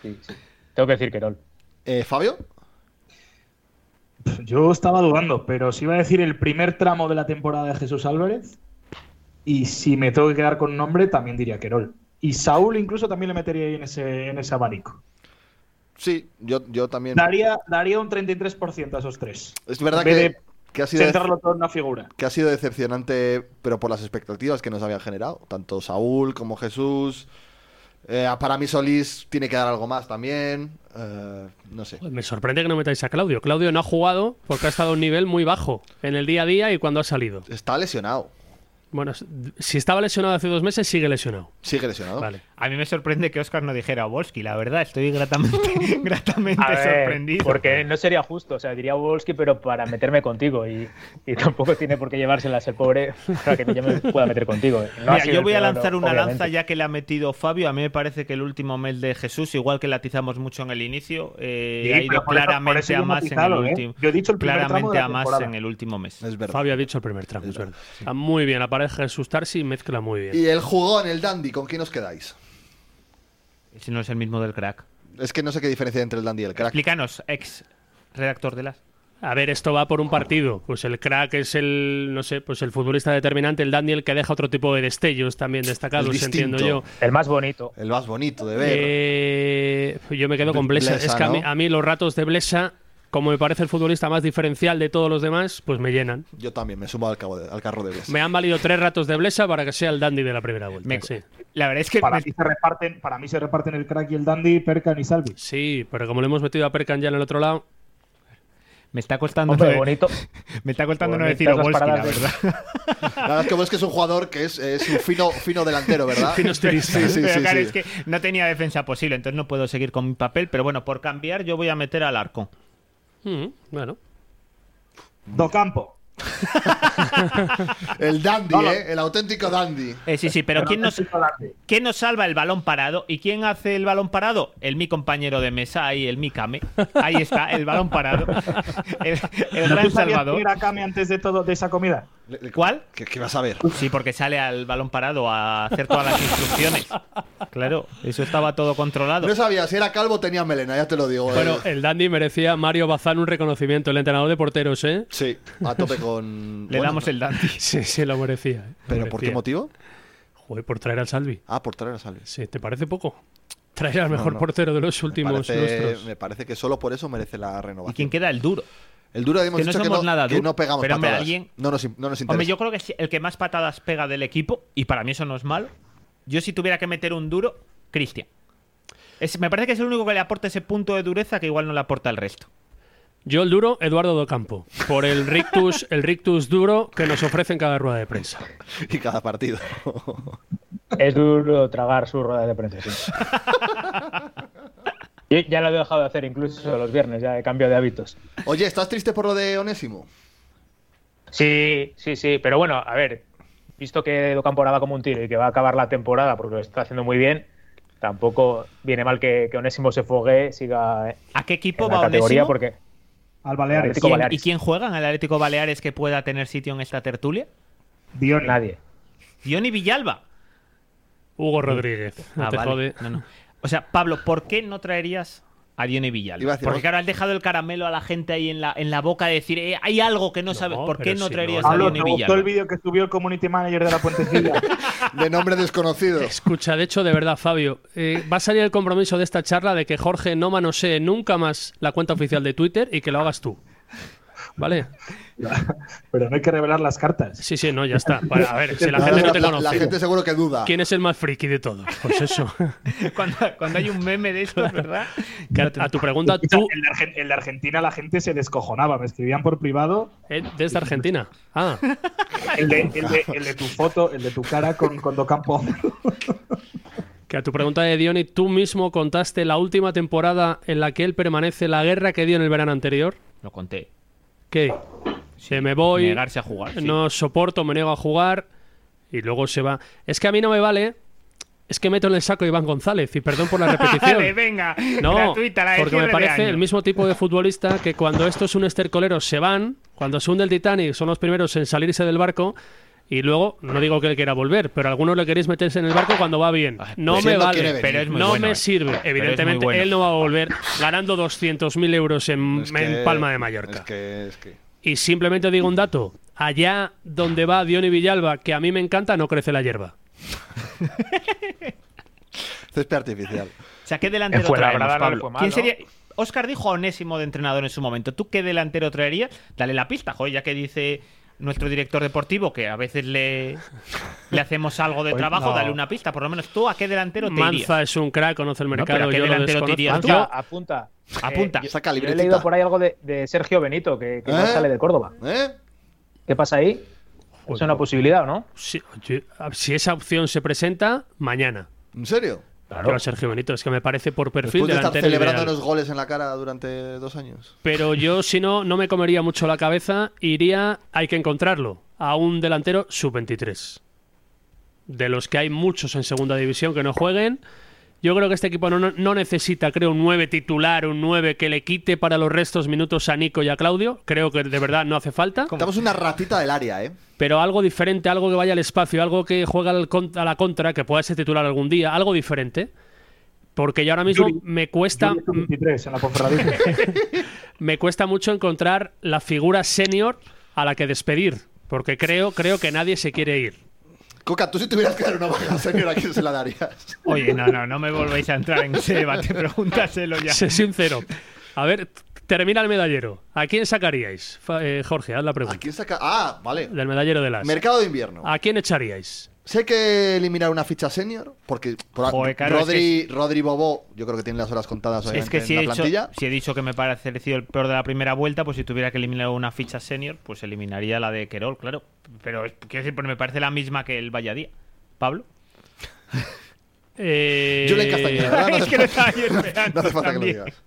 Speaker 4: Sí, sí. Tengo que decir Querol.
Speaker 2: Eh, ¿Fabio?
Speaker 6: Pff, Yo estaba dudando, pero si iba a decir el primer tramo de la temporada de Jesús Álvarez. Y si me tengo que quedar con nombre, también diría Querol. Y Saúl incluso también le metería ahí en ese, en ese abanico.
Speaker 2: Sí, yo, yo también.
Speaker 6: Daría, daría un 33% a esos tres.
Speaker 2: Es verdad
Speaker 6: en vez
Speaker 2: que,
Speaker 6: de
Speaker 2: que ha sido de-
Speaker 6: Centrarlo todo en una figura.
Speaker 2: que ha sido decepcionante, pero por las expectativas que nos habían generado, tanto Saúl como Jesús. Eh, para mí Solís tiene que dar algo más también. Eh, no sé.
Speaker 5: Joder, Pues Me sorprende que no metáis a Claudio. Claudio no ha jugado porque ha estado a un nivel muy bajo en el día a día y cuando ha salido.
Speaker 2: Está lesionado.
Speaker 5: Bueno, si estaba lesionado hace dos meses, sigue lesionado.
Speaker 2: Sigue lesionado.
Speaker 5: Vale.
Speaker 3: A mí me sorprende que Oscar no dijera Volsky, la verdad, estoy gratamente,
Speaker 6: (laughs)
Speaker 3: gratamente
Speaker 4: (laughs) A ver,
Speaker 3: sorprendido.
Speaker 4: porque no sería justo, o sea, diría Wolski, pero para meterme contigo y, y (laughs) tampoco tiene por qué llevárselas el pobre para que yo me pueda meter contigo. No ha
Speaker 3: Mira,
Speaker 4: sido
Speaker 3: yo
Speaker 4: el
Speaker 3: voy a
Speaker 4: peor,
Speaker 3: lanzar una
Speaker 4: obviamente.
Speaker 3: lanza ya que le ha metido Fabio. A mí me parece que el último mail de Jesús, igual que atizamos mucho en el inicio, eh, ha
Speaker 6: Sí, pero
Speaker 3: ido
Speaker 6: por eso- por
Speaker 3: claramente
Speaker 6: eso yo
Speaker 3: a
Speaker 6: no
Speaker 3: más
Speaker 6: quitalo,
Speaker 3: en
Speaker 6: ¿eh?
Speaker 3: el último.
Speaker 6: Yo he dicho el primer tramo
Speaker 3: claramente
Speaker 6: de la
Speaker 3: a más
Speaker 6: temporada.
Speaker 3: en el último mes.
Speaker 2: Es verdad.
Speaker 5: Fabio ha dicho el primer tramo, es verdad. Está muy bien, aparece Jesús Tarsi y mezcla muy bien.
Speaker 2: Y el jugón, el dandy, ¿con quién os quedáis?
Speaker 3: Si no es el mismo del crack.
Speaker 2: Es que no sé qué diferencia hay entre el dandy y el crack.
Speaker 3: Explícanos, ex redactor de las.
Speaker 5: A ver, esto va por un partido. Pues el crack es el, no sé, pues el futbolista determinante, el Daniel que deja otro tipo de destellos también destacados,
Speaker 2: El
Speaker 5: entiendo
Speaker 2: distinto.
Speaker 5: yo.
Speaker 4: El más bonito.
Speaker 2: El más bonito de ver.
Speaker 5: Eh, yo me quedo con Blesa.
Speaker 2: Blesa,
Speaker 5: es que a, mí,
Speaker 2: ¿no?
Speaker 5: a mí los ratos de Blesa, como me parece el futbolista más diferencial de todos los demás, pues me llenan.
Speaker 2: Yo también me sumo al, cabo de- al carro de Blesa.
Speaker 5: Me han valido tres ratos de Blesa para que sea el dandy de la primera vuelta.
Speaker 3: Me-
Speaker 5: Sí.
Speaker 3: La verdad es que
Speaker 6: Eh, Para
Speaker 3: me-
Speaker 6: mí se
Speaker 4: Pues
Speaker 6: reparten, para mí se reparten el crack y el dandy, Perkan y Salvi.
Speaker 5: Sí, pero como lo hemos metido a Perkan ya en el otro lado,
Speaker 3: Me está costando.
Speaker 4: Hombre,
Speaker 3: nueve-
Speaker 4: bonito.
Speaker 3: (laughs) Me está costando no
Speaker 4: Bonitas
Speaker 3: decir
Speaker 4: las
Speaker 3: Obolski, la
Speaker 4: paradas de-
Speaker 6: (laughs)
Speaker 3: verdad.
Speaker 2: La verdad es que bueno, es que es un jugador que es, es un fino, fino delantero, ¿verdad?
Speaker 5: (laughs) Fino
Speaker 3: (laughs)
Speaker 5: estilista.
Speaker 2: Sí, sí,
Speaker 3: pero
Speaker 2: sí,
Speaker 3: claro,
Speaker 2: sí.
Speaker 3: es que no tenía defensa posible, entonces no puedo seguir con mi papel. Pero bueno, por cambiar, yo voy a meter al arco.
Speaker 5: Mm, bueno.
Speaker 6: Do Campo.
Speaker 2: El dandy,
Speaker 6: No, no.
Speaker 2: ¿eh? El auténtico dandy.
Speaker 3: Eh, sí, sí, pero ¿quién nos, ¿quién nos salva el balón parado? ¿Y quién hace el balón parado? El mi compañero de mesa, ahí, el mi Kame. Ahí está, el balón parado. El, el
Speaker 6: ¿Tú
Speaker 3: gran
Speaker 6: sabías
Speaker 3: salvador.
Speaker 6: quién era Kame antes de todo de esa comida?
Speaker 2: Le- le-
Speaker 3: ¿Cuál?
Speaker 2: ¿Qué, qué vas a ver?
Speaker 3: Sí, porque sale al balón parado a hacer todas las instrucciones. Claro, eso estaba todo controlado.
Speaker 2: No sabía, si era calvo o tenía melena, ya te lo digo. eh.
Speaker 5: Bueno, el Dandy merecía Mario Bazán un reconocimiento, el entrenador de porteros, ¿eh?
Speaker 2: Sí, a tope con.
Speaker 3: (laughs) Le
Speaker 2: bueno,
Speaker 3: damos el dandy.
Speaker 5: Sí, sí, lo merecía. ¿eh? Lo
Speaker 2: ¿Pero por qué
Speaker 5: merecía.
Speaker 2: motivo?
Speaker 5: Joder, por traer al Salvi.
Speaker 2: Ah, por traer a Salves.
Speaker 5: Sí, ¿te parece poco? Traer al mejor
Speaker 2: no.
Speaker 5: portero de los
Speaker 2: Me
Speaker 5: últimos
Speaker 2: parece,
Speaker 5: lustros.
Speaker 2: me parece que solo por eso merece la
Speaker 3: ¿Y
Speaker 2: renovación.
Speaker 3: quién queda? El duro.
Speaker 2: El duro hemos
Speaker 3: Que no
Speaker 2: dicho que
Speaker 3: somos
Speaker 2: no,
Speaker 3: nada
Speaker 2: que
Speaker 3: duro,
Speaker 2: no pegamos
Speaker 3: pero, hombre,
Speaker 2: patadas.
Speaker 3: alguien-
Speaker 2: No nos, in- no nos interesa.
Speaker 3: Hombre, yo creo que sí, el que más patadas pega del equipo, y para mí eso no es malo. Yo si tuviera que meter un duro, Cristian. Es- me parece que es el único que le aporta ese punto de dureza que igual no le aporta el resto.
Speaker 5: Yo el duro, Eduardo Docampo. Por el rictus, el rictus duro que nos ofrece en cada rueda de prensa.
Speaker 2: (laughs) Y cada partido.
Speaker 4: Es duro tragar su rueda de prensa,
Speaker 6: (laughs)
Speaker 4: sí. Yo ya lo he dejado de hacer incluso los viernes, ya he cambiado de hábitos.
Speaker 2: Oye, ¿estás triste por lo de Onésimo?
Speaker 4: Sí, sí, sí, pero bueno, a ver, visto que Docampo ahora va como un tiro y que va a acabar la temporada porque lo está haciendo muy bien, tampoco viene mal que, que Onésimo se fogue, siga en
Speaker 3: ¿A qué equipo
Speaker 4: la
Speaker 3: va
Speaker 4: categoría
Speaker 3: Onésimo?
Speaker 4: porque
Speaker 6: Al Baleares.
Speaker 3: ¿Y
Speaker 4: Atlético
Speaker 3: quién-
Speaker 4: Baleares.
Speaker 3: ¿Y quién juega en el Atlético Baleares que pueda tener sitio en esta tertulia?
Speaker 6: Dione.
Speaker 4: nadie.
Speaker 3: Diony Villalba.
Speaker 5: Hugo Rodríguez. No
Speaker 3: Ah,
Speaker 5: te
Speaker 3: vale.
Speaker 5: jode.
Speaker 3: No, no. O sea, Pablo, ¿por qué no traerías a Diony
Speaker 2: Iba a
Speaker 3: Villalba?
Speaker 2: decir,
Speaker 3: Porque
Speaker 2: vos-
Speaker 3: claro, has dejado el caramelo a la gente ahí en la, en la boca de decir, "Eh, hay algo que no, sabes. ¿Por qué
Speaker 5: pero
Speaker 3: no
Speaker 5: si
Speaker 3: traerías
Speaker 5: no-
Speaker 3: a
Speaker 6: Pablo,
Speaker 3: Diony
Speaker 6: ¿te gustó
Speaker 3: Villalba?
Speaker 6: el vídeo que subió el community manager de
Speaker 4: (laughs)
Speaker 6: la Puentecilla?
Speaker 2: De nombre desconocido.
Speaker 5: Escucha, de hecho, de verdad, Fabio, eh, va a salir el compromiso de esta charla de que Jorge no manosee nunca más la cuenta oficial de Twitter y que lo hagas tú. ¿Vale?
Speaker 6: Pero no hay que revelar las cartas.
Speaker 5: Sí, sí, no, ya está. Vale, a ver, si la
Speaker 2: No,
Speaker 5: gente no te
Speaker 2: la- la gente
Speaker 5: conoce.
Speaker 2: seguro que duda.
Speaker 5: ¿Quién es el más friki de todos?
Speaker 2: (laughs)
Speaker 5: Pues eso.
Speaker 3: Cuando, cuando hay un meme de (laughs) esto, ¿verdad?
Speaker 5: Que a, a tu pregunta, tú
Speaker 6: El de, Argen- el de Argentina la gente se descojonaba, me escribían por privado.
Speaker 5: eh, desde Argentina. Ah,
Speaker 6: El de, el de- el de tu foto, el de tu cara con, con Docampo.
Speaker 5: que a tu pregunta de Diony, tú mismo contaste la última temporada en la que él permanece, la guerra que dio en el verano anterior.
Speaker 3: Lo conté.
Speaker 5: ¿Qué? Se me voy.
Speaker 3: Negarse a jugar. sí. (laughs)
Speaker 5: no soporto, me niego a jugar y luego se va. Es que a mí no me vale, es que meto en el saco a Iván González y perdón por la (laughs)
Speaker 3: Vale,
Speaker 5: repetición.
Speaker 3: venga. (laughs)
Speaker 5: No,
Speaker 3: gratuita, la de
Speaker 5: porque me
Speaker 3: cierre de
Speaker 5: parece
Speaker 3: año.
Speaker 5: el mismo tipo de futbolista que cuando estos un estercoleros se van, cuando se hunde el Titanic, son los primeros en salirse del barco y luego, no digo que él quiera volver, pero algunos le queréis meterse en el barco cuando va bien. No
Speaker 3: pues
Speaker 5: me
Speaker 2: siendo quiere
Speaker 5: vale,
Speaker 2: venir.
Speaker 3: Pero es muy
Speaker 5: no
Speaker 3: bueno,
Speaker 5: me
Speaker 3: eh.
Speaker 5: sirve.
Speaker 3: Pero es muy
Speaker 5: Evidentemente,
Speaker 3: bueno.
Speaker 5: él no va a volver ganando 200.000 euros en,
Speaker 2: Es
Speaker 5: en
Speaker 2: que-
Speaker 5: Palma de Mallorca.
Speaker 2: Es que, es que.
Speaker 5: Y simplemente digo un dato. Allá donde va Diony Villalba, que a mí me encanta, no crece la hierba.
Speaker 2: Césped artificial.
Speaker 3: O sea, ¿qué delantero
Speaker 4: En Fuenlabrada
Speaker 3: traemos,
Speaker 4: no le
Speaker 3: Pablo?
Speaker 4: fue mal,
Speaker 3: ¿Quién
Speaker 4: ¿no?
Speaker 3: sería? Oscar dijo a Onésimo de entrenador en su momento. ¿Tú qué delantero traerías? Dale la pista, joder, ya que dice nuestro director deportivo que a veces le, le hacemos algo de
Speaker 4: Oye,
Speaker 3: trabajo,
Speaker 4: no.
Speaker 3: dale una pista. Por lo menos tú, ¿a qué delantero te
Speaker 5: Manza
Speaker 3: irías?
Speaker 5: es un crack, conoce el
Speaker 3: No,
Speaker 5: mercado.
Speaker 3: pero ¿a qué
Speaker 5: yo lo
Speaker 3: delantero te irías?
Speaker 5: desconozco. Ah,
Speaker 4: Apunta,
Speaker 3: Yo-
Speaker 4: apunta.
Speaker 3: (laughs) Apunta.
Speaker 4: Eh, yo-
Speaker 2: Saca
Speaker 4: yo he
Speaker 2: libretita.
Speaker 4: leído por ahí algo de, de Sergio Benito, que, que no
Speaker 2: ¿Eh?
Speaker 4: sale de Córdoba.
Speaker 2: ¿Eh?
Speaker 4: ¿Qué pasa ahí? Es una posibilidad, ¿o ¿no?
Speaker 5: Si, yo- si esa opción se presenta, mañana.
Speaker 2: ¿En serio?
Speaker 5: Pero a Sergio Benito, es que me parece por perfil
Speaker 2: Después de estar
Speaker 5: delantero ideal.
Speaker 2: celebrándonos goles en la cara durante dos años.
Speaker 5: Pero yo, si no, no me comería mucho la cabeza. Iría, hay que encontrarlo, a un delantero sub-23. De los que hay muchos en segunda división que no jueguen. Yo creo que este equipo no, no necesita, creo, un 9 titular, un 9 que le quite para los restos minutos a Nico y a Claudio. Creo que de verdad no hace falta.
Speaker 2: Estamos una ratita del área, ¿eh?
Speaker 5: Pero algo diferente, algo que vaya al espacio, algo que juega al con- a la contra, que pueda ser titular algún día, algo diferente. Porque yo ahora mismo
Speaker 6: Yuri.
Speaker 5: me cuesta.
Speaker 6: Yo hice un 23 en la Ponferradina.
Speaker 5: me cuesta mucho encontrar la figura senior a la que despedir, porque creo, creo que nadie se quiere ir.
Speaker 2: Coca, tú si tuvieras que dar una baja señora, ¿a quién se la darías?
Speaker 3: Oye, no, no, no me volvéis a entrar en ese debate. (laughs) Pregúntaselo ya.
Speaker 5: Sé sincero. A ver, termina el medallero. ¿A quién sacaríais? Fa- eh, Jorge, haz la
Speaker 2: ¿A
Speaker 5: pregunta.
Speaker 2: quién saca? Ah, vale.
Speaker 5: Del medallero de las.
Speaker 3: Ah.
Speaker 2: Mercado de invierno.
Speaker 5: ¿A quién echaríais?
Speaker 2: Sé que eliminar una ficha senior, porque por-
Speaker 3: Joder, claro,
Speaker 2: Rodri,
Speaker 3: es
Speaker 2: Rodri Bobó, yo creo que tiene las horas contadas
Speaker 3: Es
Speaker 2: obviamente,
Speaker 3: que si
Speaker 2: en
Speaker 3: he,
Speaker 2: la
Speaker 3: hecho, (laughs)
Speaker 2: plantilla.
Speaker 3: si he dicho que me parece elegido el peor de la primera vuelta, pues si tuviera que eliminar una ficha senior, pues eliminaría la de Querol, claro. Pero es- quiero decir, pero me parece la misma que el Valladía. Pablo.
Speaker 5: Eh...
Speaker 2: Julen Castañeda,
Speaker 5: (laughs)
Speaker 2: ¿verdad? No
Speaker 3: es
Speaker 2: hace
Speaker 3: que lo
Speaker 2: falta-
Speaker 3: estaba yo esperando
Speaker 2: no hace falta que lo
Speaker 3: también.
Speaker 2: digas.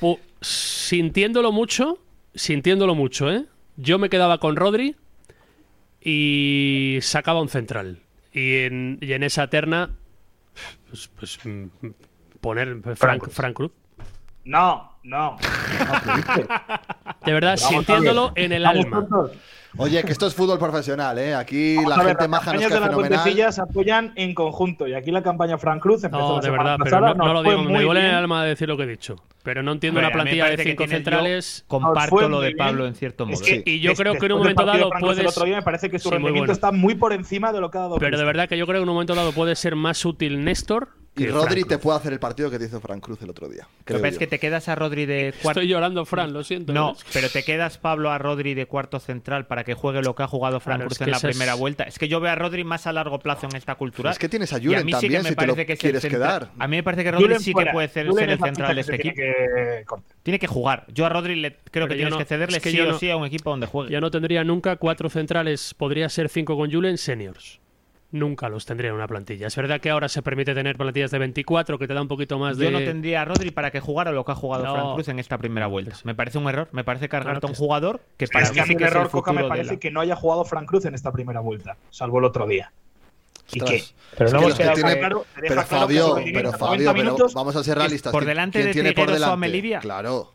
Speaker 5: Pu- sintiéndolo mucho, sintiéndolo mucho, ¿eh? Yo me quedaba con Rodri y sacaba un central. Y en, y en esa terna, pues, pues, mm, poner Frank, Frank Cruz.
Speaker 6: (laughs) No, no.
Speaker 5: De verdad,
Speaker 6: Vamos,
Speaker 5: sintiéndolo
Speaker 6: Javier.
Speaker 5: en el
Speaker 6: Estamos
Speaker 5: alma.
Speaker 6: tontos.
Speaker 2: Oye, que esto es fútbol profesional, ¿eh? Aquí
Speaker 6: Vamos
Speaker 2: la
Speaker 6: a ver,
Speaker 2: gente
Speaker 6: las
Speaker 2: maja nos
Speaker 6: campañas
Speaker 2: cae
Speaker 6: de la
Speaker 2: fenomenal.
Speaker 6: puentecilla se apoyan en conjunto. Y aquí la campaña Frank Cruz empezó
Speaker 5: No,
Speaker 6: la
Speaker 5: de
Speaker 6: semana
Speaker 5: verdad, pero
Speaker 6: pasada,
Speaker 5: no, no
Speaker 6: nos
Speaker 5: lo
Speaker 6: fue
Speaker 5: digo. Me
Speaker 6: muy
Speaker 5: duele en
Speaker 6: bien.
Speaker 5: el alma decir lo que he dicho. Pero no entiendo
Speaker 3: A ver, a
Speaker 5: una
Speaker 3: mí me
Speaker 5: plantilla de
Speaker 3: parece que
Speaker 5: cinco
Speaker 3: tienes- yo
Speaker 5: centrales.
Speaker 6: Nos fue
Speaker 3: Comparto lo
Speaker 6: muy
Speaker 3: de
Speaker 6: bien.
Speaker 3: Pablo en cierto modo.
Speaker 6: Es que
Speaker 5: Y yo
Speaker 6: des-
Speaker 5: creo que en
Speaker 6: después del
Speaker 5: un momento
Speaker 6: partido de
Speaker 5: dado
Speaker 6: Frank Cruz el
Speaker 5: puedes-
Speaker 6: otro día me parece que su
Speaker 5: Sí, muy
Speaker 6: rendimiento
Speaker 5: bueno.
Speaker 6: está muy por encima de lo que ha dado.
Speaker 5: Pero de
Speaker 6: Cristo.
Speaker 5: verdad que yo creo que en un momento dado puede ser más útil Néstor.
Speaker 2: Y
Speaker 5: que
Speaker 2: Rodri
Speaker 5: Frank
Speaker 2: te
Speaker 5: Cruz.
Speaker 2: puede hacer el partido que te hizo Frank Cruz el otro día.
Speaker 3: Lo que
Speaker 2: creo
Speaker 3: pasa es
Speaker 2: yo.
Speaker 3: que te quedas a Rodri de cuarto.
Speaker 5: Estoy llorando, Fran, lo siento. ¿eh?
Speaker 3: No, pero te quedas, Pablo, a Rodri de cuarto central para que juegue lo que ha jugado Frank
Speaker 5: Claro,
Speaker 3: Cruz
Speaker 5: es que
Speaker 3: en la
Speaker 5: esa es-
Speaker 3: primera vuelta. Es que yo veo a Rodri más a largo plazo en esta cultura.
Speaker 2: Es que tienes a
Speaker 3: Y a
Speaker 2: Julen
Speaker 3: mí sí que
Speaker 2: también,
Speaker 3: me
Speaker 2: si te lo
Speaker 3: parece que es el
Speaker 2: quieres
Speaker 3: central. Ah,
Speaker 2: quedar.
Speaker 3: A mí me parece que Rodri
Speaker 6: Julen
Speaker 3: sí
Speaker 6: fuera.
Speaker 3: que puede ser,
Speaker 6: Julen
Speaker 3: ser
Speaker 6: es
Speaker 3: el
Speaker 6: la
Speaker 3: central
Speaker 6: ficha
Speaker 3: de
Speaker 6: que se
Speaker 3: este equipo.
Speaker 6: tiene que cortar.
Speaker 3: Tiene que jugar. Yo a Rodri le, creo
Speaker 5: Pero
Speaker 3: que
Speaker 5: yo
Speaker 3: tienes
Speaker 5: no-
Speaker 3: que cederle
Speaker 5: es que
Speaker 3: sí
Speaker 5: yo
Speaker 3: o
Speaker 5: no-
Speaker 3: sí a un equipo donde juegue.
Speaker 5: Ya no tendría nunca cuatro centrales, podría ser cinco con Julen seniors. Nunca los tendría en una plantilla. Es verdad que ahora se permite tener plantillas de 24 que te da un poquito más de.
Speaker 3: Yo no tendría a Rodri para que jugara lo que ha jugado
Speaker 5: No.
Speaker 3: Frank Cruz en esta primera vuelta. Me parece un error. Me parece cargarte
Speaker 5: Claro
Speaker 3: a un
Speaker 5: que sí.
Speaker 3: jugador que para
Speaker 6: Es que a
Speaker 3: mí
Speaker 6: mí
Speaker 3: sí
Speaker 6: el
Speaker 3: que es el
Speaker 6: error Coca me
Speaker 3: futuro de
Speaker 6: parece
Speaker 3: la-
Speaker 6: que no haya jugado Frank Cruz en esta primera vuelta, salvo el otro día. ¿Y
Speaker 2: Ostras.
Speaker 6: qué?
Speaker 4: Pero
Speaker 2: Es
Speaker 4: no
Speaker 2: que
Speaker 4: hemos
Speaker 2: los que
Speaker 4: quedado
Speaker 2: tiene-
Speaker 6: claro, te deja
Speaker 2: pero
Speaker 6: claro que
Speaker 2: Fabio,
Speaker 6: los que
Speaker 2: pero
Speaker 6: tienen
Speaker 2: Fabio,
Speaker 6: 90
Speaker 2: pero
Speaker 6: minutos
Speaker 2: vamos a ser realistas.
Speaker 3: por
Speaker 2: ¿Quién-
Speaker 3: delante
Speaker 2: quién
Speaker 3: de
Speaker 2: tiene por
Speaker 3: Trigueros o
Speaker 2: delante?
Speaker 3: Amelivia?
Speaker 2: Claro,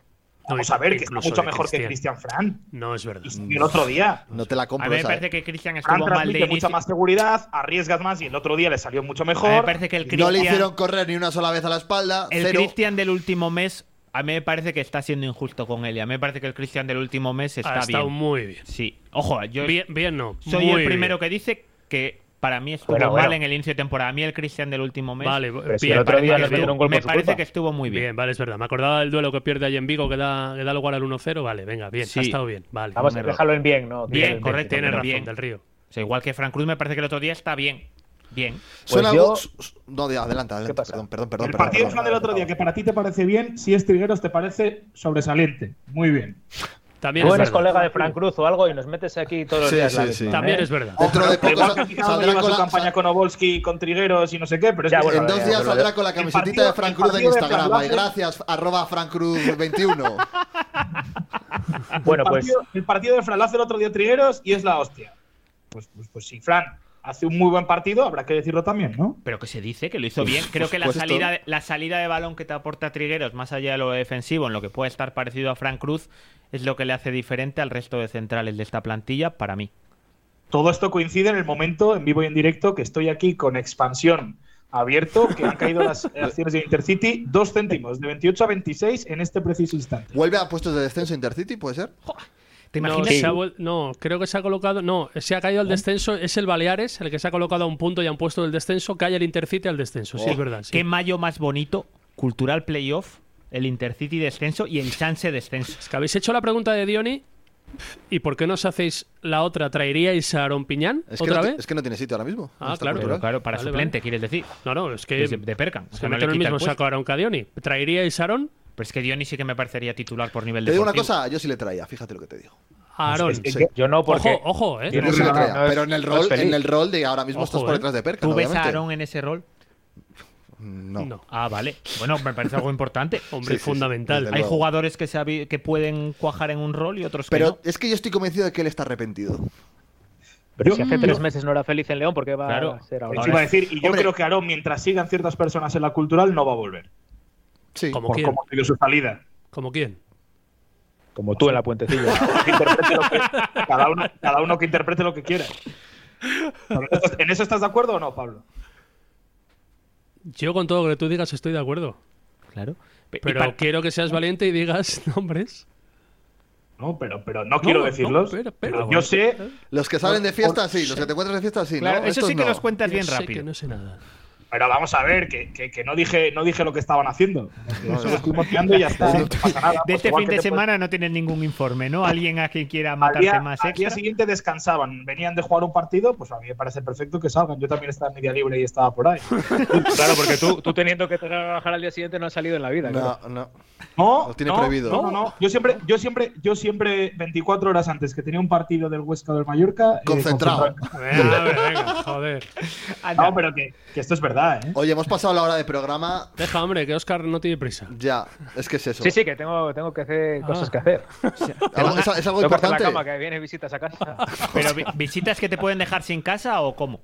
Speaker 6: Vamos a ver, que está
Speaker 5: incluso
Speaker 6: mucho
Speaker 5: de
Speaker 6: mejor que
Speaker 5: Cristian.
Speaker 6: Cristian Fran.
Speaker 5: No, es verdad.
Speaker 6: Y el otro día.
Speaker 2: no te la
Speaker 3: A
Speaker 2: compro.
Speaker 3: mí me
Speaker 2: esa,
Speaker 3: parece
Speaker 2: ¿eh?
Speaker 3: que Cristian Mm. estuvo
Speaker 6: Fran
Speaker 3: mal de
Speaker 6: transmite mucha
Speaker 3: inicio.
Speaker 6: más seguridad, arriesgas más y el otro día le salió mucho
Speaker 3: A mí me
Speaker 6: mejor.
Speaker 3: parece que el
Speaker 2: No
Speaker 3: Cristian
Speaker 2: le hicieron correr ni una sola vez a la espalda.
Speaker 3: El
Speaker 2: cero.
Speaker 3: Cristian del último mes, a mí me parece que está siendo injusto con él. Y a mí me parece que el Cristian del último mes
Speaker 5: ha
Speaker 3: está
Speaker 5: estado
Speaker 3: bien.
Speaker 5: muy bien.
Speaker 3: Sí. Ojo, yo
Speaker 5: Bien, bien no.
Speaker 3: soy
Speaker 5: muy
Speaker 3: el primero
Speaker 5: bien.
Speaker 3: que dice que para mí estuvo
Speaker 4: Bueno,
Speaker 3: mal
Speaker 4: bueno.
Speaker 3: en el inicio de temporada. A mí el Cristian del último mes.
Speaker 5: Vale,
Speaker 4: Pero si
Speaker 5: bien,
Speaker 4: el otro
Speaker 5: parece
Speaker 4: día
Speaker 5: que
Speaker 4: le
Speaker 5: estuvo-
Speaker 4: metieron gol
Speaker 3: me
Speaker 4: por su
Speaker 3: parece
Speaker 4: culpa.
Speaker 3: que estuvo muy bien.
Speaker 5: Bien, vale, es verdad. Me acordaba del duelo que pierde allí en Vigo que da, que da lugar al 1-0. Vale, venga, bien.
Speaker 3: Sí.
Speaker 5: Ha estado bien. Vale.
Speaker 4: Vamos,
Speaker 3: Un error.
Speaker 4: déjalo en bien, ¿no?
Speaker 5: bien,
Speaker 4: Tiene-
Speaker 5: correcto. Tiene razón,
Speaker 3: bien.
Speaker 5: del río.
Speaker 3: O sea, igual que Frank Cruz, me parece que el otro día está bien. Bien.
Speaker 2: Suena
Speaker 4: Pues yo-
Speaker 2: algo. su- su- No, de- adelanta, adelanta.
Speaker 4: pasa?
Speaker 2: Perdón, perdón, perdón.
Speaker 6: el
Speaker 2: perdón,
Speaker 6: partido
Speaker 2: perdón.
Speaker 6: final del otro día, que para ti te parece bien, si es Trigueros te parece sobresaliente. Muy bien.
Speaker 5: También
Speaker 4: Tú
Speaker 5: es
Speaker 4: eres
Speaker 5: verdad.
Speaker 4: colega de Frank Cruz o algo y nos metes aquí todos los
Speaker 2: Sí,
Speaker 4: días.
Speaker 2: sí,
Speaker 4: la
Speaker 2: sí.
Speaker 4: misma,
Speaker 5: También
Speaker 4: ¿eh?
Speaker 5: es verdad.
Speaker 2: Dentro de poco
Speaker 6: Igual
Speaker 2: sal-
Speaker 6: que quizá no
Speaker 2: saldrá
Speaker 6: lleva
Speaker 2: con
Speaker 6: su
Speaker 2: la.
Speaker 6: campaña
Speaker 2: sal-
Speaker 6: con Obolski, con Trigueros y no sé qué, pero es
Speaker 4: Ya,
Speaker 6: que-
Speaker 4: bueno,
Speaker 2: En dos
Speaker 4: ya,
Speaker 2: días
Speaker 4: ya,
Speaker 2: saldrá
Speaker 4: ya.
Speaker 2: con la camiseta
Speaker 6: partido-
Speaker 2: de Frank Cruz en
Speaker 6: el partido de
Speaker 2: Instagram.
Speaker 6: Fran
Speaker 2: Y
Speaker 6: Blas-
Speaker 2: gracias, arroba FrankCruz21.
Speaker 4: Bueno,
Speaker 6: el,
Speaker 4: pues
Speaker 6: partido, el partido de Fran lo hace el otro día Trigueros y es la hostia. Pues, pues, pues si Fran hace un muy buen partido, habrá que decirlo también, ¿no?
Speaker 3: Pero que se dice que lo hizo bien. Creo que la
Speaker 2: supuesto.
Speaker 3: salida, de- la salida de balón que te aporta Trigueros, más allá de lo defensivo, en lo que puede estar parecido a Frank Cruz, es lo que le hace diferente al resto de centrales de esta plantilla para mí.
Speaker 6: Todo esto coincide en el momento en vivo y en directo que estoy aquí con expansión abierto, que han caído
Speaker 4: (laughs)
Speaker 6: las acciones de Intercity, dos céntimos, de 28 a 26 en este preciso instante.
Speaker 2: Vuelve a puestos de descenso Intercity, ¿puede ser?
Speaker 3: ¿Te
Speaker 5: No,
Speaker 3: imaginas?
Speaker 5: se ha vuel- no, creo que se ha colocado. No, se ha caído al descenso. Es el Baleares el que se ha colocado a un punto y a un puesto del descenso. Cae el Intercity al descenso. Sí,
Speaker 2: Oh,
Speaker 5: es verdad. sí.
Speaker 3: Qué mayo más bonito, cultural playoff, el Intercity descenso y el Chance descenso.
Speaker 5: Es que habéis hecho la pregunta de Dioni. ¿Y por qué no os hacéis la otra? ¿Traeríais a Aaron Piñán
Speaker 2: Es que,
Speaker 5: otra
Speaker 2: no, ti-
Speaker 5: vez?
Speaker 2: es que no tiene sitio ahora mismo.
Speaker 5: Ah,
Speaker 2: No está
Speaker 5: claro.
Speaker 3: Pero
Speaker 2: cultural.
Speaker 3: claro, para
Speaker 5: Vale, Eh,
Speaker 3: suplente, quieres decir.
Speaker 5: No, no, es que.
Speaker 3: De, de Perkan.
Speaker 5: es
Speaker 3: o
Speaker 5: que
Speaker 3: sea, no
Speaker 5: meten
Speaker 3: le
Speaker 5: el
Speaker 3: quita el
Speaker 5: mismo
Speaker 3: puesto.
Speaker 5: saco a Aaron que a Dioni. ¿Traeríais a Aaron?
Speaker 3: Pero es que Diony sí que me parecería titular por nivel
Speaker 2: Te
Speaker 3: de
Speaker 2: digo una cosa, yo sí le traía, fíjate lo que te digo.
Speaker 5: A Aaron.
Speaker 4: Es que yo- Yo no, porque.
Speaker 5: Ojo, ojo, eh.
Speaker 4: Yo
Speaker 2: Yo sí le
Speaker 4: no,
Speaker 2: traía.
Speaker 4: no es-
Speaker 2: pero en el
Speaker 4: no
Speaker 2: rol,
Speaker 4: es feliz.
Speaker 2: en el rol de ahora mismo
Speaker 5: Ojo,
Speaker 2: estás por
Speaker 5: eh.
Speaker 2: detrás de Perca.
Speaker 3: ¿Tú ves a
Speaker 2: obviamente.
Speaker 3: Aaron en ese rol?
Speaker 2: No.
Speaker 5: No.
Speaker 3: Ah, vale. Bueno, me parece
Speaker 2: (laughs)
Speaker 3: algo importante.
Speaker 5: Hombre,
Speaker 2: Sí, sí, sí,
Speaker 5: fundamental.
Speaker 2: desde
Speaker 3: Hay
Speaker 2: luego.
Speaker 3: jugadores que, se habi- que pueden cuajar en un rol y otros que
Speaker 2: Pero
Speaker 3: no.
Speaker 2: es que yo estoy convencido de que él está arrepentido.
Speaker 4: Pero si hace tres meses no era feliz en León, ¿por qué va
Speaker 3: Claro.
Speaker 4: a ser
Speaker 6: Eso
Speaker 4: ahora?
Speaker 6: Mm. iba a decir, y yo
Speaker 2: Hombre.
Speaker 6: creo que Aarón, mientras sigan ciertas personas en la cultural, no va a volver.
Speaker 2: Sí.
Speaker 5: ¿Cómo?
Speaker 6: Por
Speaker 5: quién?
Speaker 6: cómo ha sido su salida.
Speaker 5: ¿Como quién?
Speaker 4: Como tú en la puentecilla.
Speaker 6: que interprete lo que- cada, uno, cada uno que interprete lo que quiera. ¿En eso estás de acuerdo o no, Pablo?
Speaker 5: Yo con todo lo que tú digas estoy de acuerdo.
Speaker 3: Claro. Pe- y
Speaker 5: Pero
Speaker 3: para-
Speaker 5: quiero que seas valiente y digas (laughs) nombres.
Speaker 6: No, pero, pero no quiero
Speaker 5: no,
Speaker 6: decirlos.
Speaker 5: pero- pero-
Speaker 6: pero
Speaker 5: bueno.
Speaker 6: yo sé,
Speaker 2: Los que salen de fiesta, sí. Los que te encuentras de fiesta, sí.
Speaker 3: Claro,
Speaker 2: ¿no?
Speaker 3: eso
Speaker 2: Estos
Speaker 3: sí que
Speaker 2: no.
Speaker 3: los cuentas bien
Speaker 5: Yo sé que
Speaker 3: rápido.
Speaker 5: no sé nada.
Speaker 6: Pero vamos a ver, que, que- que no dije no dije lo que estaban haciendo. Eso lo estoy moteando y ya está. No pasa nada.
Speaker 3: De
Speaker 6: Pues
Speaker 3: este
Speaker 6: igual
Speaker 3: fin
Speaker 6: que
Speaker 3: de
Speaker 6: te puedes-
Speaker 3: semana no tienes ningún informe, ¿no? Alguien a quien quiera
Speaker 6: Al
Speaker 3: matarte
Speaker 6: día,
Speaker 3: más
Speaker 6: al día
Speaker 3: extra.
Speaker 6: siguiente descansaban, venían de jugar un partido, pues a mí me parece perfecto que salgan. Yo también estaba en media libre y estaba por ahí.
Speaker 4: Claro, porque tú, tú teniendo que trabajar al día siguiente no has salido en la vida. claro.
Speaker 2: No, no.
Speaker 6: No,
Speaker 2: Lo tiene
Speaker 6: no,
Speaker 2: prohibido.
Speaker 6: No, no, no. Yo siempre, yo siempre, yo siempre 24 horas antes que tenía un partido del Huesca o del Mallorca. eh,
Speaker 2: Concentrado.
Speaker 5: Venga, a ver, venga, joder.
Speaker 6: concentrado. No, pero que, que esto es verdad, ¿eh?
Speaker 2: Oye, hemos pasado la hora de programa.
Speaker 5: Deja, hombre, que Oscar no tiene prisa.
Speaker 2: Ya, es que es eso.
Speaker 4: Sí, sí, que tengo, tengo que hacer cosas
Speaker 5: Ah.
Speaker 4: que hacer.
Speaker 2: Algo- es, es algo
Speaker 4: Tengo que hacer la
Speaker 2: importante.
Speaker 4: cama, que viene visitas a casa. (laughs)
Speaker 3: Pero vi- visitas que te pueden dejar sin casa o cómo?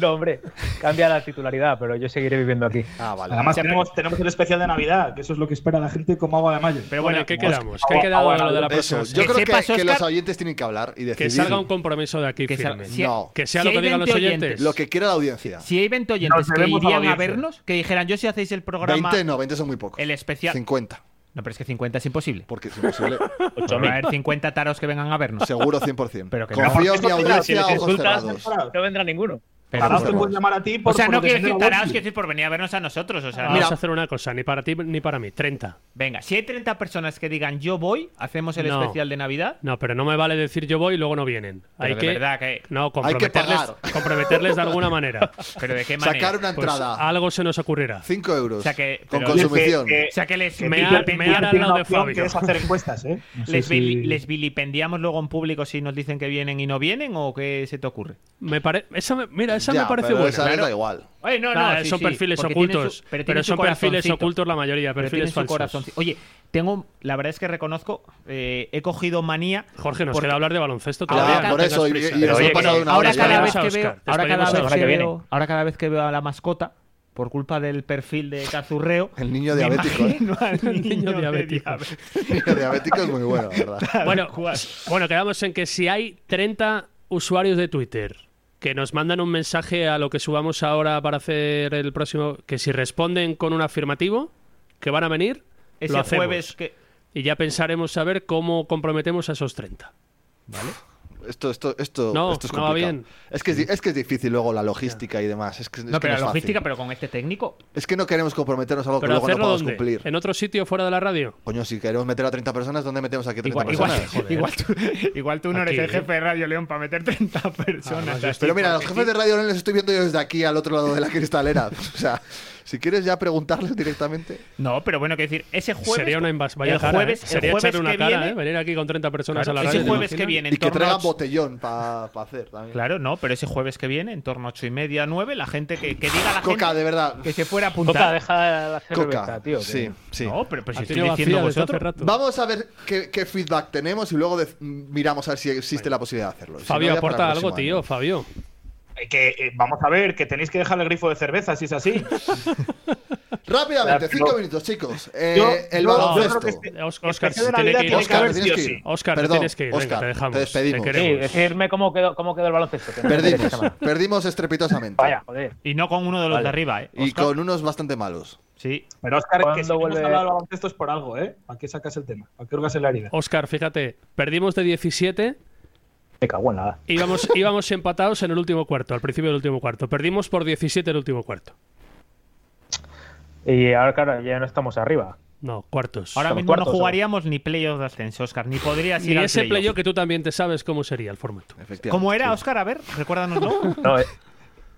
Speaker 4: No, hombre, cambia la titularidad, pero yo seguiré viviendo aquí.
Speaker 7: Ah, vale.
Speaker 6: Además, tenemos, tenemos el especial de Navidad, que eso es lo que espera la gente como agua de mayo.
Speaker 3: Pero
Speaker 5: Bueno,
Speaker 3: bueno,
Speaker 5: ¿qué
Speaker 3: como-
Speaker 5: quedamos? ¿Qué ha quedado
Speaker 6: ahora,
Speaker 5: lo de la
Speaker 2: De eso.
Speaker 5: próxima?
Speaker 2: Yo
Speaker 3: Que
Speaker 2: creo que,
Speaker 3: sepas,
Speaker 2: que
Speaker 3: Oscar,
Speaker 2: los oyentes tienen que hablar y decidir.
Speaker 5: Que salga un compromiso de aquí
Speaker 3: que sal-
Speaker 5: firme.
Speaker 3: si-
Speaker 2: No.
Speaker 5: Que sea
Speaker 3: si
Speaker 5: lo que
Speaker 3: hay
Speaker 5: digan los
Speaker 3: 20
Speaker 5: oyentes.
Speaker 3: oyentes,
Speaker 2: Lo que quiera la audiencia.
Speaker 3: Si hay 20
Speaker 6: Nos
Speaker 3: oyentes que
Speaker 6: debemos a la
Speaker 3: irían a,
Speaker 6: audiencia.
Speaker 3: vernos, que dijeran, yo si hacéis el programa,
Speaker 2: 20 no, 20 son muy pocos.
Speaker 3: el especial.
Speaker 2: 50.
Speaker 3: No, pero es que 50 es imposible.
Speaker 2: Porque es imposible.
Speaker 3: Va a haber 50 taros que vengan a vernos.
Speaker 2: pues Seguro 100%.
Speaker 3: Pero que no.
Speaker 2: Confío
Speaker 6: Pero
Speaker 2: en mi
Speaker 6: porque
Speaker 4: Mira, si
Speaker 2: audiencia
Speaker 4: les
Speaker 2: a ojos
Speaker 4: insultas,
Speaker 2: cerrados.
Speaker 4: no vendrá ninguno.
Speaker 3: Pero-
Speaker 6: Taraos te pueden llamar a ti por
Speaker 3: o sea, no
Speaker 6: por
Speaker 3: quiero decir
Speaker 6: defender a
Speaker 3: taraos,
Speaker 6: Wolves.
Speaker 3: quiero decir por venir a vernos a nosotros. O
Speaker 2: Ah,
Speaker 3: sea,
Speaker 5: Vamos
Speaker 3: mira,
Speaker 5: a hacer una cosa, ni para ti ni para mí. 30.
Speaker 3: venga, si hay 30 personas que digan yo voy, hacemos el
Speaker 5: No.
Speaker 3: especial de Navidad.
Speaker 5: No, pero no me vale decir yo voy y luego no vienen.
Speaker 3: Pero
Speaker 5: Hay
Speaker 3: de
Speaker 5: que.
Speaker 3: verdad que-
Speaker 5: No,
Speaker 2: Hay que
Speaker 5: comprometerles,
Speaker 2: pagar.
Speaker 5: comprometerles de
Speaker 2: (laughs)
Speaker 5: alguna manera.
Speaker 3: Pero de qué manera.
Speaker 2: Sacar una
Speaker 5: Pues
Speaker 2: entrada.
Speaker 5: algo se nos ocurrirá.
Speaker 2: 5 euros.
Speaker 3: O sea que-
Speaker 2: con
Speaker 3: pero-
Speaker 2: consumición.
Speaker 6: Que-
Speaker 3: O sea, que eh, les,
Speaker 6: Que
Speaker 5: Me
Speaker 3: mea-
Speaker 6: Peter
Speaker 5: ha-
Speaker 6: Pan
Speaker 5: me
Speaker 6: tiene
Speaker 5: ha
Speaker 6: una
Speaker 5: al lado de
Speaker 6: opción
Speaker 5: Fabio.
Speaker 6: que es hacer encuestas, ¿eh? No sé
Speaker 3: les,
Speaker 6: si-
Speaker 3: vi- les vilipendiamos luego en público si nos dicen que vienen y no vienen o qué se te ocurre?
Speaker 5: Me pare- esa me- Mira, esa
Speaker 2: Ya,
Speaker 5: me parece
Speaker 2: pero
Speaker 5: buena.
Speaker 2: esa les da igual.
Speaker 3: Oye, no,
Speaker 5: Nada,
Speaker 3: sí,
Speaker 5: son
Speaker 3: sí,
Speaker 5: perfiles
Speaker 3: porque tienen
Speaker 5: ocultos.
Speaker 3: su-
Speaker 5: pero
Speaker 3: tienen su
Speaker 5: son perfiles
Speaker 3: corazoncito.
Speaker 5: ocultos la mayoría,
Speaker 3: Pero tienen
Speaker 5: perfiles
Speaker 3: su
Speaker 5: falsos.
Speaker 3: corazoncito. Oye, tengo, la verdad es que reconozco, eh, he cogido manía.
Speaker 5: Jorge, nos
Speaker 3: porque-
Speaker 5: queda hablar de baloncesto
Speaker 3: Ahora
Speaker 5: todavía.
Speaker 3: cada-
Speaker 5: no
Speaker 2: Ah, por
Speaker 5: tengas
Speaker 2: eso, y-
Speaker 5: prisa.
Speaker 2: y- y nos
Speaker 4: Pero
Speaker 2: ha
Speaker 4: oye,
Speaker 2: pasado
Speaker 4: que-
Speaker 2: una ¿eh? hora
Speaker 3: Ahora
Speaker 5: Ahora
Speaker 2: ya.
Speaker 3: cada,
Speaker 5: despedimos
Speaker 3: vez
Speaker 5: a
Speaker 3: que
Speaker 5: Óscar,
Speaker 3: veo, ahora,
Speaker 5: despedimos
Speaker 3: cada
Speaker 5: a
Speaker 3: vez
Speaker 5: Óscar
Speaker 3: que
Speaker 5: que
Speaker 3: veo, ahora cada vez que veo a la mascota por culpa del perfil de Cazurreo.
Speaker 2: El niño diabético. ¿eh?
Speaker 3: imagino al niño, de
Speaker 5: diabético.
Speaker 3: diabetes.
Speaker 2: El niño diabético es muy bueno, la
Speaker 3: (laughs)
Speaker 2: verdad.
Speaker 5: (laughs) Bueno, bueno, quedamos en que si hay 30 usuarios de Twitter que nos mandan un mensaje a lo que subamos ahora para hacer el próximo, que si responden con un afirmativo, que van a venir, lo
Speaker 3: Ese
Speaker 5: hacemos.
Speaker 3: jueves que.
Speaker 5: Y ya pensaremos a ver cómo comprometemos a esos 30.
Speaker 2: Esto, esto, esto,
Speaker 5: No,
Speaker 2: esto es
Speaker 5: no va
Speaker 2: complicado.
Speaker 5: bien.
Speaker 2: Es, que es, di- es que es difícil luego la logística y demás. Es que, es
Speaker 3: No,
Speaker 2: que
Speaker 3: pero
Speaker 2: es
Speaker 3: la logística,
Speaker 2: fácil.
Speaker 3: pero con este técnico.
Speaker 2: Es que no queremos comprometernos a algo que
Speaker 5: Pero
Speaker 2: luego no
Speaker 5: hacerlo
Speaker 2: podamos
Speaker 5: dónde?
Speaker 2: cumplir.
Speaker 5: ¿En otro sitio fuera de la radio?
Speaker 2: Coño, si queremos meter a 30 personas, ¿dónde metemos aquí a 30
Speaker 3: Igual, igual,
Speaker 2: personas?
Speaker 3: igual tú, igual tú no eres
Speaker 5: Aquí,
Speaker 3: el
Speaker 5: ¿eh?
Speaker 3: jefe de Radio León para meter 30 personas. así,
Speaker 2: Pero mira, los
Speaker 3: porque
Speaker 2: jefes de radio no les estoy viendo yo desde aquí al otro lado de la cristalera. (laughs) O sea, si quieres ya preguntarles directamente.
Speaker 3: sí. No, pero bueno, quiero decir, ese jueves.
Speaker 5: Sería una invasión. Vaya
Speaker 3: el
Speaker 5: cara, ¿eh?
Speaker 3: jueves, el
Speaker 5: Sería
Speaker 3: jueves
Speaker 5: echarle una
Speaker 3: que
Speaker 5: cara,
Speaker 3: viene-
Speaker 5: ¿eh? Venir aquí con 30 personas
Speaker 3: Claro,
Speaker 5: a la radio.
Speaker 3: ese
Speaker 5: ¿te
Speaker 3: jueves que
Speaker 5: imaginas?
Speaker 3: viene, en
Speaker 2: Y que
Speaker 3: torno a
Speaker 2: traigan
Speaker 3: ocho-
Speaker 2: botellón para hacer también.
Speaker 3: Claro, no, pero ese jueves que viene, en torno a ocho y media, nueve, la gente que, que diga a la
Speaker 2: Coca,
Speaker 3: gente
Speaker 2: de verdad.
Speaker 3: que se fuera a apuntar.
Speaker 4: Coca, deja la cerveza,
Speaker 2: Coca.
Speaker 4: tío. que-
Speaker 2: sí, sí.
Speaker 3: No, pero, pero si
Speaker 5: La
Speaker 3: estoy
Speaker 5: tiene vacía
Speaker 3: diciendo
Speaker 5: desde hace
Speaker 3: vosotros.
Speaker 5: rato.
Speaker 2: Vamos a ver qué, qué feedback tenemos y luego dec- miramos a ver si existe la posibilidad de hacerlo. Si no, ya para
Speaker 5: Fabio,
Speaker 2: el
Speaker 5: aporta algo,
Speaker 2: próximo
Speaker 5: tío,
Speaker 2: año.
Speaker 5: Fabio.
Speaker 6: Eh, que, eh, vamos a ver, que tenéis que dejar el grifo de cerveza si es así.
Speaker 2: Rápidamente,
Speaker 6: Claro,
Speaker 2: cinco
Speaker 6: no.
Speaker 2: minutos, chicos. Eh,
Speaker 6: Yo-
Speaker 2: el
Speaker 6: yo- yo creo
Speaker 2: baloncesto.
Speaker 6: que este-
Speaker 3: Eh,
Speaker 5: Os-
Speaker 6: el
Speaker 5: Oscar,
Speaker 6: especial
Speaker 5: se
Speaker 6: de
Speaker 5: tiene
Speaker 6: Navidad
Speaker 5: que ir.
Speaker 6: tiene que
Speaker 2: Oscar,
Speaker 6: haber sí o
Speaker 2: tienes que
Speaker 6: sí.
Speaker 2: ir.
Speaker 5: Oscar,
Speaker 2: Perdón,
Speaker 5: te tienes que ir. Venga,
Speaker 2: Oscar,
Speaker 5: te dejamos.
Speaker 2: te despedimos.
Speaker 4: Sí,
Speaker 5: queremos.
Speaker 4: decirme cómo quedó, cómo quedó el baloncesto. que no me
Speaker 2: Perdimos,
Speaker 4: interesa nada.
Speaker 2: perdimos estrepitosamente.
Speaker 4: Vaya, joder.
Speaker 3: Y no con uno de los de arriba, ¿eh?
Speaker 2: Y
Speaker 3: Oscar.
Speaker 2: con unos bastante malos.
Speaker 3: Sí.
Speaker 6: Pero Oscar,
Speaker 4: ¿Cuándo
Speaker 6: que si vuelve...
Speaker 4: vuelve?
Speaker 6: hemos hablado de baloncesto es por algo, ¿eh? ¿Para qué sacas el tema? ¿Para qué hurgas en la herida?
Speaker 5: Oscar, fíjate, perdimos de 17,
Speaker 4: Me cago en nada. (laughs)
Speaker 5: íbamos, íbamos empatados en el último cuarto, al principio del último cuarto. Perdimos por 17 el último cuarto.
Speaker 4: Y ahora, claro, ya no estamos arriba.
Speaker 5: No, cuartos.
Speaker 3: Ahora
Speaker 4: Estamos
Speaker 3: mismo
Speaker 4: cuartos,
Speaker 3: no jugaríamos ni playoff de ascenso, Oscar. Ni podrías
Speaker 5: y
Speaker 3: ir al
Speaker 5: ese playo
Speaker 3: playoff.
Speaker 5: que tú también te sabes cómo sería el formato.
Speaker 2: Efectivamente.
Speaker 3: ¿Cómo era, Oscar? A ver, (laughs) recuérdanoslo.
Speaker 4: No, eh,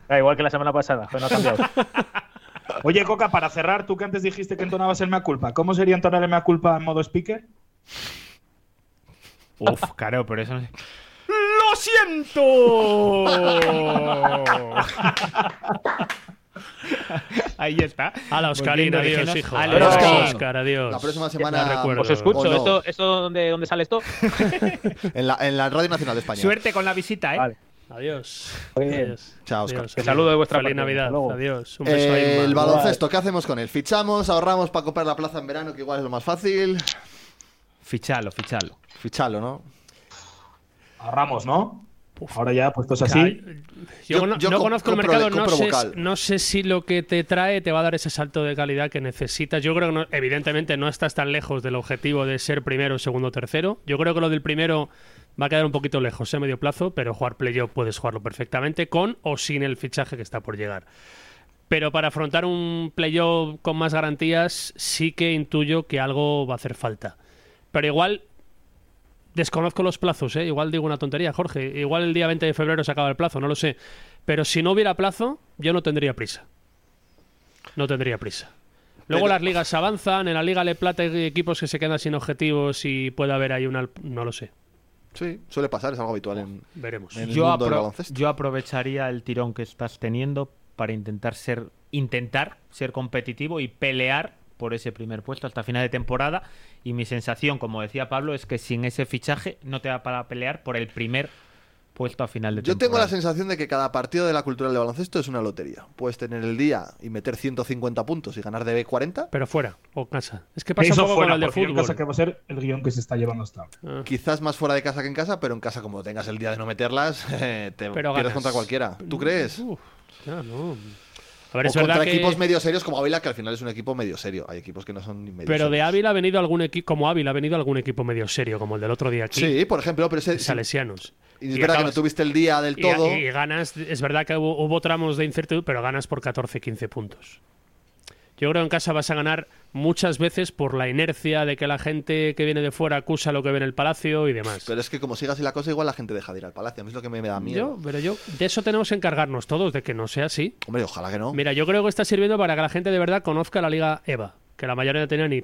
Speaker 4: da igual que la semana pasada, pero no ha cambiado.
Speaker 6: Oye, Coca, para cerrar, tú que antes dijiste que entonabas el mea culpa, ¿cómo sería entonar el mea culpa en modo speaker?
Speaker 3: Uf, claro, pero eso no sé. ¡Lo siento! (laughs) Ahí está.
Speaker 5: A la Oscarín,
Speaker 3: Volviendo
Speaker 5: adiós,
Speaker 3: lejanos
Speaker 5: hijo.
Speaker 3: al
Speaker 5: Adiós,
Speaker 2: Oscar.
Speaker 5: Oscar, adiós.
Speaker 2: La próxima
Speaker 5: La
Speaker 2: semana
Speaker 5: recuerdo.
Speaker 4: Os escucho,
Speaker 2: O no.
Speaker 4: ¿esto, esto dónde, dónde sale esto?
Speaker 2: en, la, en la Radio Nacional de España.
Speaker 3: Suerte con la visita, ¿eh?
Speaker 4: Vale.
Speaker 5: Adiós.
Speaker 4: Muy bien.
Speaker 5: Adiós.
Speaker 2: Chao, Óscar.
Speaker 5: Adiós,
Speaker 4: Que
Speaker 5: adiós.
Speaker 4: saludo de vuestra
Speaker 5: Feliz
Speaker 4: parte.
Speaker 5: Navidad.
Speaker 4: Hasta luego.
Speaker 5: Adiós. Un beso
Speaker 2: Eh,
Speaker 5: ahí,
Speaker 2: el
Speaker 5: man.
Speaker 2: baloncesto, ¿qué hacemos con él? ¿Fichamos? ¿Ahorramos para comprar la plaza en verano, que igual es lo más fácil?
Speaker 3: Fichalo, fichalo.
Speaker 2: Ficharlo, ¿no?
Speaker 6: Ahorramos, ¿no? Ahora ya, puestos así.
Speaker 2: Yo-
Speaker 5: Yo, cono-
Speaker 2: yo
Speaker 5: no
Speaker 2: com-
Speaker 5: conozco el
Speaker 2: compro
Speaker 5: mercado,
Speaker 2: de-
Speaker 5: no
Speaker 2: compro
Speaker 5: sé,
Speaker 2: vocal.
Speaker 5: no sé si lo que te trae te va a dar ese salto de calidad que necesitas. Yo creo que no- evidentemente no estás tan lejos del objetivo de ser primero, segundo, tercero. Yo creo que lo del primero va a quedar un poquito lejos ¿eh? a medio plazo, pero jugar playoff puedes jugarlo perfectamente con o sin el fichaje que está por llegar. Pero para afrontar un playoff con más garantías, sí que intuyo que algo va a hacer falta. Pero igual desconozco los plazos, ¿eh? igual digo una tontería, Jorge. Igual el día 20 de febrero se acaba el plazo, no lo sé. Pero si no hubiera plazo, yo no tendría prisa. No tendría prisa. Luego
Speaker 9: Pero-
Speaker 5: las ligas avanzan, en la Liga Le Plata hay equipos que se quedan sin objetivos y puede haber ahí una... No lo sé.
Speaker 2: Sí, suele pasar, es algo habitual en,
Speaker 5: Veremos.
Speaker 2: en el
Speaker 3: yo,
Speaker 2: mundo del
Speaker 3: apro-
Speaker 2: baloncesto.
Speaker 3: yo aprovecharía el tirón que estás teniendo para intentar ser intentar ser competitivo y pelear por ese primer puesto hasta final de temporada y mi sensación como decía Pablo es que sin ese fichaje no te da para pelear por el primer puesto a final de
Speaker 2: Yo tengo
Speaker 3: temporada
Speaker 2: la sensación de que cada partido de la cultura del baloncesto es una lotería. Puedes tener el día y meter 150 puntos y ganar de B40.
Speaker 5: Pero fuera, o casa. Es que pasa
Speaker 6: Eso
Speaker 5: un poco
Speaker 6: fuera,
Speaker 5: con el de
Speaker 6: porque yo creo
Speaker 5: fútbol.
Speaker 6: que va a ser el guión que se está llevando hasta ahora.
Speaker 5: Ah.
Speaker 2: Quizás más fuera de casa que en casa, pero en casa como tengas el día de no meterlas, (laughs) eh, te
Speaker 5: Pero
Speaker 2: pierdes
Speaker 5: ganas. Mm,
Speaker 2: contra cualquiera. ¿Tú crees?
Speaker 5: Uf, ya, no. A ver,
Speaker 2: o
Speaker 5: es verdad
Speaker 2: contra
Speaker 5: que-
Speaker 2: equipos medio serios como Ávila, que al final es un equipo medio serio. Hay equipos que no son ni medio
Speaker 5: Pero de
Speaker 2: serios.
Speaker 5: Ávila ha venido algún equipo, como Ávila ha venido algún equipo medio serio, como el del otro día aquí,
Speaker 2: Sí, por ejemplo, pero ese,
Speaker 5: de Salesianos.
Speaker 2: y es
Speaker 5: y
Speaker 2: verdad
Speaker 5: acabas-
Speaker 2: que no tuviste el día del
Speaker 5: Y-
Speaker 2: todo.
Speaker 5: Y, ganas, es verdad que hubo, hubo tramos de incertidumbre, pero ganas por 14, 15 puntos. Yo creo que en casa vas a ganar muchas veces por la inercia de que la gente que viene de fuera acusa lo que ve en el palacio y demás.
Speaker 2: Pero es que como siga así la cosa, igual la gente deja de ir al palacio. A mí es lo que me, me da miedo.
Speaker 5: Yo, pero yo, de eso tenemos que encargarnos todos, de que no sea así.
Speaker 2: Hombre, ojalá que no.
Speaker 5: Mira, yo creo que está sirviendo para que la gente de verdad conozca la Liga EVA, que la mayoría no tenía ni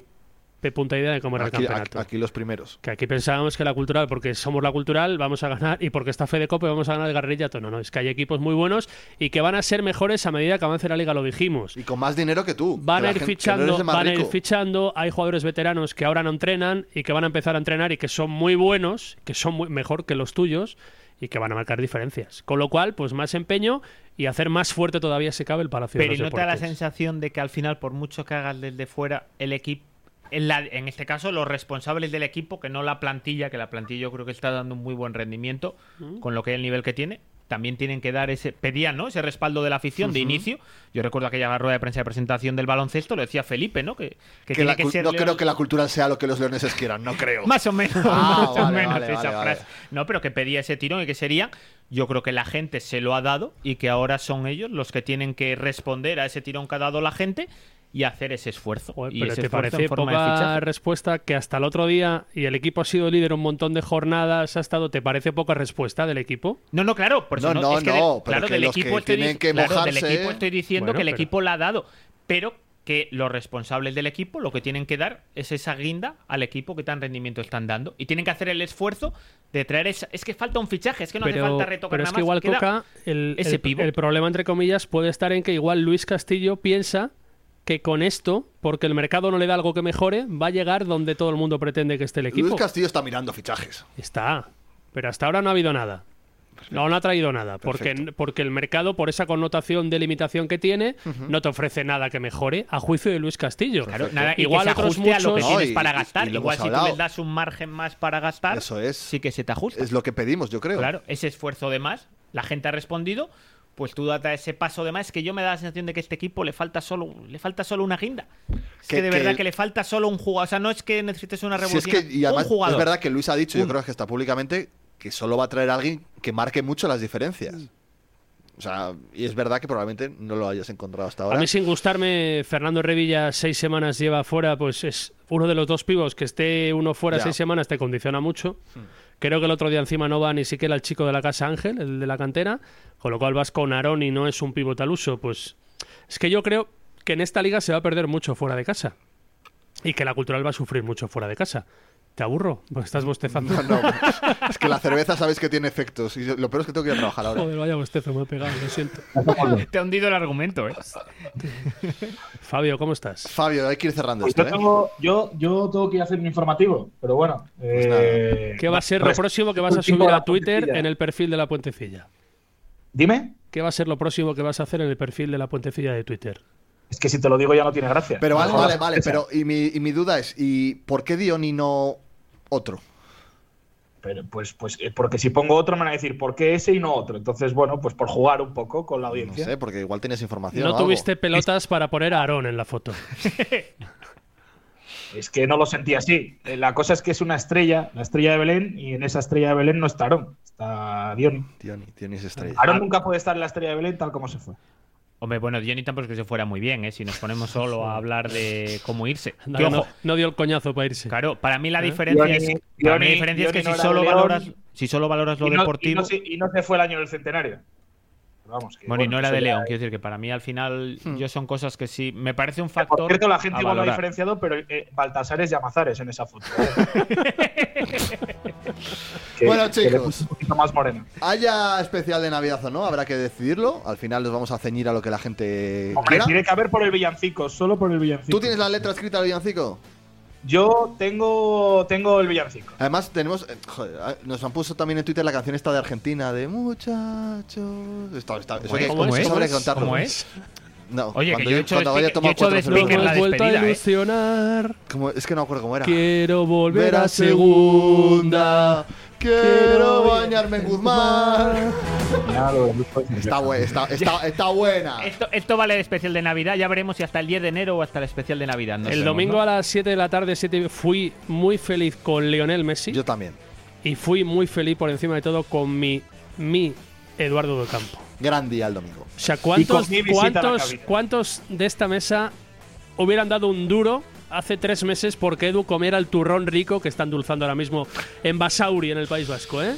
Speaker 5: pe punta idea de cómo era
Speaker 2: aquí,
Speaker 5: el campeonato.
Speaker 2: aquí los primeros.
Speaker 5: Que aquí pensábamos que la cultural, porque somos la cultural, vamos a ganar, y porque está Fede Copa vamos a ganar el Garrillato. No, no, es que hay equipos muy buenos y que van a ser mejores a medida que avance la liga, lo dijimos.
Speaker 2: Y con más dinero que tú.
Speaker 5: Van
Speaker 2: que
Speaker 5: a
Speaker 2: la gente- que
Speaker 5: ir
Speaker 2: no
Speaker 5: fichando,
Speaker 2: eres el más
Speaker 5: van a ir
Speaker 2: rico.
Speaker 5: fichando, hay jugadores veteranos que ahora no entrenan y que van a empezar a entrenar y que son muy buenos, que son muy- mejor que los tuyos y que van a marcar diferencias. Con lo cual, pues más empeño y hacer más fuerte todavía se cabe el Palacio
Speaker 3: Pero
Speaker 5: de
Speaker 3: ¿y
Speaker 5: los
Speaker 3: no te da la
Speaker 5: Deportes.
Speaker 3: sensación de que al final, por mucho que hagas desde fuera, el equipo, en, la- en este caso, los responsables del equipo, que no la plantilla, que la plantilla yo creo que está dando un muy buen rendimiento con lo que es el nivel que tiene, también tienen que dar ese, pedían, ¿no? Ese respaldo de la afición de inicio. Yo recuerdo aquella rueda de prensa de presentación del baloncesto, lo decía Felipe, ¿no? Que, que
Speaker 2: Que
Speaker 3: tiene
Speaker 2: la
Speaker 3: que
Speaker 2: cul-
Speaker 3: ser
Speaker 2: no
Speaker 3: leal-
Speaker 2: creo que la cultura sea lo que los leoneses quieran, no creo.
Speaker 3: (laughs) más o menos,
Speaker 2: Ah,
Speaker 3: más o
Speaker 2: vale,
Speaker 3: menos
Speaker 2: vale,
Speaker 3: esa
Speaker 2: vale,
Speaker 3: frase. No, pero que pedía ese tirón y que sería, yo creo que la gente se lo ha dado y que ahora son ellos los que tienen que responder a ese tirón que ha dado la gente y hacer ese esfuerzo.
Speaker 5: Joder,
Speaker 3: y
Speaker 5: pero
Speaker 3: ese
Speaker 5: te
Speaker 3: esfuerzo
Speaker 5: parece
Speaker 3: en forma de
Speaker 5: poca
Speaker 3: fichaje.
Speaker 5: respuesta que hasta el otro día y el equipo ha sido líder un montón de jornadas ha estado te parece poca respuesta del equipo
Speaker 3: No, no, claro, por eso
Speaker 2: No, no,
Speaker 3: es que
Speaker 2: no,
Speaker 3: del-
Speaker 2: pero
Speaker 3: claro,
Speaker 2: que
Speaker 3: del
Speaker 2: los que
Speaker 3: equipo estoy
Speaker 2: tienen
Speaker 3: dic-
Speaker 2: que
Speaker 3: claro, del
Speaker 2: mojarse-
Speaker 3: equipo estoy diciendo
Speaker 5: Bueno,
Speaker 3: que el
Speaker 5: pero-
Speaker 3: equipo la ha dado, pero que los responsables del equipo lo que tienen que dar es esa guinda al equipo que tan rendimiento están dando y tienen que hacer el esfuerzo de traer esa es que falta un fichaje, es que no
Speaker 5: pero,
Speaker 3: hace falta retocar
Speaker 5: pero
Speaker 3: nada
Speaker 5: es que
Speaker 3: más,
Speaker 5: igual
Speaker 3: queda-
Speaker 5: Coca el,
Speaker 3: ese
Speaker 5: el-
Speaker 3: pivot.
Speaker 5: el problema entre comillas puede estar en que igual Luis Castillo piensa que con esto porque el mercado no le da algo que mejore va a llegar donde todo el mundo pretende que esté el equipo
Speaker 2: Luis Castillo está mirando fichajes.
Speaker 5: Está, pero hasta ahora no ha habido nada. No, no ha traído nada, porque, porque el mercado, por esa connotación de limitación que tiene, no te ofrece nada que mejore, a juicio de Luis Castillo.
Speaker 3: Claro, nada, y
Speaker 5: igual
Speaker 3: que se
Speaker 5: otros
Speaker 3: ajuste a lo que
Speaker 5: muchos-
Speaker 2: No,
Speaker 3: tienes
Speaker 2: y-
Speaker 3: para
Speaker 2: y-
Speaker 3: gastar.
Speaker 2: y lo
Speaker 3: Igual
Speaker 2: hemos
Speaker 3: si tú
Speaker 2: hablado.
Speaker 3: les das un margen más para gastar,
Speaker 2: Eso es.
Speaker 3: sí que se te ajusta.
Speaker 2: Es lo que pedimos, yo creo.
Speaker 3: Claro, ese esfuerzo de más, la gente ha respondido, pues tú data ese paso de más. Es que yo me da la sensación de que este equipo le falta solo, le falta solo una guinda. Es que,
Speaker 2: Que-
Speaker 3: de
Speaker 2: que
Speaker 3: verdad
Speaker 2: el-
Speaker 3: que le falta solo un jugador. O sea, no es que necesites una
Speaker 2: Si es
Speaker 3: revolución.
Speaker 2: que, y además,
Speaker 3: un jugador.
Speaker 2: es verdad que Luis ha dicho, yo
Speaker 3: Un-
Speaker 2: creo que está públicamente, que solo va a traer a alguien que marque mucho las diferencias. O sea, y es verdad que probablemente no lo hayas encontrado hasta ahora.
Speaker 5: A mí sin gustarme, Fernando Revilla seis semanas lleva fuera, pues es uno de los dos pivos que esté uno fuera
Speaker 2: Ya. Hmm.
Speaker 5: seis semanas te condiciona mucho. Creo que el otro día encima no va ni siquiera el chico de la casa Ángel, el de la cantera, con lo cual vas con Aarón y no es un pivot al uso. Pues es que yo creo que en esta liga se va a perder mucho fuera de casa y que la cultural va a sufrir mucho fuera de casa. ¿Te aburro? Pues estás bostezando.
Speaker 2: (laughs) No, no. es que la cerveza sabes que tiene efectos. Y yo- lo peor es que tengo que ir a trabajar
Speaker 5: (laughs)
Speaker 2: ahora.
Speaker 5: (laughs) Joder, vaya bostezo, me he pegado, lo siento.
Speaker 3: (laughs) Te ha hundido el argumento, ¿eh?
Speaker 5: Fabio, ¿cómo estás?
Speaker 2: Fabio, hay que ir cerrando
Speaker 6: Pues
Speaker 2: esto,
Speaker 6: yo,
Speaker 2: ¿eh?
Speaker 6: tengo, yo, yo tengo que ir a hacer mi informativo, pero bueno. eh,
Speaker 5: ¿Qué va a ser lo
Speaker 6: pues,
Speaker 5: próximo que vas a
Speaker 6: un tipo
Speaker 5: subir
Speaker 6: de
Speaker 5: a
Speaker 6: la
Speaker 5: Twitter
Speaker 6: puentecilla.
Speaker 5: en el perfil de la puentecilla?
Speaker 6: Dime,
Speaker 5: ¿Qué va a ser lo próximo que vas a hacer en el perfil de la puentecilla de Twitter?
Speaker 6: es que si te lo digo ya no tiene gracia.
Speaker 2: Pero vale,
Speaker 6: Mejor
Speaker 2: vale,
Speaker 6: la
Speaker 2: vale.
Speaker 6: sorpresa.
Speaker 2: Pero y mi, y mi duda es, ¿y por qué Dion y no otro?
Speaker 6: Pero, pues, pues, eh, porque si pongo otro me van a decir, ¿por qué ese y no otro? Entonces, bueno, pues por jugar un poco con la
Speaker 2: No
Speaker 6: audiencia.
Speaker 2: sé, porque igual tenías información.
Speaker 5: No
Speaker 2: o algo.
Speaker 5: tuviste pelotas para poner a Aarón en la foto. (laughs)
Speaker 6: Es que no lo sentí así. Eh, La cosa es que es una estrella, la estrella de Belén, y en esa estrella de Belén no está Aarón, está Dion.
Speaker 2: Dion, Dion es estrella.
Speaker 6: Aarón nunca puede estar en la estrella de Belén tal como se fue.
Speaker 12: Hombre, bueno, Johnny tampoco es que se fuera muy bien, ¿eh? Si nos ponemos solo a hablar de cómo irse.
Speaker 5: No,
Speaker 12: Que,
Speaker 5: no-
Speaker 12: ojo,
Speaker 5: no dio el coñazo para irse.
Speaker 12: Claro, para mí la
Speaker 5: ¿Eh?
Speaker 12: diferencia
Speaker 6: Johnny-
Speaker 12: es, para mí
Speaker 6: Johnny-
Speaker 12: la diferencia es que
Speaker 6: Johnny no
Speaker 12: si
Speaker 6: era
Speaker 12: solo,
Speaker 6: León.
Speaker 12: valoras, si solo valoras lo
Speaker 6: y, no, y,
Speaker 12: deportivo...
Speaker 6: no se, y no se fue el año del centenario. Pero Vamos, que,
Speaker 12: Bueno, y no
Speaker 6: bueno,
Speaker 12: era
Speaker 6: eso
Speaker 12: de
Speaker 6: ya-
Speaker 12: León, quiero decir que para mí al final yo son cosas que sí, me parece un factor.
Speaker 6: Por cierto, la gente
Speaker 12: a
Speaker 6: igual lo ha
Speaker 12: valorar.
Speaker 6: diferenciado, pero eh, Baltasares y Amazares en esa foto. ¿eh?
Speaker 12: (laughs)
Speaker 6: Que-
Speaker 2: Bueno,
Speaker 6: que le
Speaker 2: chicos.
Speaker 6: puso Un poquito más moreno.
Speaker 2: Haya especial de Navidad o no, habrá que decidirlo. Al final nos vamos a ceñir a lo que la gente
Speaker 6: Hombre,
Speaker 2: quiera.
Speaker 6: tiene que haber por el villancico, solo por el villancico.
Speaker 2: ¿Tú tienes la letra escrita del villancico?
Speaker 6: Yo tengo, tengo el villancico.
Speaker 2: Además, tenemos. eh, joder, ah, nos han puesto también en Twitter la canción esta de Argentina de muchachos. Esto- está- eso hay que-
Speaker 5: ¿Cómo es?
Speaker 2: eso habría que
Speaker 5: ¿Cómo es?
Speaker 2: contarlo.
Speaker 12: ¿Cómo es?
Speaker 2: No,
Speaker 12: Oye, que
Speaker 2: cuando
Speaker 12: yo he hecho
Speaker 2: cuando vaya a
Speaker 12: despegue-
Speaker 2: tomar
Speaker 12: yo he hecho este
Speaker 2: cuatro cervezas.
Speaker 12: despegue en la
Speaker 5: Hemos vuelto a
Speaker 12: despedida, ¿eh?
Speaker 5: ilusionar.
Speaker 2: Como- es que no me acuerdo cómo era.
Speaker 5: Quiero volver
Speaker 2: Ver
Speaker 5: a
Speaker 2: a
Speaker 5: segunda.
Speaker 2: Quiero
Speaker 5: Quiero
Speaker 2: bañarme en Guzmán. Está, bu-
Speaker 5: (laughs)
Speaker 2: está, está- está buena.
Speaker 12: Esto, esto vale de especial de Navidad, ya veremos si hasta el 10 de enero o hasta el especial de Navidad. nos
Speaker 5: El
Speaker 12: vemos,
Speaker 5: domingo
Speaker 12: ¿no?
Speaker 5: a las 7 de la tarde, 7, fui muy feliz con Lionel Messi
Speaker 2: Yo también.
Speaker 5: y fui muy feliz por encima de todo con mi, mi Eduardo do Campo.
Speaker 2: Gran día el domingo.
Speaker 5: O sea, ¿cuántos,
Speaker 6: mi visita a la
Speaker 5: cuántos,
Speaker 6: cabina.
Speaker 5: cuántos de esta mesa hubieran dado un duro hace tres meses porque Edu comiera el turrón rico que está endulzando ahora mismo en Basauri, en el País Vasco, eh?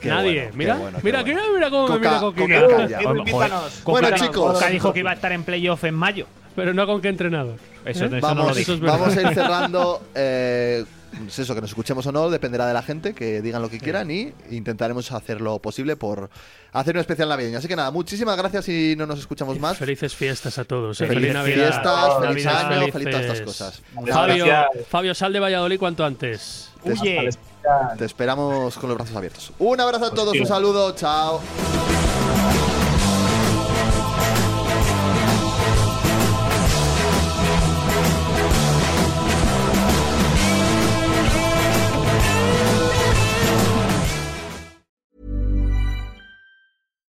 Speaker 2: Qué
Speaker 5: Nadie.
Speaker 2: bueno, qué
Speaker 5: mira,
Speaker 2: bueno, qué
Speaker 5: mira,
Speaker 2: bueno.
Speaker 5: mira cómo me
Speaker 2: Coca-
Speaker 5: mira con qué
Speaker 2: Coca-
Speaker 5: cara.
Speaker 2: Calla.
Speaker 12: Vamos,
Speaker 6: Edu,
Speaker 12: joder.
Speaker 6: invítanos.
Speaker 12: Coca-
Speaker 2: Bueno, chicos.
Speaker 12: Coca dijo que iba a estar en playoff en mayo.
Speaker 5: (laughs) Pero no con qué entrenador.
Speaker 12: Eso, eso
Speaker 5: ¿Eh?
Speaker 12: no lo
Speaker 2: Vamos,
Speaker 12: dije.
Speaker 5: es verdad.
Speaker 2: vamos a ir cerrando. eh, es eso, que nos escuchemos o no, dependerá de la gente, que digan lo que quieran y intentaremos hacer lo posible por hacer un especial navideño. Así que nada, muchísimas gracias y no nos escuchamos más.
Speaker 5: Felices fiestas a todos. eh.
Speaker 12: Felices
Speaker 5: Feliz Navidad.
Speaker 2: fiestas, feliz
Speaker 5: Navidad,
Speaker 2: año, feliz todas estas cosas. Un
Speaker 5: Fabio,
Speaker 6: abrazo.
Speaker 5: Fabio, sal de Valladolid cuanto antes.
Speaker 2: Te,
Speaker 6: Vale,
Speaker 12: Huye.
Speaker 6: espera.
Speaker 2: te esperamos con los brazos abiertos. Un abrazo a todos, un saludo, chao.